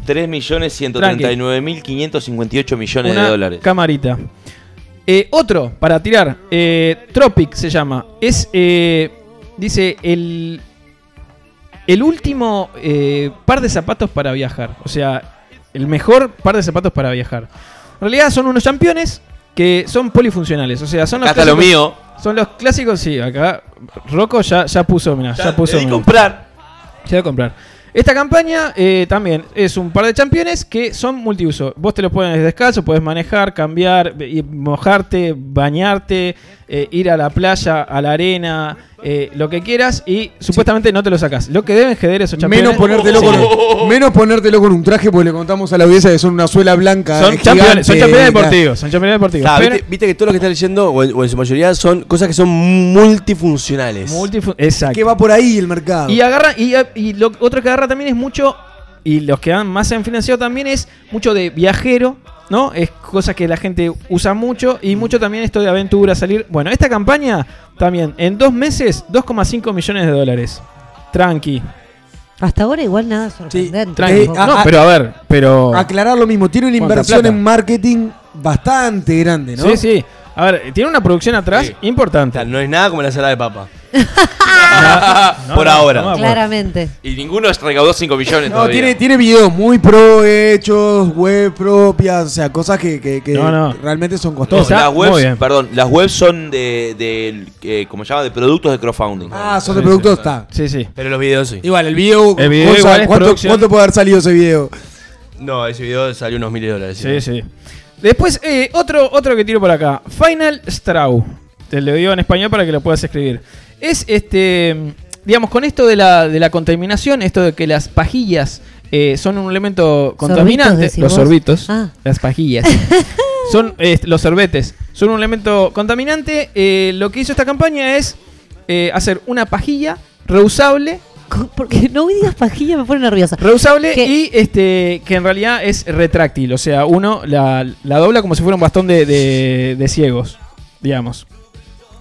Speaker 2: 3.139.558 millones
Speaker 1: Una
Speaker 2: de dólares.
Speaker 1: Camarita. Eh, otro para tirar, eh, Tropic se llama. Es, eh, dice, el, el último eh, par de zapatos para viajar. O sea, el mejor par de zapatos para viajar. En realidad son unos campeones que son polifuncionales. O sea, son los
Speaker 2: Acá está lo
Speaker 1: clásicos-
Speaker 2: mío.
Speaker 1: Son los clásicos, sí, acá Rocco ya, ya puso, mirá, ya, puso.
Speaker 2: Debí
Speaker 1: mirá.
Speaker 2: comprar.
Speaker 1: Se va a comprar. Esta campaña eh, también es un par de championes que son multiuso. Vos te los pones descalzo, puedes manejar, cambiar, be- y mojarte, bañarte, eh, ir a la playa, a la arena, eh, lo que quieras y supuestamente no te lo sacás. Lo que deben ceder esos championes.
Speaker 4: Menos ponértelo, con, menos ponértelo con un traje, porque le contamos a la audiencia que son una suela blanca.
Speaker 1: Son
Speaker 4: eh,
Speaker 1: campeones, son
Speaker 4: gigante,
Speaker 1: campeones
Speaker 4: eh,
Speaker 1: deportivos. Son campeones deportivos.
Speaker 3: Ah,
Speaker 1: Pero-
Speaker 3: viste, viste que todo lo que está leyendo, o en, o en su mayoría, son cosas que son multifuncionales.
Speaker 1: multifun- Exacto.
Speaker 4: Que va por ahí el mercado.
Speaker 1: Y agarra, y, y lo otro que agarra también es mucho, y los que han- más han financiado también es mucho de viajero, ¿no? Es cosa que la gente usa mucho, y mucho también esto de aventura, salir. Bueno, esta campaña también, en dos meses, 2,5 millones de dólares. Tranqui,
Speaker 5: Hasta ahora igual nada sorprendente.
Speaker 1: tranqui.
Speaker 4: Eh,
Speaker 5: tampoco.
Speaker 4: ah,
Speaker 1: no,
Speaker 4: ah,
Speaker 1: pero a ver, pero.
Speaker 4: Aclarar lo mismo, tiene una
Speaker 1: ¿Cuánta
Speaker 4: inversión
Speaker 1: plata?
Speaker 4: en marketing bastante grande, ¿no?
Speaker 1: Sí, sí. A ver, tiene una producción atrás
Speaker 3: Sí. O
Speaker 1: importante.
Speaker 3: sea, no es nada como la sala de papa.
Speaker 1: No,
Speaker 3: Por
Speaker 1: no,
Speaker 3: ahora.
Speaker 1: no, bueno.
Speaker 5: Claramente.
Speaker 2: Y ninguno recaudó 5 millones
Speaker 4: No,
Speaker 2: todavía.
Speaker 4: tiene, tiene videos muy pro hechos, web propias, o sea, cosas que, que- que
Speaker 1: No, no.
Speaker 4: realmente son
Speaker 2: No,
Speaker 1: O
Speaker 4: costosas.
Speaker 1: sea,
Speaker 2: las
Speaker 1: muy
Speaker 2: webs,
Speaker 1: bien.
Speaker 2: perdón, las webs son de, de eh, ¿cómo se llama? De productos de crowdfunding.
Speaker 4: ah, son de
Speaker 1: Sí,
Speaker 4: productos,
Speaker 1: sí.
Speaker 4: está.
Speaker 1: Sí, sí.
Speaker 3: Pero los videos sí.
Speaker 4: Igual, el video,
Speaker 1: El video
Speaker 4: Gonza,
Speaker 1: igual es
Speaker 4: ¿cuánto,
Speaker 1: producción.
Speaker 4: cuánto puede haber salido ese video?
Speaker 3: No, ese video salió unos miles de dólares. ¿eh?
Speaker 1: Sí, sí. Después, eh, otro, otro que tiro por acá. Final Straw. Te lo digo en español para que lo puedas escribir. Es este. Digamos, con esto de la, de la contaminación, esto de que las pajillas eh, son un elemento contaminante.
Speaker 5: decís
Speaker 1: los
Speaker 5: vos.
Speaker 1: sorbitos.
Speaker 5: Ah.
Speaker 1: Las pajillas. son eh, los sorbetes. Son un elemento contaminante. Eh, lo que hizo esta campaña es eh, hacer una pajilla reusable
Speaker 5: Co- Porque no me digas pajilla, me pone nerviosa.
Speaker 1: Reusable
Speaker 5: Que-
Speaker 1: y este que en realidad es retráctil. O sea, uno la, la dobla como si fuera un bastón de, de- de ciegos, digamos.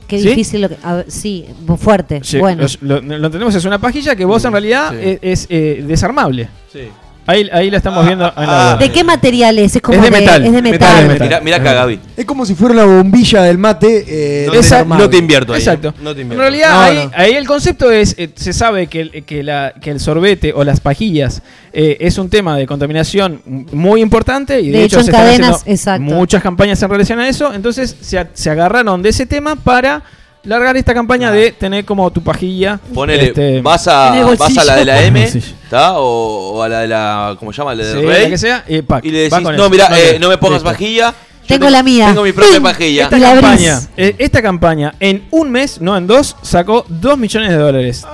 Speaker 5: Qué
Speaker 1: ¿Sí?
Speaker 5: difícil lo que. a ver, sí, fuerte.
Speaker 1: Sí,
Speaker 5: bueno.
Speaker 1: Lo, lo- lo entendemos, es una pajilla que vos en realidad
Speaker 3: sí.
Speaker 1: es, es, eh, desarmable.
Speaker 3: Sí.
Speaker 1: Ahí, ahí la estamos viendo en la
Speaker 2: ah,
Speaker 1: web.
Speaker 5: ¿De qué material es? Es como
Speaker 1: Es de metal.
Speaker 5: Es de
Speaker 1: Metal,
Speaker 5: metal.
Speaker 1: metal.
Speaker 2: Mirá, mirá acá, Gaby.
Speaker 4: Es como si fuera una bombilla del mate. eh,
Speaker 1: Esa-
Speaker 3: No, te,
Speaker 4: desarmable.
Speaker 3: no te invierto ahí.
Speaker 1: Exacto.
Speaker 3: No te
Speaker 1: en
Speaker 3: invierto.
Speaker 1: realidad,
Speaker 4: No,
Speaker 1: ahí,
Speaker 4: no.
Speaker 1: ahí el concepto es: eh, se sabe que el, que la- que el sorbete o las pajillas eh, es un tema de contaminación m- muy importante y de,
Speaker 5: De hecho, en
Speaker 1: se están
Speaker 5: cadenas,
Speaker 1: haciendo
Speaker 5: exacto.
Speaker 1: muchas campañas en relación a eso. Entonces, se, a- se agarraron de ese tema para largar esta campaña de tener como tu pajilla.
Speaker 2: Ah. Ponele,
Speaker 1: este,
Speaker 2: vas,
Speaker 5: en el
Speaker 2: a, vas
Speaker 5: bolsillo.
Speaker 2: a la de la
Speaker 1: En el
Speaker 2: M,
Speaker 1: bolsillo.
Speaker 2: ¿está? O, o a la de la, ¿cómo se llama? La de
Speaker 1: sí,
Speaker 2: Rey.
Speaker 1: la que sea, eh, pac,
Speaker 2: Y le
Speaker 1: va
Speaker 2: decís,
Speaker 1: con
Speaker 2: no,
Speaker 1: eso.
Speaker 2: mira, eh,
Speaker 1: bien.
Speaker 2: no me pongas
Speaker 1: Listo.
Speaker 2: pajilla. yo
Speaker 5: Tengo la mía.
Speaker 2: Tengo mi propia
Speaker 5: ¡Pim!
Speaker 2: pajilla.
Speaker 1: Esta
Speaker 5: Y la abrís.
Speaker 1: campaña, eh, esta campaña en un mes, no en dos, sacó 2 millones de dólares.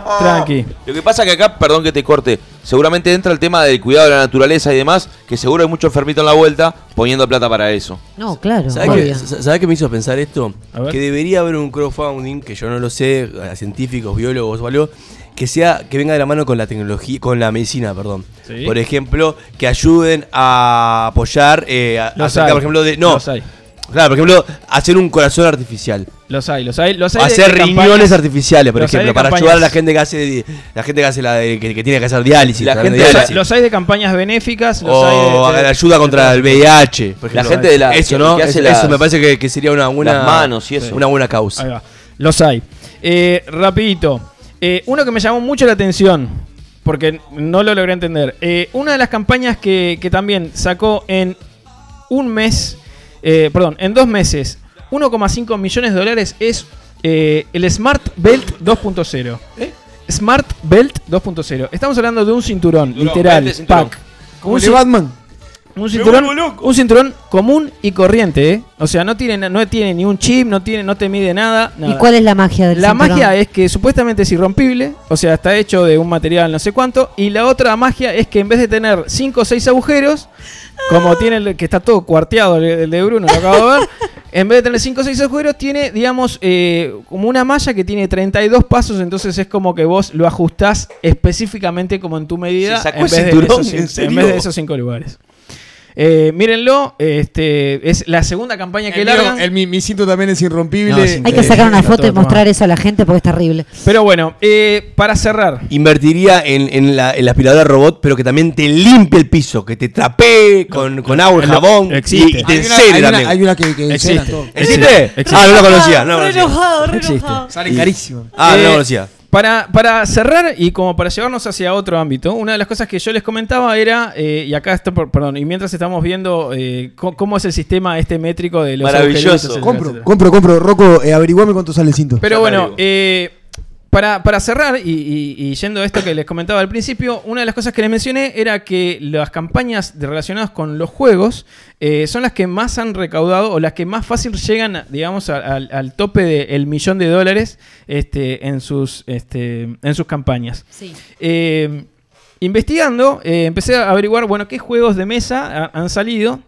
Speaker 1: Tranqui.
Speaker 2: Lo que pasa que acá, perdón que te corte, seguramente entra el tema del cuidado de la naturaleza y demás, que seguro hay mucho enfermito en la vuelta poniendo plata para eso.
Speaker 5: No, claro.
Speaker 3: ¿Sabes qué,
Speaker 5: obvio.
Speaker 3: sa- sabés qué me hizo pensar esto?
Speaker 1: A ver.
Speaker 3: Que debería haber un crowdfunding, que yo no lo sé, a científicos, biólogos o algo, que sea, que venga de la mano con la tecnología, con la medicina, perdón.
Speaker 1: Sí.
Speaker 3: Por ejemplo, que ayuden a apoyar eh, a-
Speaker 1: Los
Speaker 3: acerca,
Speaker 1: hay.
Speaker 3: por ejemplo, de. No,
Speaker 1: Los hay.
Speaker 3: claro, por ejemplo, hacer un corazón artificial.
Speaker 1: Los hay, los hay, los hay. de-
Speaker 3: Hacer
Speaker 1: de
Speaker 3: riñones
Speaker 1: campañas.
Speaker 3: artificiales, por
Speaker 1: los hay de
Speaker 3: ejemplo, para
Speaker 1: campañas.
Speaker 3: ayudar a la gente que hace la gente que hace la de- que, que tiene que hacer diálisis.
Speaker 2: La
Speaker 3: para
Speaker 2: gente-
Speaker 1: Los,
Speaker 3: diálisis.
Speaker 1: hay- los hay de campañas benéficas, los hay de-
Speaker 3: o
Speaker 1: de-
Speaker 3: la ayuda contra el VIH. por
Speaker 2: La
Speaker 3: ejemplo.
Speaker 2: gente de la-
Speaker 3: Eso,
Speaker 2: que-
Speaker 3: ¿no?
Speaker 2: que hace
Speaker 3: eso,
Speaker 2: las-
Speaker 3: eso me parece que, que sería una buena.
Speaker 2: Las manos y eso.
Speaker 3: Una buena
Speaker 1: Ahí
Speaker 3: causa.
Speaker 1: va. Los hay. Eh, rapidito. Eh, uno que me llamó mucho la atención, porque no lo logré entender. Eh, una de las campañas que, que también sacó en un mes, eh, perdón, en dos meses, 1,5 millones de dólares es eh, el Smart Belt 2.0.
Speaker 2: ¿Eh?
Speaker 1: Smart Belt 2.0. Estamos hablando de un cinturón,
Speaker 2: Cinturón,
Speaker 1: literal,
Speaker 2: belt de cinturón.
Speaker 1: pack.
Speaker 4: Como
Speaker 1: Un
Speaker 4: el de
Speaker 1: cin-
Speaker 4: Batman.
Speaker 1: Un cinturón,
Speaker 10: vuelvo loco.
Speaker 1: un cinturón común y corriente, ¿eh? O sea, no tiene, na- no tiene ni un chip, no, tiene, no te mide nada.
Speaker 5: ¿Y cuál es la magia del
Speaker 1: La
Speaker 5: cinturón?
Speaker 1: magia es que supuestamente es irrompible, o sea, está hecho de un material no sé cuánto. Y la otra magia es que en vez de tener 5 o 6 agujeros, como tiene el que está todo cuarteado, el, el de Bruno, lo acabo de ver, en vez de tener 5 o 6 agujeros, tiene, digamos, eh, como una malla que tiene 32 pasos. Entonces es como que vos lo ajustás específicamente como en tu medida.
Speaker 2: Se sacó
Speaker 1: en,
Speaker 2: el
Speaker 1: vez de
Speaker 2: cinturón,
Speaker 1: esos cin-
Speaker 2: ¿en serio?
Speaker 1: en vez de esos 5 lugares. Eh, mírenlo, este, es la segunda campaña que
Speaker 10: El mío-
Speaker 1: largan.
Speaker 10: el mi, mi cinto también es irrompible.
Speaker 3: No, es
Speaker 5: Hay que
Speaker 3: Eh,
Speaker 5: sacar una
Speaker 1: está
Speaker 5: foto y
Speaker 1: todo
Speaker 5: mostrar
Speaker 1: tomado.
Speaker 5: eso a la gente porque es terrible.
Speaker 1: Pero bueno, eh, para cerrar.
Speaker 3: Invertiría en, en la, en la aspiradora robot, pero que también te limpie el piso, que te trapee con, con agua, y
Speaker 1: no,
Speaker 3: jabón y-
Speaker 1: existe.
Speaker 3: y te
Speaker 10: hay, una,
Speaker 3: encere
Speaker 10: hay una-
Speaker 3: también.
Speaker 10: hay una que, que
Speaker 1: Existe.
Speaker 10: llena todo.
Speaker 3: ¿Existe?
Speaker 1: Eh, Existe.
Speaker 3: Ah, no la conocía. No, la
Speaker 5: re
Speaker 3: conocía.
Speaker 5: enojado, re
Speaker 4: Existe.
Speaker 5: enojado.
Speaker 10: Sale carísimo.
Speaker 3: Ah, no
Speaker 1: Eh,
Speaker 3: la conocía.
Speaker 1: Para, para cerrar y como para llevarnos hacia otro ámbito, una de las cosas que yo les comentaba era, eh, y acá esto, por- perdón, y mientras estamos viendo eh, co- cómo es el sistema este métrico de los
Speaker 2: Maravilloso.
Speaker 1: agujeritos, etcétera,
Speaker 4: Compro,
Speaker 1: etcétera.
Speaker 4: compro, compro. Rocco, eh, averiguame cuánto sale el cinto.
Speaker 1: Pero
Speaker 2: Ya
Speaker 1: bueno,
Speaker 2: averiguo.
Speaker 1: eh, para, para cerrar y, y- y yendo a esto que les comentaba al principio, una de las cosas que les mencioné era que las campañas de- relacionadas con los juegos eh, son las que más han recaudado o las que más fácil llegan, digamos, a- al, al tope del millón de dólares este, en, sus, este, en sus campañas.
Speaker 5: Sí.
Speaker 1: Eh, investigando, eh, empecé a averiguar, bueno, qué juegos de mesa ha- han salido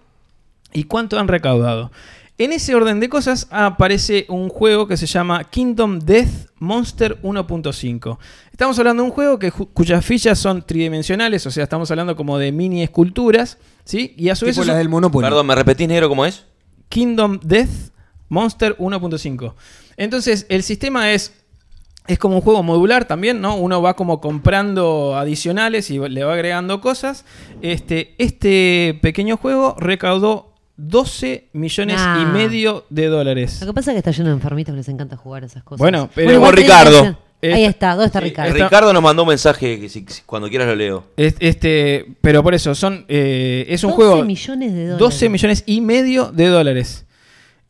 Speaker 1: y cuánto han recaudado. En ese orden de cosas aparece un juego que se llama Kingdom Death Monster 1.5. Estamos hablando de un juego que, ju- cuyas fichas son tridimensionales, o sea, estamos hablando como de mini esculturas, ¿sí? Y a su vez...
Speaker 4: Tipo
Speaker 1: es
Speaker 4: las
Speaker 1: un-
Speaker 4: del Monopoly.
Speaker 2: Perdón, ¿me repetís negro cómo es?
Speaker 1: Kingdom Death Monster 1.5. Entonces, el sistema es. Es como un juego modular también, ¿no? Uno va como comprando adicionales y le va agregando cosas. Este, este pequeño juego recaudó 12 millones
Speaker 5: Nah.
Speaker 1: y medio de dólares.
Speaker 5: Lo que pasa es que está lleno de enfermitos que les encanta jugar a esas cosas.
Speaker 1: Bueno, pero-
Speaker 5: igual
Speaker 2: Como
Speaker 5: tenés que
Speaker 2: Ricardo.
Speaker 5: hacer- Ahí
Speaker 1: Eh,
Speaker 5: está, ¿dónde está
Speaker 1: eh,
Speaker 5: Ricardo?
Speaker 1: Está-
Speaker 2: Ricardo nos mandó un mensaje que si- si- cuando quieras lo leo.
Speaker 1: Es- Este, pero por eso, son, eh, es un
Speaker 5: 12
Speaker 1: juego.
Speaker 5: millones de dólares.
Speaker 1: 12 millones y medio de dólares.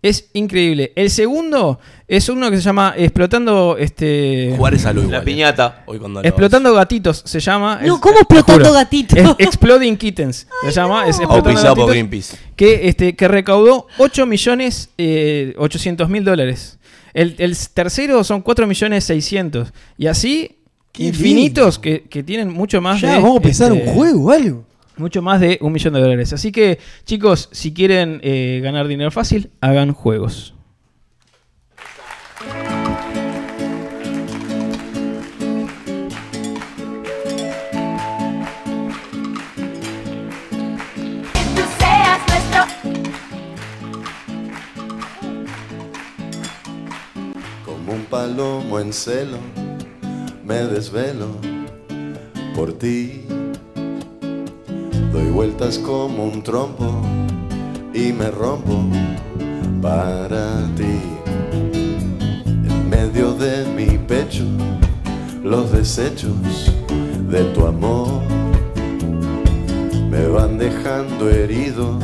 Speaker 1: Es increíble. El segundo es uno que se llama Explotando. Este,
Speaker 3: Jugar es algo
Speaker 2: La
Speaker 10: eh.
Speaker 3: igual.
Speaker 2: piñata.
Speaker 3: Hoy cuando lo-
Speaker 1: Explotando gatitos se llama.
Speaker 5: No,
Speaker 1: Es-
Speaker 5: ¿cómo
Speaker 1: te
Speaker 5: explotando
Speaker 1: juro.
Speaker 5: gatitos?
Speaker 1: Es Exploding Kittens se llama. Es
Speaker 3: O
Speaker 1: explotando
Speaker 3: pisado por
Speaker 1: gatitos,
Speaker 3: Greenpeace.
Speaker 1: que, este, que recaudó 8 millones eh, 800 mil dólares. El, el tercero son 4 millones 600. Y así
Speaker 4: Qué
Speaker 1: infinitos
Speaker 4: lindo.
Speaker 1: que, que tienen mucho más
Speaker 4: Ya,
Speaker 1: de...
Speaker 4: vamos a pensar
Speaker 1: este,
Speaker 4: un juego, algo.
Speaker 1: Mucho más de un millón de dólares. Así que, chicos, si quieren eh, ganar dinero fácil, hagan juegos.
Speaker 6: Como un palomo en celo, me desvelo por ti. Doy vueltas como un trompo y me rompo para ti. En medio de mi pecho, los desechos de tu amor me van dejando herido,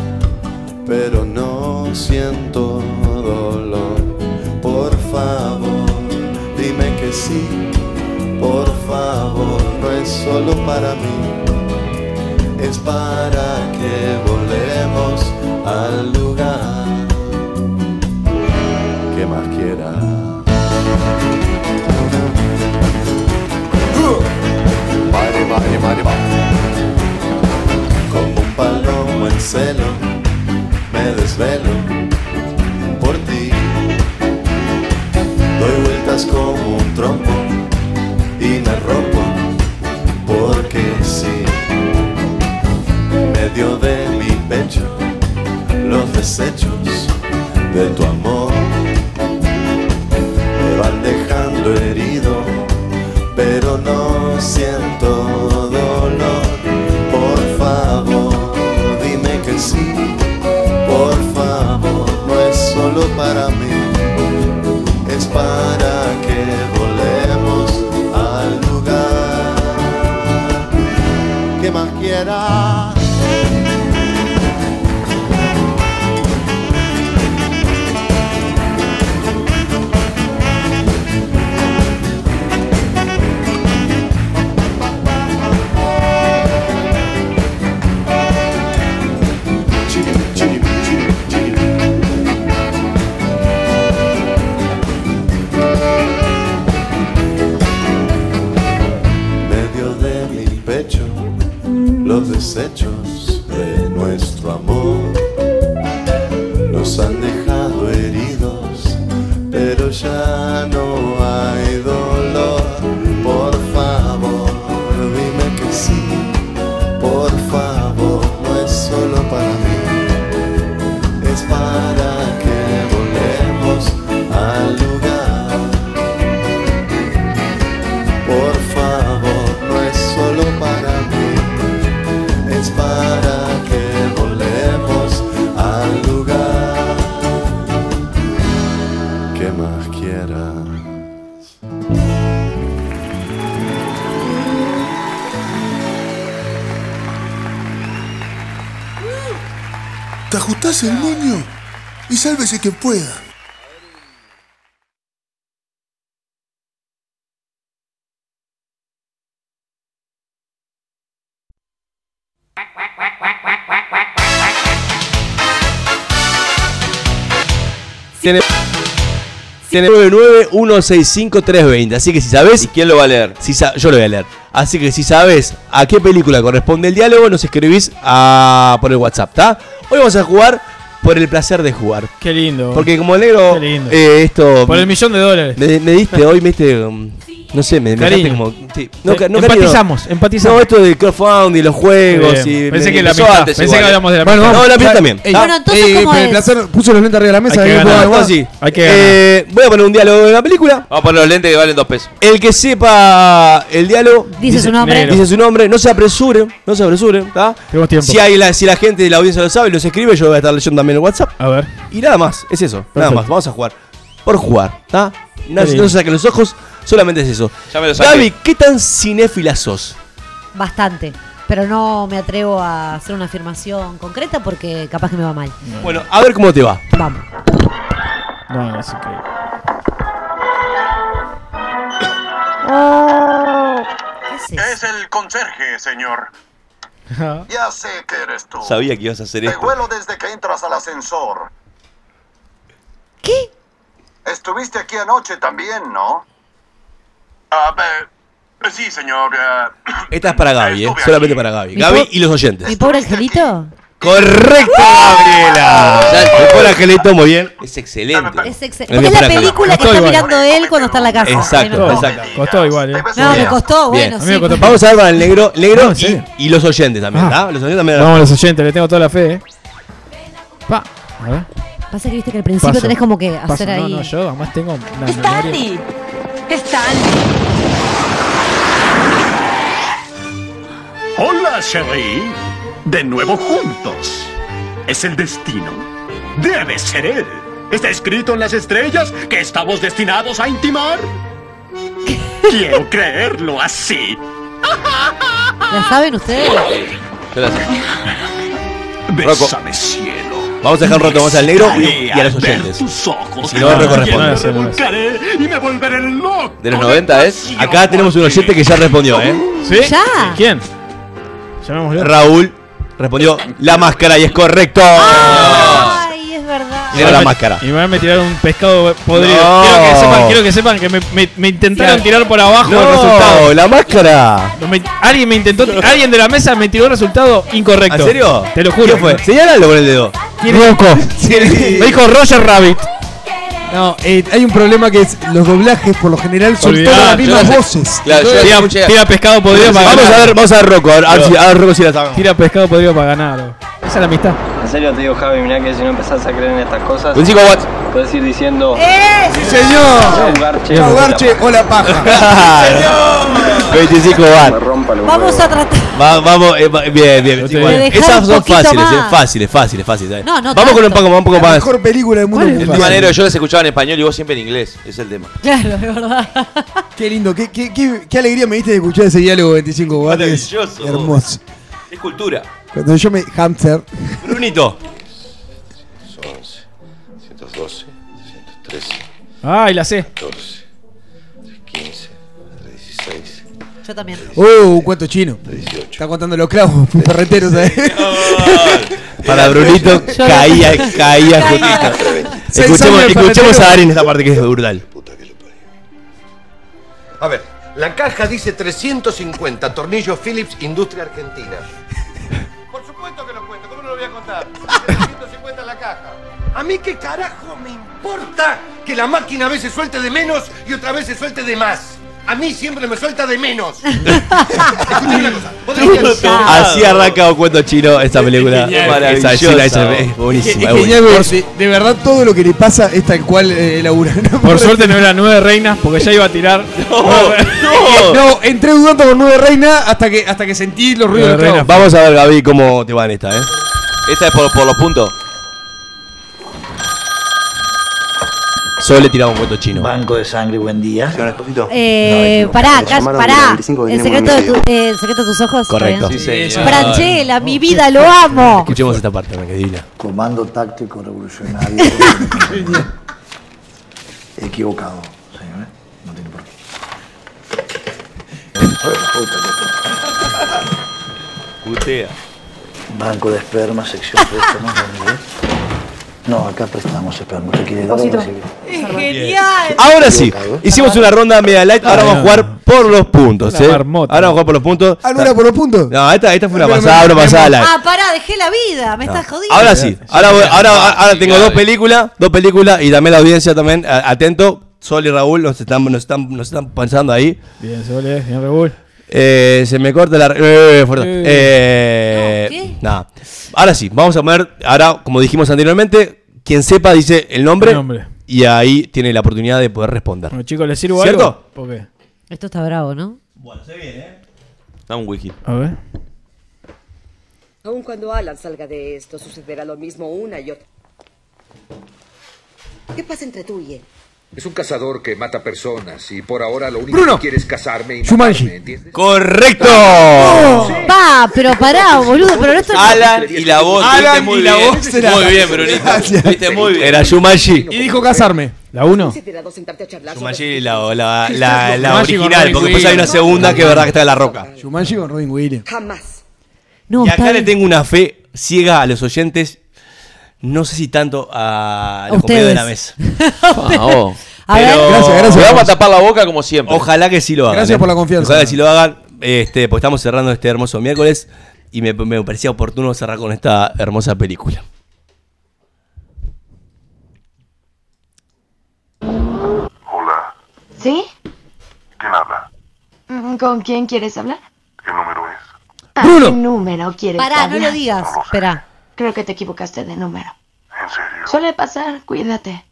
Speaker 6: pero no siento dolor. Por favor, dime que sí, por favor, no es solo para mí, es para que volvemos al lugar que más quiera. Mari, mari, mari, mari. Como un palomo en celo, me desvelo por ti. Doy vueltas como un trompo y me rompo porque sí. En medio de mi pecho, los desechos de tu amor me van dejando herido, pero no siento dolor. Por favor, dime que sí. Por favor, no es solo para mí es para que volvemos al lugar que más quiera. desechos de nuestro amor nos han dejado heridos, pero ya no hay dolor. Por favor, dime que sí, por favor, no es solo para mí, es para que volvemos al lugar. Por favor, no es solo para mí, es para que volvemos al lugar. que más quiera?
Speaker 11: ¿Te ajustás el moño? Y sálvese quien pueda.
Speaker 3: Tiene, tiene 99165-320. Así que si sabes. ¿Y
Speaker 2: quién lo va a leer?
Speaker 3: Si sa- yo lo voy a leer. Así que si sabes a qué película corresponde el diálogo, nos escribís a, por el WhatsApp, ¿tá? Hoy vamos a jugar por el placer de jugar.
Speaker 1: Qué lindo.
Speaker 3: Porque como el negro.
Speaker 1: Qué lindo.
Speaker 3: eh, esto.
Speaker 1: Por el millón de dólares.
Speaker 3: Me, me diste hoy, me diste. um, No sé, me, me dejaste
Speaker 1: Cariño.
Speaker 3: como. sí, no,
Speaker 1: Eh,
Speaker 3: ca- no cariño.
Speaker 1: empatizamos, empatizamos.
Speaker 3: No, esto de crowdfunding, los juegos.
Speaker 1: Bien.
Speaker 3: y
Speaker 1: Pensé
Speaker 3: me-
Speaker 1: que la
Speaker 3: empezó
Speaker 1: amistad,
Speaker 3: antes
Speaker 1: pensé
Speaker 3: igual,
Speaker 1: que
Speaker 3: eh.
Speaker 1: hablamos de la
Speaker 3: Bueno,
Speaker 1: amistad.
Speaker 3: no, la amistad
Speaker 1: Ya-
Speaker 3: también.
Speaker 4: Ey,
Speaker 5: Bueno, entonces,
Speaker 1: Eh,
Speaker 4: ey,
Speaker 5: ¿cómo
Speaker 4: pero
Speaker 5: es?
Speaker 4: el placer puso los lentes arriba de la mesa.
Speaker 1: Hay que
Speaker 4: ahí
Speaker 1: ganar.
Speaker 4: puedo
Speaker 3: Ahora
Speaker 4: averiguar.
Speaker 3: sí.
Speaker 1: Hay que ganar.
Speaker 3: Eh, voy a poner un diálogo de una película.
Speaker 2: Vamos a poner los lentes que valen dos pesos.
Speaker 3: El que sepa el diálogo,
Speaker 5: Dice su nombre.
Speaker 1: negro.
Speaker 3: dice su nombre, no se apresure, no se apresure, ¿tá?
Speaker 1: Tenemos tiempo.
Speaker 3: Si, hay la, si la gente de la audiencia lo sabe, los escribe, yo voy a estar leyendo también el WhatsApp.
Speaker 1: A ver.
Speaker 3: Y nada más, es eso, nada
Speaker 1: Perfecto.
Speaker 3: más, vamos a jugar. Por jugar, ¿tá? No, no
Speaker 1: bien.
Speaker 3: se saquen los ojos, solamente es eso.
Speaker 2: Ya me lo saqué.
Speaker 3: Gaby, ¿qué tan cinéfila sos?
Speaker 5: Bastante. Pero no me atrevo a hacer una afirmación concreta porque capaz que me va mal.
Speaker 3: Bueno, a ver cómo te va.
Speaker 5: Vamos.
Speaker 1: No, no es increíble.
Speaker 5: ¿Qué es eso?
Speaker 11: el conserje, señor. Ya sé que eres tú.
Speaker 2: Sabía que ibas a hacer
Speaker 11: Te
Speaker 2: esto.
Speaker 11: vuelo desde que entras al ascensor.
Speaker 5: ¿Qué?
Speaker 11: Estuviste aquí anoche también, ¿no? Ah, eh, sí, señor. eh,
Speaker 3: Esta es para Gaby, ¿eh?
Speaker 11: Estuve
Speaker 3: solamente
Speaker 11: aquí.
Speaker 3: para Gaby.
Speaker 5: Mi
Speaker 3: Gaby
Speaker 5: po-
Speaker 3: y los oyentes.
Speaker 5: ¿Mi pobre angelito?
Speaker 3: Correcto, Gabriela. Mejor Angelito, muy bien.
Speaker 2: Es excelente.
Speaker 5: Es excelente.
Speaker 3: Es
Speaker 5: Porque es
Speaker 3: bien
Speaker 5: la
Speaker 3: para acá.
Speaker 5: película que
Speaker 1: Costó
Speaker 5: está
Speaker 1: igual.
Speaker 5: mirando él cuando está en la casa.
Speaker 3: Exacto,
Speaker 5: Bueno,
Speaker 3: exacto.
Speaker 1: Costó igual, eh.
Speaker 11: Te ves
Speaker 5: No, me
Speaker 3: Bien.
Speaker 5: costó,
Speaker 3: Bien.
Speaker 5: bueno,
Speaker 1: A mí me
Speaker 5: sí.
Speaker 1: costó.
Speaker 5: pero-
Speaker 3: Vamos a ver para el negro, negro
Speaker 1: No, en
Speaker 3: y-
Speaker 1: serio.
Speaker 3: y, los oyentes también,
Speaker 1: Ah.
Speaker 3: ¿tá? Los oyentes también.
Speaker 1: Vamos a los oyentes, le tengo toda la fe, eh. Pa. A ver.
Speaker 5: Pasa que viste que al principio
Speaker 1: Paso.
Speaker 5: tenés como que
Speaker 1: Paso.
Speaker 5: hacer
Speaker 1: No,
Speaker 5: ahí.
Speaker 1: no, yo además tengo una memoria.
Speaker 7: Stanley. Stanley.
Speaker 11: Hola, Sherry. De nuevo juntos. Es el destino. Debe ser él. Está escrito en las estrellas que estamos destinados a intimar. Quiero creerlo así.
Speaker 5: ¿La saben ustedes?
Speaker 2: Rocco.
Speaker 11: Bésame, cielo.
Speaker 3: Vamos a dejar un rato más al negro y-
Speaker 11: Estaré
Speaker 3: y a los
Speaker 11: al ver
Speaker 3: oyentes.
Speaker 11: Tus ojos.
Speaker 3: Si no, Rocco responde.
Speaker 11: Y me
Speaker 1: No, sí, no, sí.
Speaker 11: revolcaré y me volveré loco.
Speaker 2: De los 90 es.
Speaker 11: pasión
Speaker 3: ¿eh? Acá tenemos un
Speaker 11: por
Speaker 3: oyente
Speaker 11: ti.
Speaker 3: que ya respondió, ¿eh?
Speaker 1: ¿Sí?
Speaker 5: Ya.
Speaker 1: ¿Quién? Llamémosle.
Speaker 3: Raúl respondió la máscara y es correcto.
Speaker 5: Ay, es verdad.
Speaker 1: Y me
Speaker 3: Era la
Speaker 1: met-
Speaker 3: máscara.
Speaker 1: Y me van a tirar un pescado podrido.
Speaker 3: No.
Speaker 1: Quiero, que sepan, quiero que sepan que me, me- me intentaron tirar por abajo el resultado.
Speaker 3: No, la máscara.
Speaker 1: No me- alguien me intentó, alguien de la mesa me tiró el resultado incorrecto.
Speaker 3: ¿En serio?
Speaker 1: Te lo juro.
Speaker 3: ¿Qué fue? Señálalo con el dedo.
Speaker 1: Rocco. Me dijo Roger Rabbit.
Speaker 4: No, eh, hay un problema que es los doblajes por lo general son
Speaker 1: Olvidate,
Speaker 4: todas las mismas
Speaker 2: olvidate.
Speaker 4: voces.
Speaker 2: Claro, yo
Speaker 1: Tira,
Speaker 2: escuché-
Speaker 1: tira pescado podrido para
Speaker 3: Vamos
Speaker 1: ganar.
Speaker 3: a ver, vamos a ver Rocco, a ver, a ver si, a ver Rocco si la sacamos.
Speaker 1: Tira pescado podrido para ganar. Esa es la amistad.
Speaker 9: En serio te digo, Javi, mirá que si no empezás a creer en estas cosas,
Speaker 3: Un 5 watts.
Speaker 9: puedes ir diciendo.
Speaker 5: ¡Eh!
Speaker 4: Sí, señor. Chao, Garche. Hola, paja.
Speaker 3: Claro. 25 watts.
Speaker 5: Vamos a tratar.
Speaker 3: Va- vamos, eh, va- bien, bien.
Speaker 1: Yo te
Speaker 3: 25
Speaker 1: digo.
Speaker 3: watts.
Speaker 5: Dejar
Speaker 3: Esas
Speaker 5: un
Speaker 3: son
Speaker 5: poquito
Speaker 3: fáciles, eh,
Speaker 5: más.
Speaker 3: fáciles, fáciles, fáciles. eh.
Speaker 5: No, no
Speaker 3: vamos con un
Speaker 5: tanto.
Speaker 3: poco, un poco
Speaker 4: La
Speaker 3: más.
Speaker 4: mejor película del mundo.
Speaker 1: ¿Cuál es?
Speaker 2: El
Speaker 4: mundial.
Speaker 2: tema negro, yo las escuchaba en español y vos siempre en inglés. Es el tema.
Speaker 5: Claro, es verdad.
Speaker 4: Qué lindo, qué, qué, qué, qué alegría me diste de escuchar ese diálogo 25 watts.
Speaker 2: Maravilloso.
Speaker 4: Hermoso.
Speaker 2: Es cultura.
Speaker 4: Cuando yo me. Hamster.
Speaker 3: Brunito.
Speaker 6: 11, 112, 113,
Speaker 1: Ay, la sé.
Speaker 6: 12, 15, 16,
Speaker 5: Yo también.
Speaker 4: Oh, un cuento chino.
Speaker 6: 18.
Speaker 4: Está contando los clavos, ¿eh? un perretero, ¿sabes?
Speaker 3: Para Brunito caía, caía
Speaker 5: Caía.
Speaker 3: justito. Escuchemos, escuchemos a Darín esta parte que es brutal.
Speaker 11: A ver, la caja dice 350 tornillos Phillips Industria Argentina.
Speaker 12: A mí qué carajo me importa que la máquina a veces suelte de menos y otra vez se suelte de más. A mí siempre me suelta de menos. Escuchame una cosa. vos tenés que-
Speaker 3: Así arranca o cuento chino esta película. Esa escena, esa- es buenísima. es buenísima.
Speaker 10: Por si- de verdad todo lo que le pasa es tal cual eh, Laura.
Speaker 1: Por suerte no eran nueve reinas porque ya iba a tirar.
Speaker 10: no. no, entré dudando con nueve reina hasta que hasta que sentí los ruidos. de clavos.
Speaker 3: Vamos a ver, Gaby, cómo te va en esta, ¿eh?
Speaker 2: Esta es por, por los puntos.
Speaker 3: Solo le tiraba un cuento chino.
Speaker 13: Banco de sangre, buen día.
Speaker 5: Eh, pará, calla,
Speaker 13: llamaron de la
Speaker 5: pará.
Speaker 13: 25 que
Speaker 5: El
Speaker 13: tenemos
Speaker 5: secreto, de tu-
Speaker 13: medio.
Speaker 5: eh, el secreto de tus ojos. ¿está
Speaker 3: Correcto.
Speaker 5: bien?
Speaker 3: Sí, señor.
Speaker 5: Franchella, mi vida, lo amo.
Speaker 3: Escuchemos esta parte, me divina.
Speaker 13: Comando táctico revolucionario. Equivocado, señores. No tiene por qué.
Speaker 2: Putea.
Speaker 13: Banco de esperma, sección préstamos. ¿dónde es? No, acá prestamos esperma. ¿Usted quiere dar o
Speaker 5: Osito.
Speaker 13: recibir?
Speaker 5: Genial.
Speaker 3: Eh, Ahora sí,
Speaker 7: ¿eh?
Speaker 3: hicimos una ronda media light, ahora vamos a jugar por los puntos,
Speaker 4: Una
Speaker 3: ¿eh?
Speaker 4: marmota.
Speaker 3: Ahora vamos a jugar por los puntos.
Speaker 4: Ah, no era por los puntos.
Speaker 3: No, esta, esta fue una pasada, una pasada light.
Speaker 5: Ah, pará, dejé la vida. Me
Speaker 2: Ah,
Speaker 5: estás jodiendo.
Speaker 3: Ahora sí, ahora, voy- ahora, ahora tengo dos películas, dos películas y también la audiencia también, a- atento, Sol y Raúl nos están, nos están, nos están pensando ahí.
Speaker 1: Bien, Sole, bien, Raúl.
Speaker 3: Eh, se me corta la... Eh, perdón.
Speaker 1: Eh.
Speaker 3: Eh, nada. Ahora sí, vamos a poner, ahora como dijimos anteriormente, quien sepa dice el nombre,
Speaker 1: El nombre.
Speaker 3: y ahí tiene la oportunidad de poder responder.
Speaker 1: Bueno, chicos, ¿les sirvo
Speaker 3: ¿Cierto?
Speaker 1: algo? ¿Por qué?
Speaker 5: Esto está bravo, ¿no?
Speaker 2: Dame un wiki.
Speaker 1: A ver.
Speaker 14: Aun cuando Alan salga de esto, sucederá lo mismo una y otra. ¿Qué pasa entre tú y él?
Speaker 15: Es un cazador que mata personas y por ahora lo único
Speaker 10: Bruno.
Speaker 15: que quiere es casarme y
Speaker 10: Shumanji.
Speaker 15: matarme, ¿entiendes?
Speaker 3: ¡Correcto!
Speaker 5: Oh, Pa, pero pará, boludo. Pero esto
Speaker 2: Alan y la voz.
Speaker 10: Alan
Speaker 2: viste muy
Speaker 10: y la
Speaker 2: bien.
Speaker 10: voz era-
Speaker 2: Muy bien, Brunito. Viste muy bien.
Speaker 3: Era Shumashi.
Speaker 10: Y dijo casarme.
Speaker 1: ¿La 1?
Speaker 14: Considerado sentarte a charlar sobre-
Speaker 3: Shumashi la, la, la,
Speaker 10: Shumanji
Speaker 3: la
Speaker 10: con
Speaker 3: original,
Speaker 10: Robin
Speaker 3: porque después hay una
Speaker 10: Williams.
Speaker 3: segunda que es verdad que está de la roca.
Speaker 10: Shumanji con Robin Williams.
Speaker 14: Jamás.
Speaker 5: No,
Speaker 3: y acá le tengo una fe ciega a los oyentes. No sé si tanto a los compañeros de la mesa.
Speaker 5: A ver.
Speaker 3: Ah, Gracias, gracias.
Speaker 2: Le vamos a tapar la boca como siempre.
Speaker 3: Ojalá que sí lo hagan.
Speaker 10: Gracias
Speaker 3: ¿eh?
Speaker 10: por la confianza.
Speaker 3: Ojalá que sí lo hagan. Este, pues estamos cerrando este hermoso miércoles y me, me parecía oportuno cerrar con esta hermosa película.
Speaker 16: Hola,
Speaker 17: ¿Sí?
Speaker 16: ¿quién habla?
Speaker 17: Mm, ¿Con quién quieres hablar?
Speaker 16: ¿Qué número es?
Speaker 17: Ah,
Speaker 16: Bruno.
Speaker 17: ¿Qué número quieres
Speaker 5: Pará, no
Speaker 17: hablar?
Speaker 5: lo digas. Espera.
Speaker 17: Creo que te equivocaste Este de número. Suele pasar, cuídate.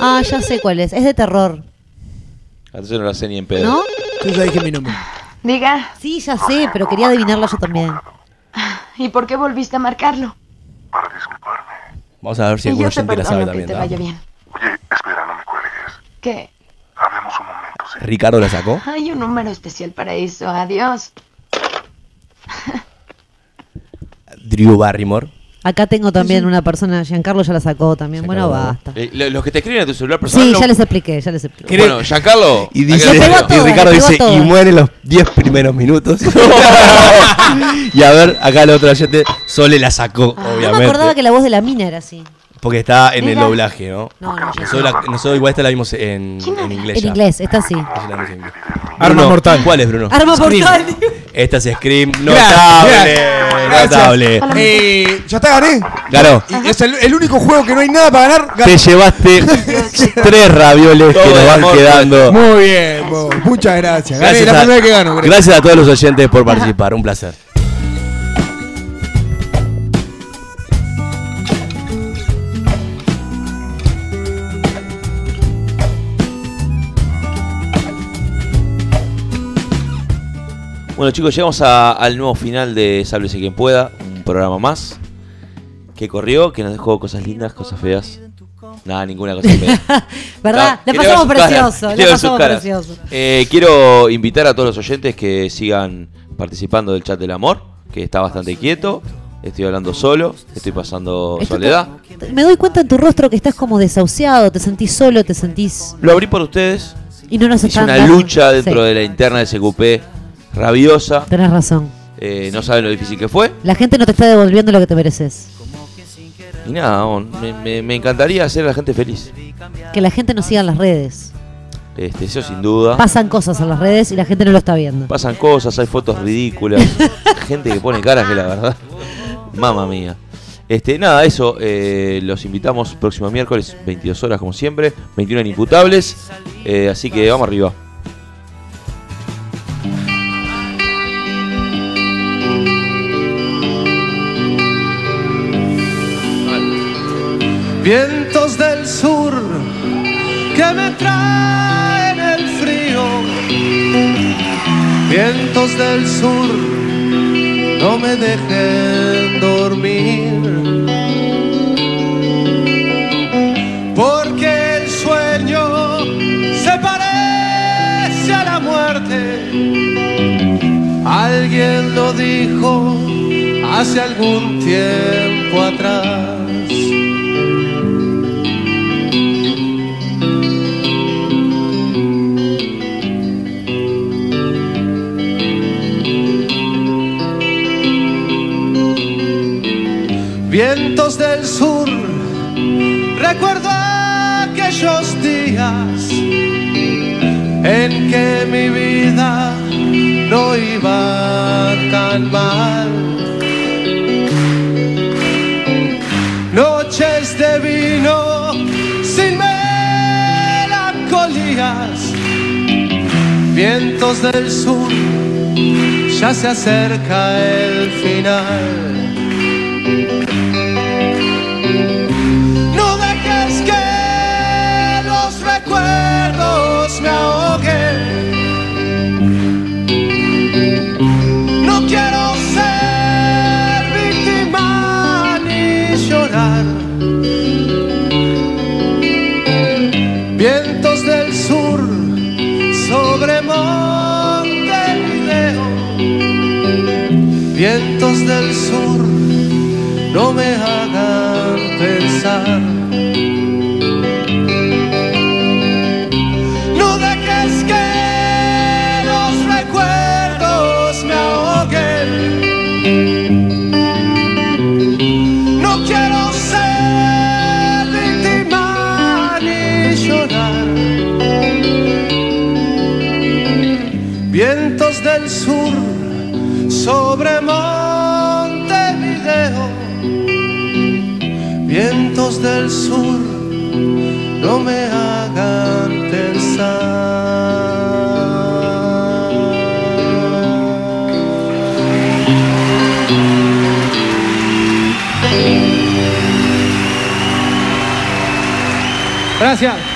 Speaker 5: Ah, ya sé cuál es. Es de terror.
Speaker 2: Entonces no la sé ni en pedo.
Speaker 5: ¿No?
Speaker 10: Yo ya dije mi nombre.
Speaker 17: Diga.
Speaker 5: Sí, ya sé, pero quería adivinarlo yo también.
Speaker 17: ¿Y por qué volviste a marcarlo?
Speaker 3: Vamos a ver si
Speaker 17: y
Speaker 3: alguno
Speaker 17: yo te
Speaker 3: oyente la sabe
Speaker 17: perdono que
Speaker 3: también. ¿ah?
Speaker 17: te
Speaker 3: ¿tá?
Speaker 17: vaya bien. Oye, espera, no me cuelgues. ¿Qué?
Speaker 3: Ricardo la sacó.
Speaker 17: Hay un número especial para eso. Adiós.
Speaker 3: Drew Barrymore.
Speaker 5: Acá tengo también una persona, Giancarlo ya la sacó también. Bueno, va.
Speaker 2: Eh, lo- los que te escriben a tu celular personal.
Speaker 5: Sí,
Speaker 2: lo-
Speaker 5: ya les expliqué, ya les expliqué.
Speaker 2: Bueno, Giancarlo.
Speaker 3: Y,
Speaker 2: acá
Speaker 3: dice,
Speaker 2: lo tengo.
Speaker 3: y Ricardo
Speaker 5: le pegó a
Speaker 3: dice, y
Speaker 5: todas.
Speaker 3: muere en los 10 primeros minutos. y a ver, acá la otra oyente, Sole la sacó,
Speaker 5: Ah, No me acordaba
Speaker 3: obviamente.
Speaker 5: que la voz de la mina era así.
Speaker 3: Porque está en el
Speaker 5: Mira.
Speaker 3: doblaje, ¿no?
Speaker 5: No, no,
Speaker 3: Nosotros, la- nosotros igual esta la vimos en, en inglés.
Speaker 5: En
Speaker 3: ya.
Speaker 5: inglés, está así.
Speaker 3: Esa la vimos en inglés. Bruno, ¿Cuál es, Bruno?
Speaker 5: Arma portal.
Speaker 3: Esta es Scream.
Speaker 10: Gracias,
Speaker 3: Notable.
Speaker 10: gracias.
Speaker 3: Notable.
Speaker 10: Eh, ya está, gané.
Speaker 3: Ganó.
Speaker 10: Y es el, el único juego que no hay nada para ganar. gané.
Speaker 3: Te llevaste tres ravioles que
Speaker 10: Todo
Speaker 3: nos
Speaker 10: el
Speaker 3: van
Speaker 10: amor.
Speaker 3: quedando.
Speaker 10: Muy bien, vos. muchas gracias. Gané, la primera vez que gano. creo.
Speaker 3: gracias a todos los oyentes por participar. Un placer.
Speaker 2: Bueno, chicos, llegamos a- al nuevo final de Sálvese quien pueda. Un programa más que corrió, que nos dejó cosas lindas, cosas feas. Nada, ninguna cosa fea.
Speaker 5: ¿Verdad?
Speaker 2: No,
Speaker 5: La
Speaker 2: quiero ver
Speaker 5: pasamos
Speaker 2: sus caras,
Speaker 5: precioso, la
Speaker 2: quiero ver sus
Speaker 5: pasamos
Speaker 2: caras.
Speaker 5: precioso.
Speaker 2: Eh, quiero invitar a todos los oyentes que sigan participando del chat del amor, que está bastante quieto. Estoy hablando solo, estoy pasando
Speaker 5: Esto
Speaker 2: soledad.
Speaker 5: te- Me doy cuenta en tu rostro que estás como desahuciado, te sentís solo, te sentís.
Speaker 2: Lo abrí por ustedes.
Speaker 5: Y no nos
Speaker 2: Hice
Speaker 5: están
Speaker 2: una
Speaker 5: dando-
Speaker 2: lucha
Speaker 5: Sí,
Speaker 2: dentro de la interna de SQP rabiosa.
Speaker 5: Tenés razón.
Speaker 2: Eh, no saben lo difícil que fue.
Speaker 5: La gente no te está devolviendo lo que te mereces.
Speaker 2: Y nada, vamos, me, me- me encantaría hacer a la gente feliz.
Speaker 5: Que la gente nos siga en las redes.
Speaker 2: Este, eso sin duda.
Speaker 5: Pasan cosas en las redes y la gente no lo está viendo.
Speaker 2: Pasan cosas, hay fotos ridículas. gente que pone caras que la verdad. Mamma mía. Este, nada, eso. eh, los invitamos próximo miércoles, 22 horas como siempre. 21 inimputables. eh, así que vamos arriba.
Speaker 18: Vientos del sur que me traen el frío. Vientos del sur, no me dejen dormir. Porque el sueño se parece a la muerte. Alguien lo dijo hace algún tiempo atrás. vientos del sur, recuerdo aquellos días en que mi vida no iba tan mal. Noches de vino sin melancolías, vientos del sur, ya se acerca el final. No dejes que los recuerdos me ahoguen. No quiero ser víctima ni llorar. Vientos del sur sobre Montevideo. Vientos del sur no me hagan pensar. No dejes que los recuerdos me ahoguen. No quiero ser víctima ni llorar. Vientos del sur sobre Montevideo vientos del sur no me hagan pensar.
Speaker 10: Gracias.